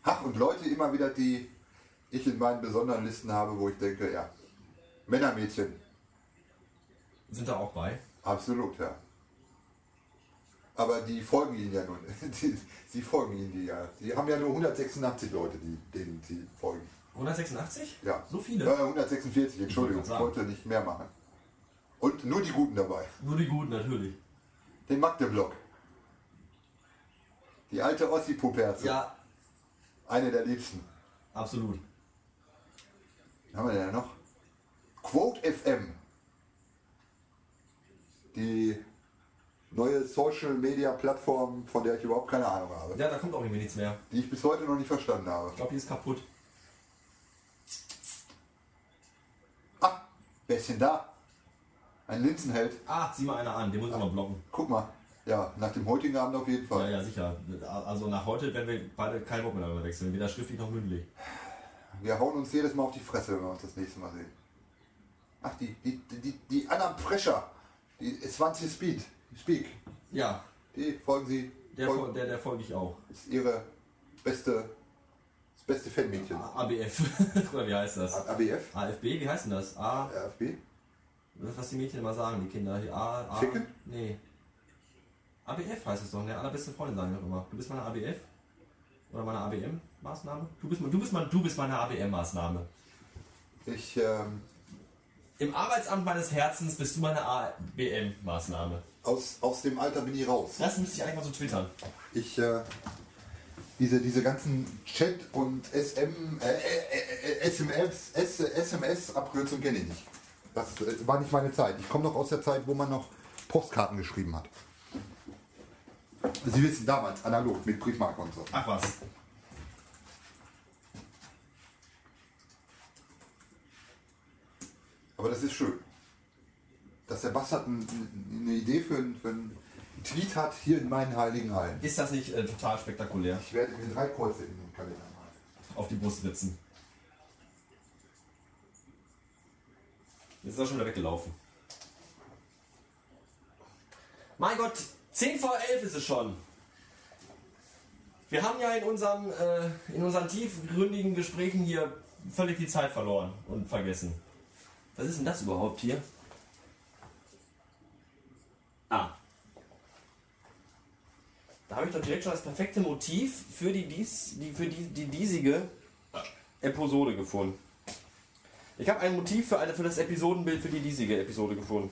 S2: Ach, und Leute immer wieder, die ich in meinen besonderen Listen habe, wo ich denke, ja. Männermädchen.
S1: Sind da auch bei?
S2: Absolut, ja. Aber die folgen ihnen ja nun. [laughs] Die, sie folgen ihnen ja. Die haben ja nur 186 Leute, die denen sie folgen.
S1: 186?
S2: Ja.
S1: So viele?
S2: Äh, 146, Entschuldigung.
S1: Ich
S2: Ich
S1: wollte gerade
S2: wollte nicht mehr machen. Und nur die Guten dabei.
S1: Nur die guten natürlich.
S2: Den Magdeblock. Die alte Ossi-Puperze.
S1: Ja,
S2: Eine der liebsten.
S1: absolut.
S2: Wen haben wir denn da noch? Quote FM. Die neue Social Media Plattform, von der ich überhaupt keine Ahnung habe.
S1: Ja, da kommt auch irgendwie nichts mehr.
S2: Die ich bis heute noch nicht verstanden habe.
S1: Ich glaube, die ist kaputt.
S2: Ah, wer ist denn da? Ein Linsenheld.
S1: Ah, sieh mal einer an, den muss ich mal blocken.
S2: Guck mal. Ja, nach dem heutigen Abend auf jeden
S1: Ja,
S2: Fall.
S1: ja, sicher. Also nach heute werden wir beide kein Wort mehr wechseln. Weder schriftlich noch mündlich.
S2: Wir hauen uns jedes Mal auf die Fresse, wenn wir uns das nächste Mal sehen. Ach, die, die, die, die Anna Prescher. Die 20 Speed. Speak.
S1: Ja,
S2: Die folgen sie.
S1: der,
S2: folgen-
S1: fol- der, der folge ich auch.
S2: ist ihre beste, das beste Fanmädchen.
S1: Ah. ABF. [laughs] Oder wie heißt das?
S2: ABF?
S1: AFB, wie heißt denn das? A,
S2: AFB?
S1: das, was die Mädchen immer sagen, die Kinder. Hier, A, A.
S2: Ficken?
S1: Nee. ABF heißt es doch, ne? Allerbeste Freundin sagen wir doch immer. Du bist meine ABF? Oder meine ABM-Maßnahme? Du bist, mein- du, bist mein, du bist meine ABM-Maßnahme.
S2: Ich, ähm,
S1: Im Arbeitsamt meines Herzens bist du meine ABM-Maßnahme.
S2: aus, aus dem Alter bin ich raus.
S1: Das müsste ich eigentlich mal so twittern.
S2: Ich, äh, diese, diese ganzen Chat und SM, äh, äh, äh, SMS, S- SMS-Abkürzung kenne ich nicht. Das äh, war nicht meine Zeit. Ich komme noch aus der Zeit, wo man noch Postkarten geschrieben hat. Sie wissen, damals analog mit Briefmarke und so.
S1: Ach was.
S2: Aber das ist schön. Dass der Bastard ein- ein- eine Idee für einen, für einen Tweet hat, hier in meinen heiligen Hallen.
S1: Ist das nicht äh, total spektakulär?
S2: Ich werde mir drei Kreuze in den Kalender malen.
S1: Auf die Brust ritzen. Jetzt ist er schon wieder weggelaufen. Mein Gott, 10 vor 11 ist es schon. Wir haben ja in, unserem, äh, in unseren tiefgründigen Gesprächen hier völlig die Zeit verloren und vergessen. Was ist denn das überhaupt hier? Ah, da habe ich doch direkt schon das perfekte Motiv für die, dies, die, für die, die diesige Episode gefunden. Ich habe ein Motiv für, eine, für das Episodenbild für die diesige Episode gefunden.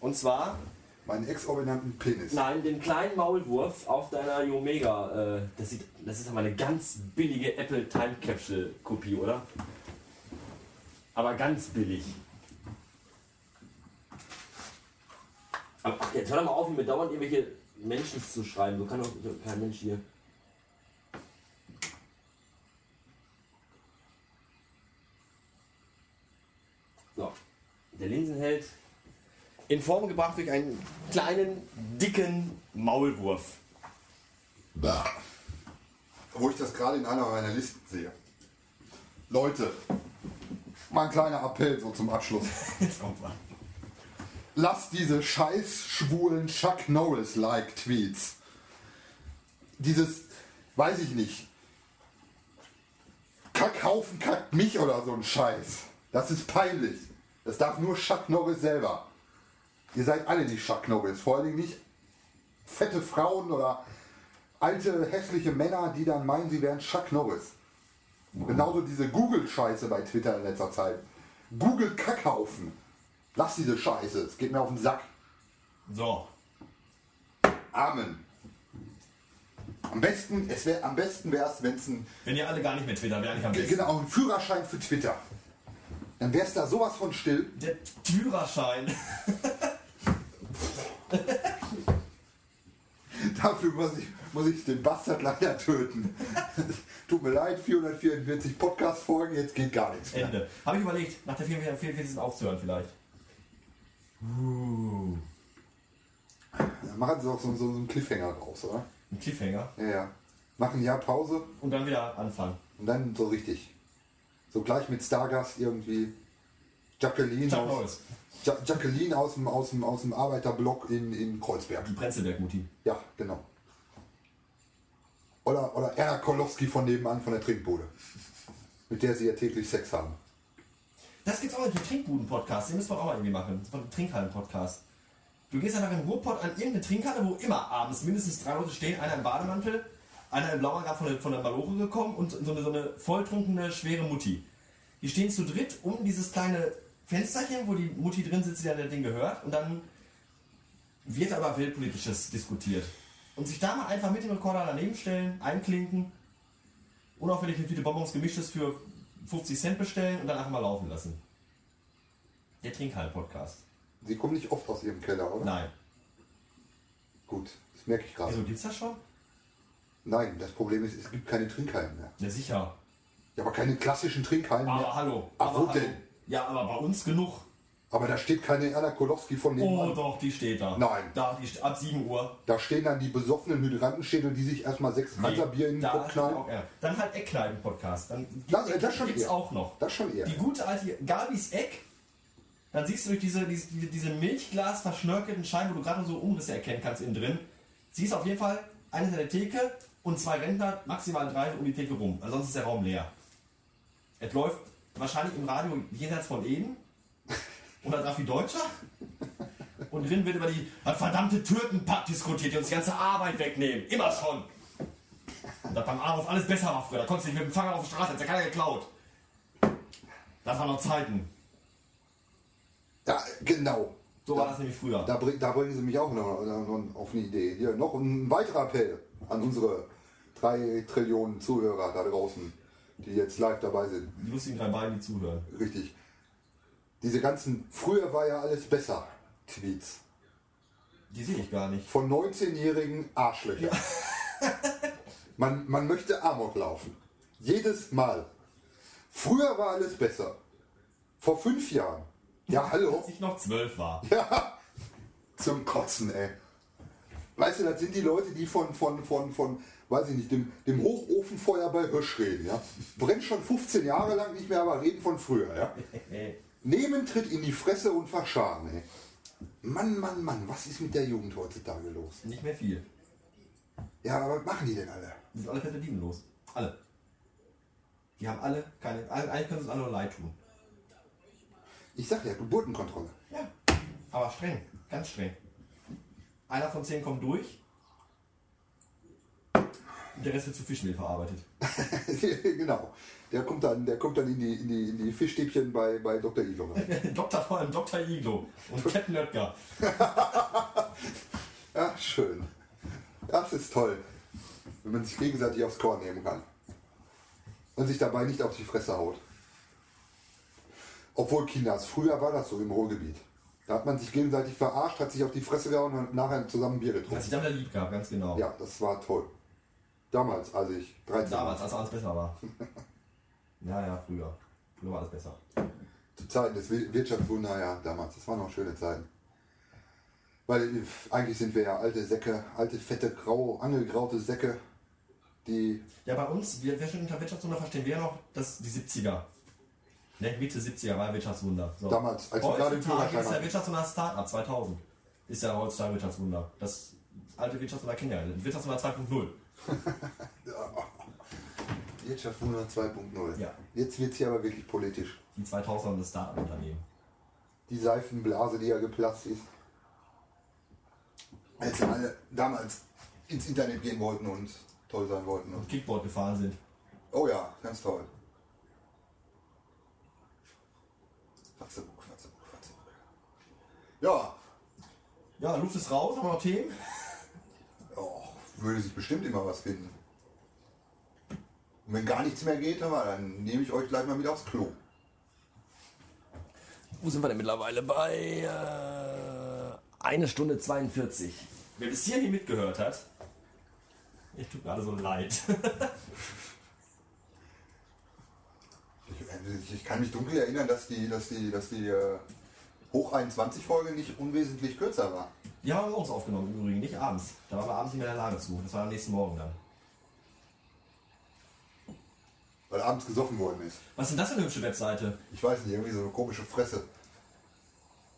S1: Und zwar,
S2: Meinen exorbitanten Penis.
S1: nein, den kleinen Maulwurf auf deiner Yomega. Äh, das, sieht, das ist aber eine ganz billige Apple Time Capsule Kopie, oder? Aber ganz billig. Aber, ach, jetzt hör doch mal auf, mir dauernd irgendwelche Menschen zu schreiben. So kann doch kein Mensch hier. So, der Linsenheld. In Form gebracht durch einen kleinen, dicken Maulwurf.
S2: Bah. Wo ich das gerade in einer meiner Listen sehe. Leute, mal ein kleiner Appell so zum Abschluss.
S1: Jetzt kommt mal.
S2: Lasst diese scheiß schwulen Chuck Norris-like Tweets. Dieses, weiß ich nicht, Kackhaufen kackt mich oder so ein Scheiß. Das ist peinlich. Das darf nur Chuck Norris selber. Ihr seid alle nicht Chuck Norris. Vor allen Dingen nicht fette Frauen oder alte, hässliche Männer, die dann meinen, sie wären Chuck Norris. Genauso diese Google-Scheiße bei Twitter in letzter Zeit. Google Kackhaufen. Lass diese Scheiße. Es geht mir auf den Sack.
S1: So,
S2: Amen. Am besten, es wär, am besten wäre es, wenn es ein
S1: wenn ihr alle gar nicht mehr twittern, wäre eigentlich am besten.
S2: Genau, ein Führerschein für Twitter. Dann wär's da sowas von still.
S1: Der Führerschein.
S2: [laughs] Dafür muss ich, muss ich den Bastard leider töten. [laughs] Tut mir leid, 444 Podcast-Folgen, jetzt geht gar nichts mehr.
S1: Ende. Habe ich überlegt, nach der 44. aufzuhören vielleicht. Uh,
S2: Dann machen sie doch so, so, so einen Cliffhanger raus, oder?
S1: ein Cliffhanger.
S2: Ja, ja. Machen ein Jahr Pause
S1: Und dann wieder anfangen.
S2: und dann so richtig. So gleich mit Stargast irgendwie. Jacqueline
S1: Chuck
S2: aus,
S1: Norris.
S2: ja Jacqueline aus dem, aus dem, aus dem Arbeiterblock in, in Kreuzberg.
S1: Die Prenzlberg-Mutti.
S2: Ja, genau. Oder, oder Erna Kolowski von nebenan von der Trinkbude. Mit der sie ja täglich Sex haben.
S1: Das gibt's auch mit dem Trinkbuden-Podcast. Den müssen wir auch mal irgendwie machen. Das ist ein Trinkhallen-Podcast.
S9: Du gehst einfach in den Ruhrpott an irgendeine Trinkkarte, wo immer abends mindestens drei Leute stehen, einer im Bademantel, einer im Blaumann gerade von der, von der Maloche gekommen und so eine, so eine volltrunkene, schwere Mutti. Die stehen zu dritt um dieses kleine Fensterchen, wo die Mutti drin sitzt, die dann das Ding gehört und dann wird aber Weltpolitisches diskutiert. Und sich da mal einfach mit dem Rekorder daneben stellen, einklinken, unauffällig eine Tüte Bonbons gemischtes für 50 Cent bestellen und dann einfach mal laufen lassen. Der Trinkhallen-Podcast.
S2: Sie kommen nicht oft aus ihrem Keller, oder?
S9: Nein. Also
S2: Gut, das merke ich gerade.
S9: Wieso gibt's das schon?
S2: Nein, das Problem ist, es gibt keine Trinkhallen mehr.
S9: Ja, sicher.
S2: Ja, aber keine klassischen Trinkhallen
S9: Aber halt
S2: mehr.
S9: hallo.
S2: Ach,
S9: aber
S2: Ah, wo
S9: hallo.
S2: denn?
S9: Ja, aber bei uns genug.
S2: Aber da steht keine Erna Kolowski von
S9: Oh,
S2: nebenan.
S9: doch, die steht da.
S2: Nein.
S9: Da, die steht ab 7 Uhr.
S2: Da stehen dann die besoffenen Hydrantenschädel, die sich erstmal sechs Panzer Bier in den
S9: da
S2: Kopf knallen.
S9: Auch, ja. Dann halt Eckkneipen-Podcast. Dann gibt-
S2: Das- das schon
S9: gibt's
S2: eher.
S9: auch noch.
S2: Das schon eher.
S9: Die gute alte Gabis Eck. Dann siehst du durch diese, diese, diese Milchglas verschnörkelten Scheiben, wo du gerade so Umrisse erkennen kannst innen drin. Siehst auf jeden Fall eine hinter der Theke und zwei Rentner, maximal drei um die Theke rum. Ansonsten ist der Raum leer. Es läuft wahrscheinlich im Radio jenseits von Eden. [laughs] Oder Raffi Deutscher. Und drin wird über die "Was verdammte Türkenpakt diskutiert, die uns die ganze Arbeit wegnehmen. Immer schon. Dass beim Armhof alles besser war früher. Da konntest du nicht mit dem Fanger auf die Straße, jetzt hat keiner geklaut. Das waren noch Zeiten.
S2: Ja, genau.
S9: So war das nämlich früher.
S2: Da, bring, da bringen sie mich auch noch, noch auf eine Idee. Hier noch ein weiterer Appell an unsere drei Trillionen Zuhörer da draußen, die jetzt live dabei sind.
S9: Die lustigen drei Beine, die zuhören.
S2: Richtig. Diese ganzen, früher war ja alles besser, Tweets.
S9: Die sehe ich gar nicht.
S2: Von 19-jährigen Arschlöchern. [laughs] man, man möchte Amok laufen. Jedes Mal. Früher war alles besser. Vor fünf Jahren. Ja, hallo.
S9: Als ich noch zwölf war.
S2: Zum Kotzen, ey. Weißt du, das sind die Leute, die von, von, von, von weiß ich nicht, dem, dem Hochofenfeuer bei Hirsch reden, ja. Brennt schon 15 Jahre lang nicht mehr, aber reden von früher, ja. Nebentritt in die Fresse und verscharen, ey. Mann, Mann, Mann, was ist mit der Jugend heutzutage los?
S9: Nicht mehr viel.
S2: Ja, aber was machen die denn alle?
S9: Die sind alle fette Dieben los. Alle. Die haben alle keine. alle- Eigentlich können sie uns alle nur leid tun.
S2: Ich sag ja, Geburtenkontrolle. [laughs]
S9: Ja. Aber streng. Ganz streng. Einer von zehn kommt durch. Und der Rest wird zu Fischmehl verarbeitet. [laughs]
S2: genau. Der kommt dann, der kommt dann in die, in die, in die Fischstäbchen bei, bei Dr. Iglo rein.
S9: [laughs] Dr. vor allem Dr. Iglo und Captain Oetker.
S2: Ja, Ah, schön. Das ist toll. Wenn man sich gegenseitig aufs Korn nehmen kann. Und sich dabei nicht auf die Fresse haut. Obwohl, Kinders, früher war das so im Ruhrgebiet. Da hat man sich gegenseitig verarscht, hat sich auf die Fresse gehauen und hat nachher zusammen Bier
S9: Als ich
S2: getrunken.
S9: dann wieder lieb gab, ganz genau.
S2: Ja, das war toll. Damals, als ich 13 war.
S9: Damals, als alles besser war. ja, ja, früher. Früher war alles besser.
S2: Zu Zeiten des Wir- Wirtschaftswunder, ja, damals. Das waren noch schöne Zeiten. Weil äh, eigentlich sind wir ja alte Säcke, alte, fette, grau, angegraute Säcke, die
S9: Ja, bei uns, wir, wir schon unter Wirtschaftswunder verstehen wir ja noch, dass die 70er. Ne, Mitte 70er war Wirtschaftswunder. So.
S2: Damals, als wir gerade den
S9: heutzutage
S2: Führerschein
S9: ist ja
S2: hatten.
S9: Wirtschaftswunder Startup 2000. Ist ja heutzutage Wirtschaftswunder. Das alte Wirtschaftswunder kennen ja. alle. Wirtschaftswunder 2.0.
S2: Wirtschaftswunder 2.0.
S9: Ja.
S2: Jetzt wird es hier aber wirklich politisch.
S9: Die 2000er das Startup-Unternehmen.
S2: Die Seifenblase, die ja geplatzt ist. Als wir alle damals ins Internet gehen wollten und toll sein wollten. Und,
S9: Kickboard gefahren sind.
S2: oh ja, ganz toll. Fatzebuck, Fatzebuck, Fatzebuck. Ja,
S9: Ja, Luft ist raus, haben wir noch Themen?
S2: oh, würde sich bestimmt immer was finden. Und wenn gar nichts mehr geht, hör mal, dann nehme ich euch gleich mal mit aufs Klo.
S1: Wo sind wir denn mittlerweile bei? Äh, eine Stunde 42.
S9: Wer bis hierhin mitgehört hat, ich tut mir alle so leid. [laughs]
S2: Ich, ich kann mich dunkel erinnern, dass die, dass die, dass die äh, Hoch 21 Folge nicht unwesentlich kürzer war.
S9: Die haben wir morgens aufgenommen im Übrigen, nicht abends. Da waren wir abends nicht mehr in der Lage zu. Das war am nächsten Morgen dann.
S2: Weil abends gesoffen worden ist.
S9: Was ist denn das für eine hübsche Webseite?
S2: Ich weiß nicht, irgendwie so eine komische Fresse.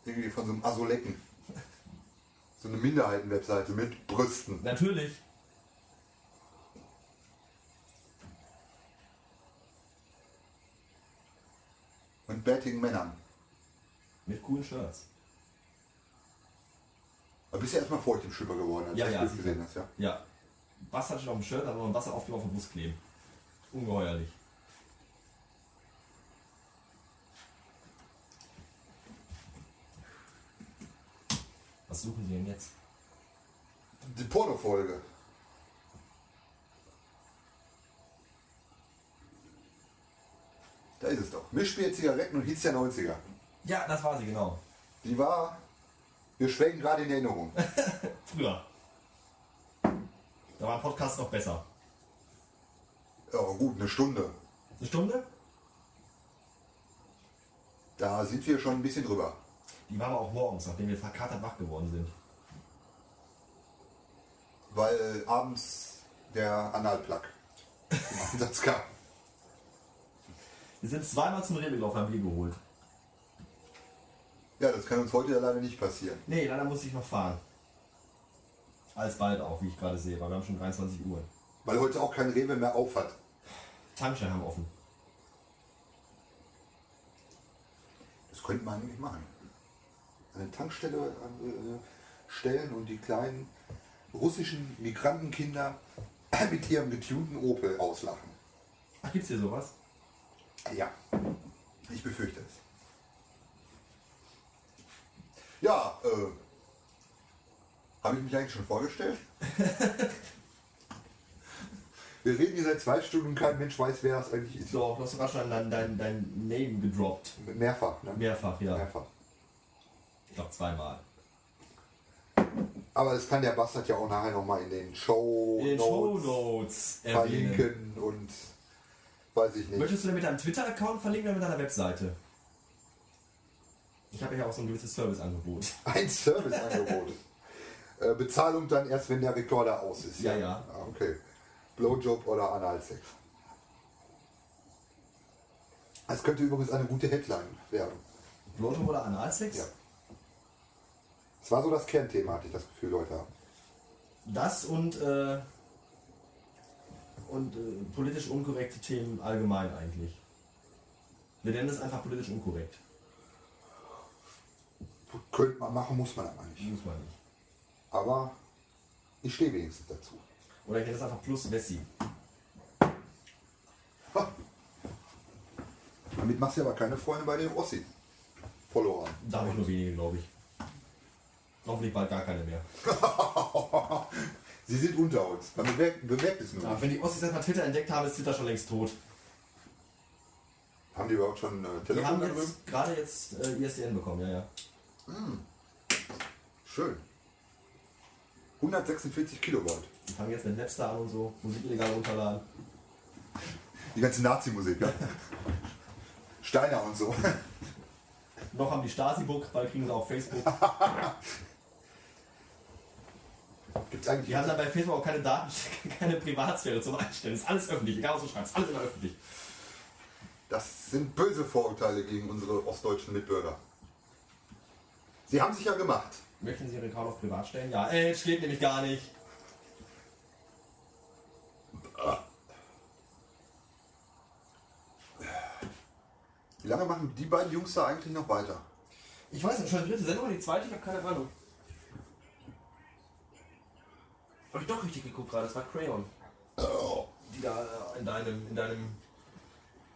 S2: Irgendwie von so einem Asolecken. So eine Minderheiten-Webseite mit Brüsten.
S9: Natürlich.
S2: Und bärtigen Männern.
S9: Mit coolen Shirts.
S2: Aber bist ja erstmal feucht im Schipper geworden, als
S9: Ja,
S2: du das
S9: ja,
S2: Bild
S9: sicher.
S2: gesehen hast, ja?
S9: Ja. Wasser steht auf dem Shirt, aber noch ein Wasser auf dem Brust kleben. Ungeheuerlich. Was suchen Sie denn jetzt?
S2: Die Pornofolge. Da ist es doch. Mischspiel, Zigaretten und Hits der 90er.
S9: Ja, das war sie, genau.
S2: Die war. Wir schwelgen gerade in Erinnerung.
S9: Früher. Da war ein Podcast noch besser.
S2: Ja, gut, eine Stunde.
S9: Eine Stunde?
S2: Da sind wir schon ein bisschen drüber.
S9: Die waren aber auch morgens, nachdem wir verkatert wach geworden sind.
S2: Weil abends der Analplug im Einsatz kam.
S9: Wir sind zweimal zum Rewe gelaufen, haben Bier geholt.
S2: Ja, das kann uns heute ja leider nicht passieren.
S9: Nee, leider muss ich noch fahren. Alsbald auch, wie ich gerade sehe, weil wir haben schon 23 Uhr.
S2: Weil heute auch kein Rewe mehr auf hat.
S9: Tankstellen haben offen.
S2: Das könnte man nämlich machen. An eine Tankstelle äh, äh, stellen und die kleinen russischen Migrantenkinder [clears throat] mit ihrem getunten Opel auslachen.
S9: Ach, gibt's hier sowas?
S2: Ja, ich befürchte es. Ja, äh, habe ich mich eigentlich schon [laughs] vorgestellt? Wir reden hier seit zwei Stunden und kein Mensch weiß, wer das eigentlich ist.
S9: Doch, du hast sogar schon dein, dein, dein Name gedroppt.
S2: Mehrfach, ne?
S9: Mehrfach, ja.
S2: Mehrfach.
S9: Ich glaube zweimal.
S2: Aber das kann der Bastard ja auch nachher nochmal in den Show
S9: In den
S2: Notes
S9: Shownotes erwähnen.
S2: verlinken und weiß ich nicht.
S9: Möchtest du denn mit deinem Twitter-Account verlinken oder mit deiner Webseite? Ich habe ja auch so ein gewisses Serviceangebot.
S2: Ein Serviceangebot.
S9: [laughs]
S2: Äh, Bezahlung dann erst, wenn der Rekorder aus ist.
S9: Ja, ja.
S2: Ah, Okay. Blowjob oder Analsex. Das könnte übrigens eine gute Headline werden.
S9: Blowjob oder Analsex?
S2: Ja. Das war so das Kernthema, hatte ich das Gefühl, Leute.
S9: Das und, äh, und äh, politisch unkorrekte Themen allgemein eigentlich. Wir nennen es einfach politisch unkorrekt.
S2: Könnte man machen, muss man aber nicht.
S9: Muss man nicht.
S2: Aber ich stehe wenigstens dazu.
S9: Oder ich nenne es einfach plus Wessi.
S2: Ha. Damit machst du aber keine Freunde bei den Ossi-Followern.
S9: Da habe ich nur wenige, glaube ich. Hoffentlich bald gar keine mehr.
S2: Sie sind unter uns. Man bemerkt, bemerkt es nur.
S9: Ja, wenn die Ossis erstmal Twitter entdeckt haben, ist Twitter schon längst tot.
S2: Haben die überhaupt schon äh,
S9: Die
S2: Telefon
S9: haben
S2: da drüben?
S9: jetzt gerade jetzt äh, ISDN bekommen, ja, ja.
S2: Schön. 146 Kilowatt.
S9: Die fangen jetzt mit Napster an und so, Musik illegal runterladen.
S2: Die ganze Nazi-Musik, ja. [laughs] Steiner und so.
S9: Noch haben die Stasi-Book, bald kriegen sie auch Facebook.
S2: [laughs] Gibt's eigentlich
S9: Die haben dann bei Facebook auch keine Daten, [laughs] keine Privatsphäre zum Einstellen. Ist alles öffentlich, egal was du schreibst, alles immer öffentlich.
S2: Das sind böse Vorurteile gegen unsere ostdeutschen Mitbürger. Sie haben sich ja gemacht.
S9: Möchten Sie Ihren Account auf privat stellen? Ja, äh, steht nämlich gar nicht.
S2: Wie lange machen die beiden Jungs da eigentlich noch weiter?
S9: Ich weiß nicht, schon die dritte Sendung oder die zweite? Ich habe keine Ahnung. Hab ich doch richtig geguckt gerade, das war Crayon. Die da äh, in deinem, in deinem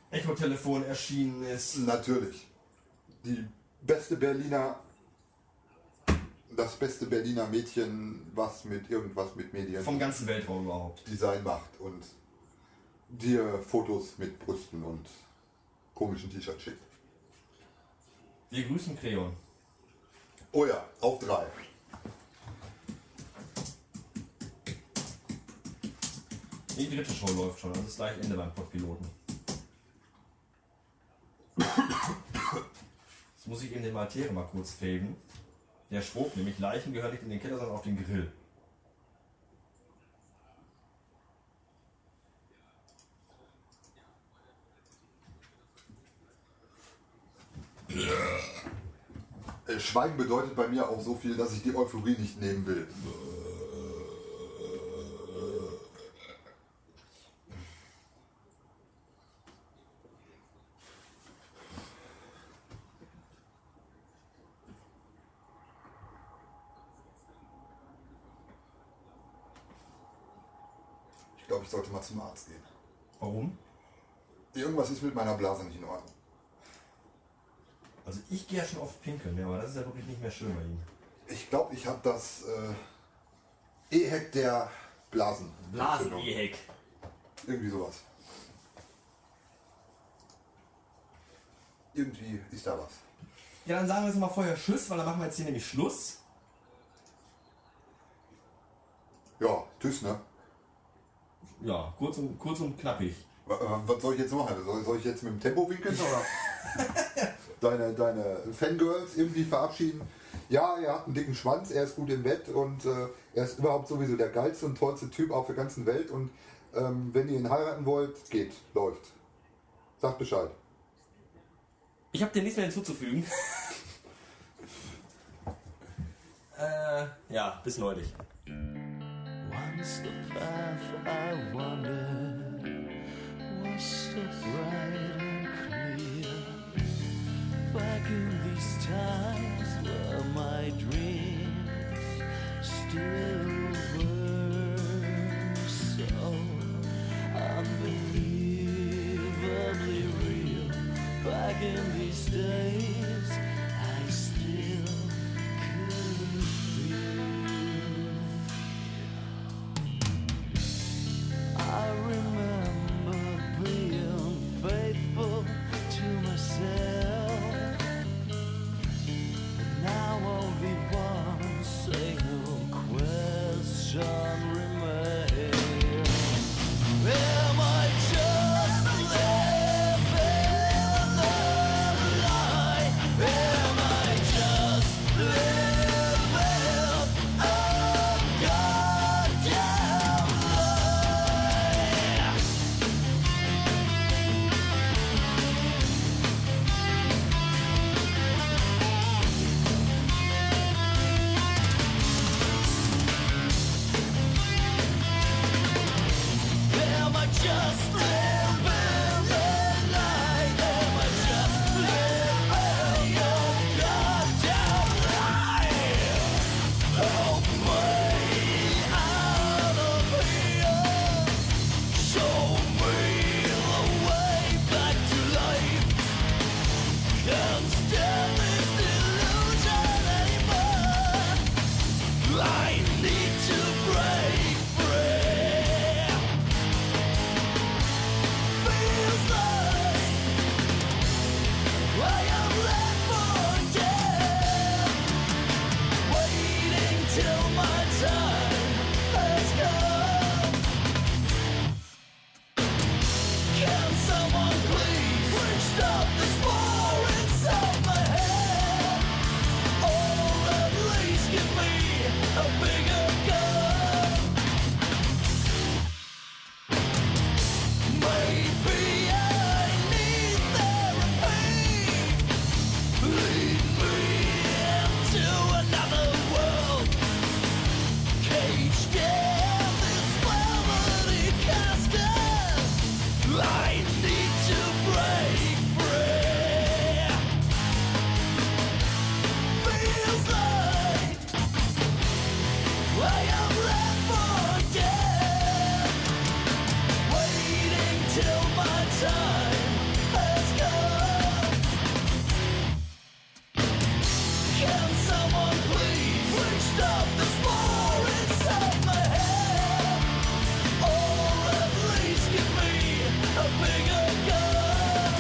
S9: Echo-Telefon erschienen ist.
S2: Natürlich. Die beste Berliner. Das beste Berliner Mädchen, was mit irgendwas mit Medien.
S9: Vom ganzen Weltraum überhaupt.
S2: Design macht und dir Fotos mit Brüsten und komischen T-Shirts schickt.
S9: Wir grüßen Crayon.
S2: Oh ja, auf drei.
S9: Die dritte Show läuft schon, das ist gleich Ende beim Podpiloten. Jetzt muss ich eben den Maltere mal kurz faden. Der schrob nämlich, Leichen gehören nicht in den Keller, sondern auf den Grill.
S2: Äh, Schweigen bedeutet bei mir auch so viel, dass ich die Euphorie nicht nehmen will. Ich glaube, ich sollte mal zum Arzt gehen.
S9: Warum?
S2: Irgendwas ist mit meiner Blase nicht in Ordnung.
S9: Also ich gehe ja schon oft pinkeln, ja, aber das ist ja wirklich nicht mehr schön bei ihm.
S2: Ich glaube, ich habe das äh, E-Heck der Blasen.
S9: Blasen-Eheck.
S2: Irgendwie sowas. Irgendwie ist da was.
S9: Ja, dann sagen wir jetzt mal vorher Tschüss, weil dann machen wir jetzt hier nämlich Schluss.
S2: Ja, tschüss, ne?
S9: Ja, kurz und, kurz und knackig.
S2: Wa- äh, Was soll ich jetzt machen? Soll, soll ich jetzt mit dem Tempo winkeln oder deine, deine Fangirls irgendwie verabschieden? Ja, er hat einen dicken Schwanz, er ist gut im Bett und äh, er ist überhaupt sowieso der geilste und tollste Typ auf der ganzen Welt. Und ähm, wenn ihr ihn heiraten wollt, geht, läuft. Sagt Bescheid.
S9: Ich habe dir nichts mehr hinzuzufügen. [laughs] äh, ja, bis neulich.
S10: Once the path I wandered was so bright and clear. Back in these times were my dreams still were so unbelievably real. Back in these days, I still could feel. I remember being faithful to myself. Now only one single question remains. Am I just living a lie? Am I just living a goddamn Am I just living a lie? Am I just living a goddamn lie? Help me out of here. Show me the way back to life. Can't stand this delusion anymore. I need to break free. Feels like I am left for dead, waiting till my time has come. Can someone please, please stop this war inside my head? Or at least give me a bigger gun. Maybe I need therapy. Lead me into another world. Caged in this velvety casket. I need to break free. Feels like I am left for dead waiting till my time has come. Can someone please, please stop this war inside my head? Or at least give me a bigger gun.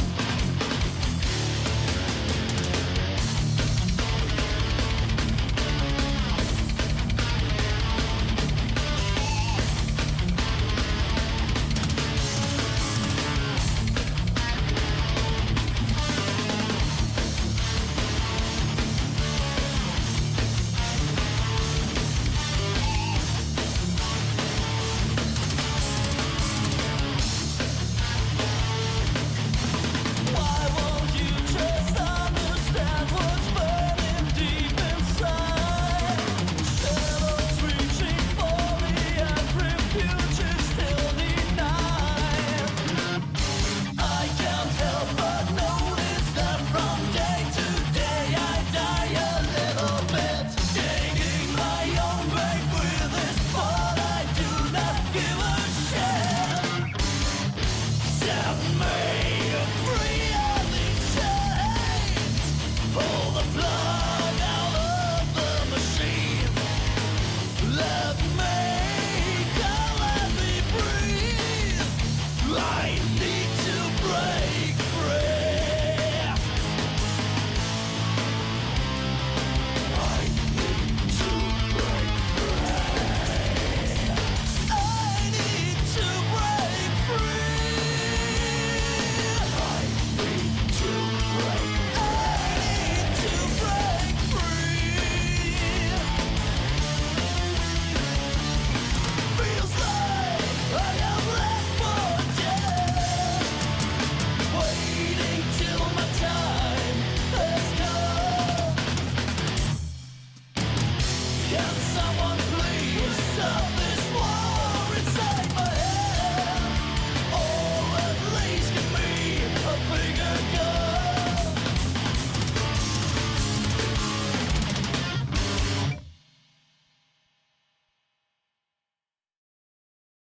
S10: Let me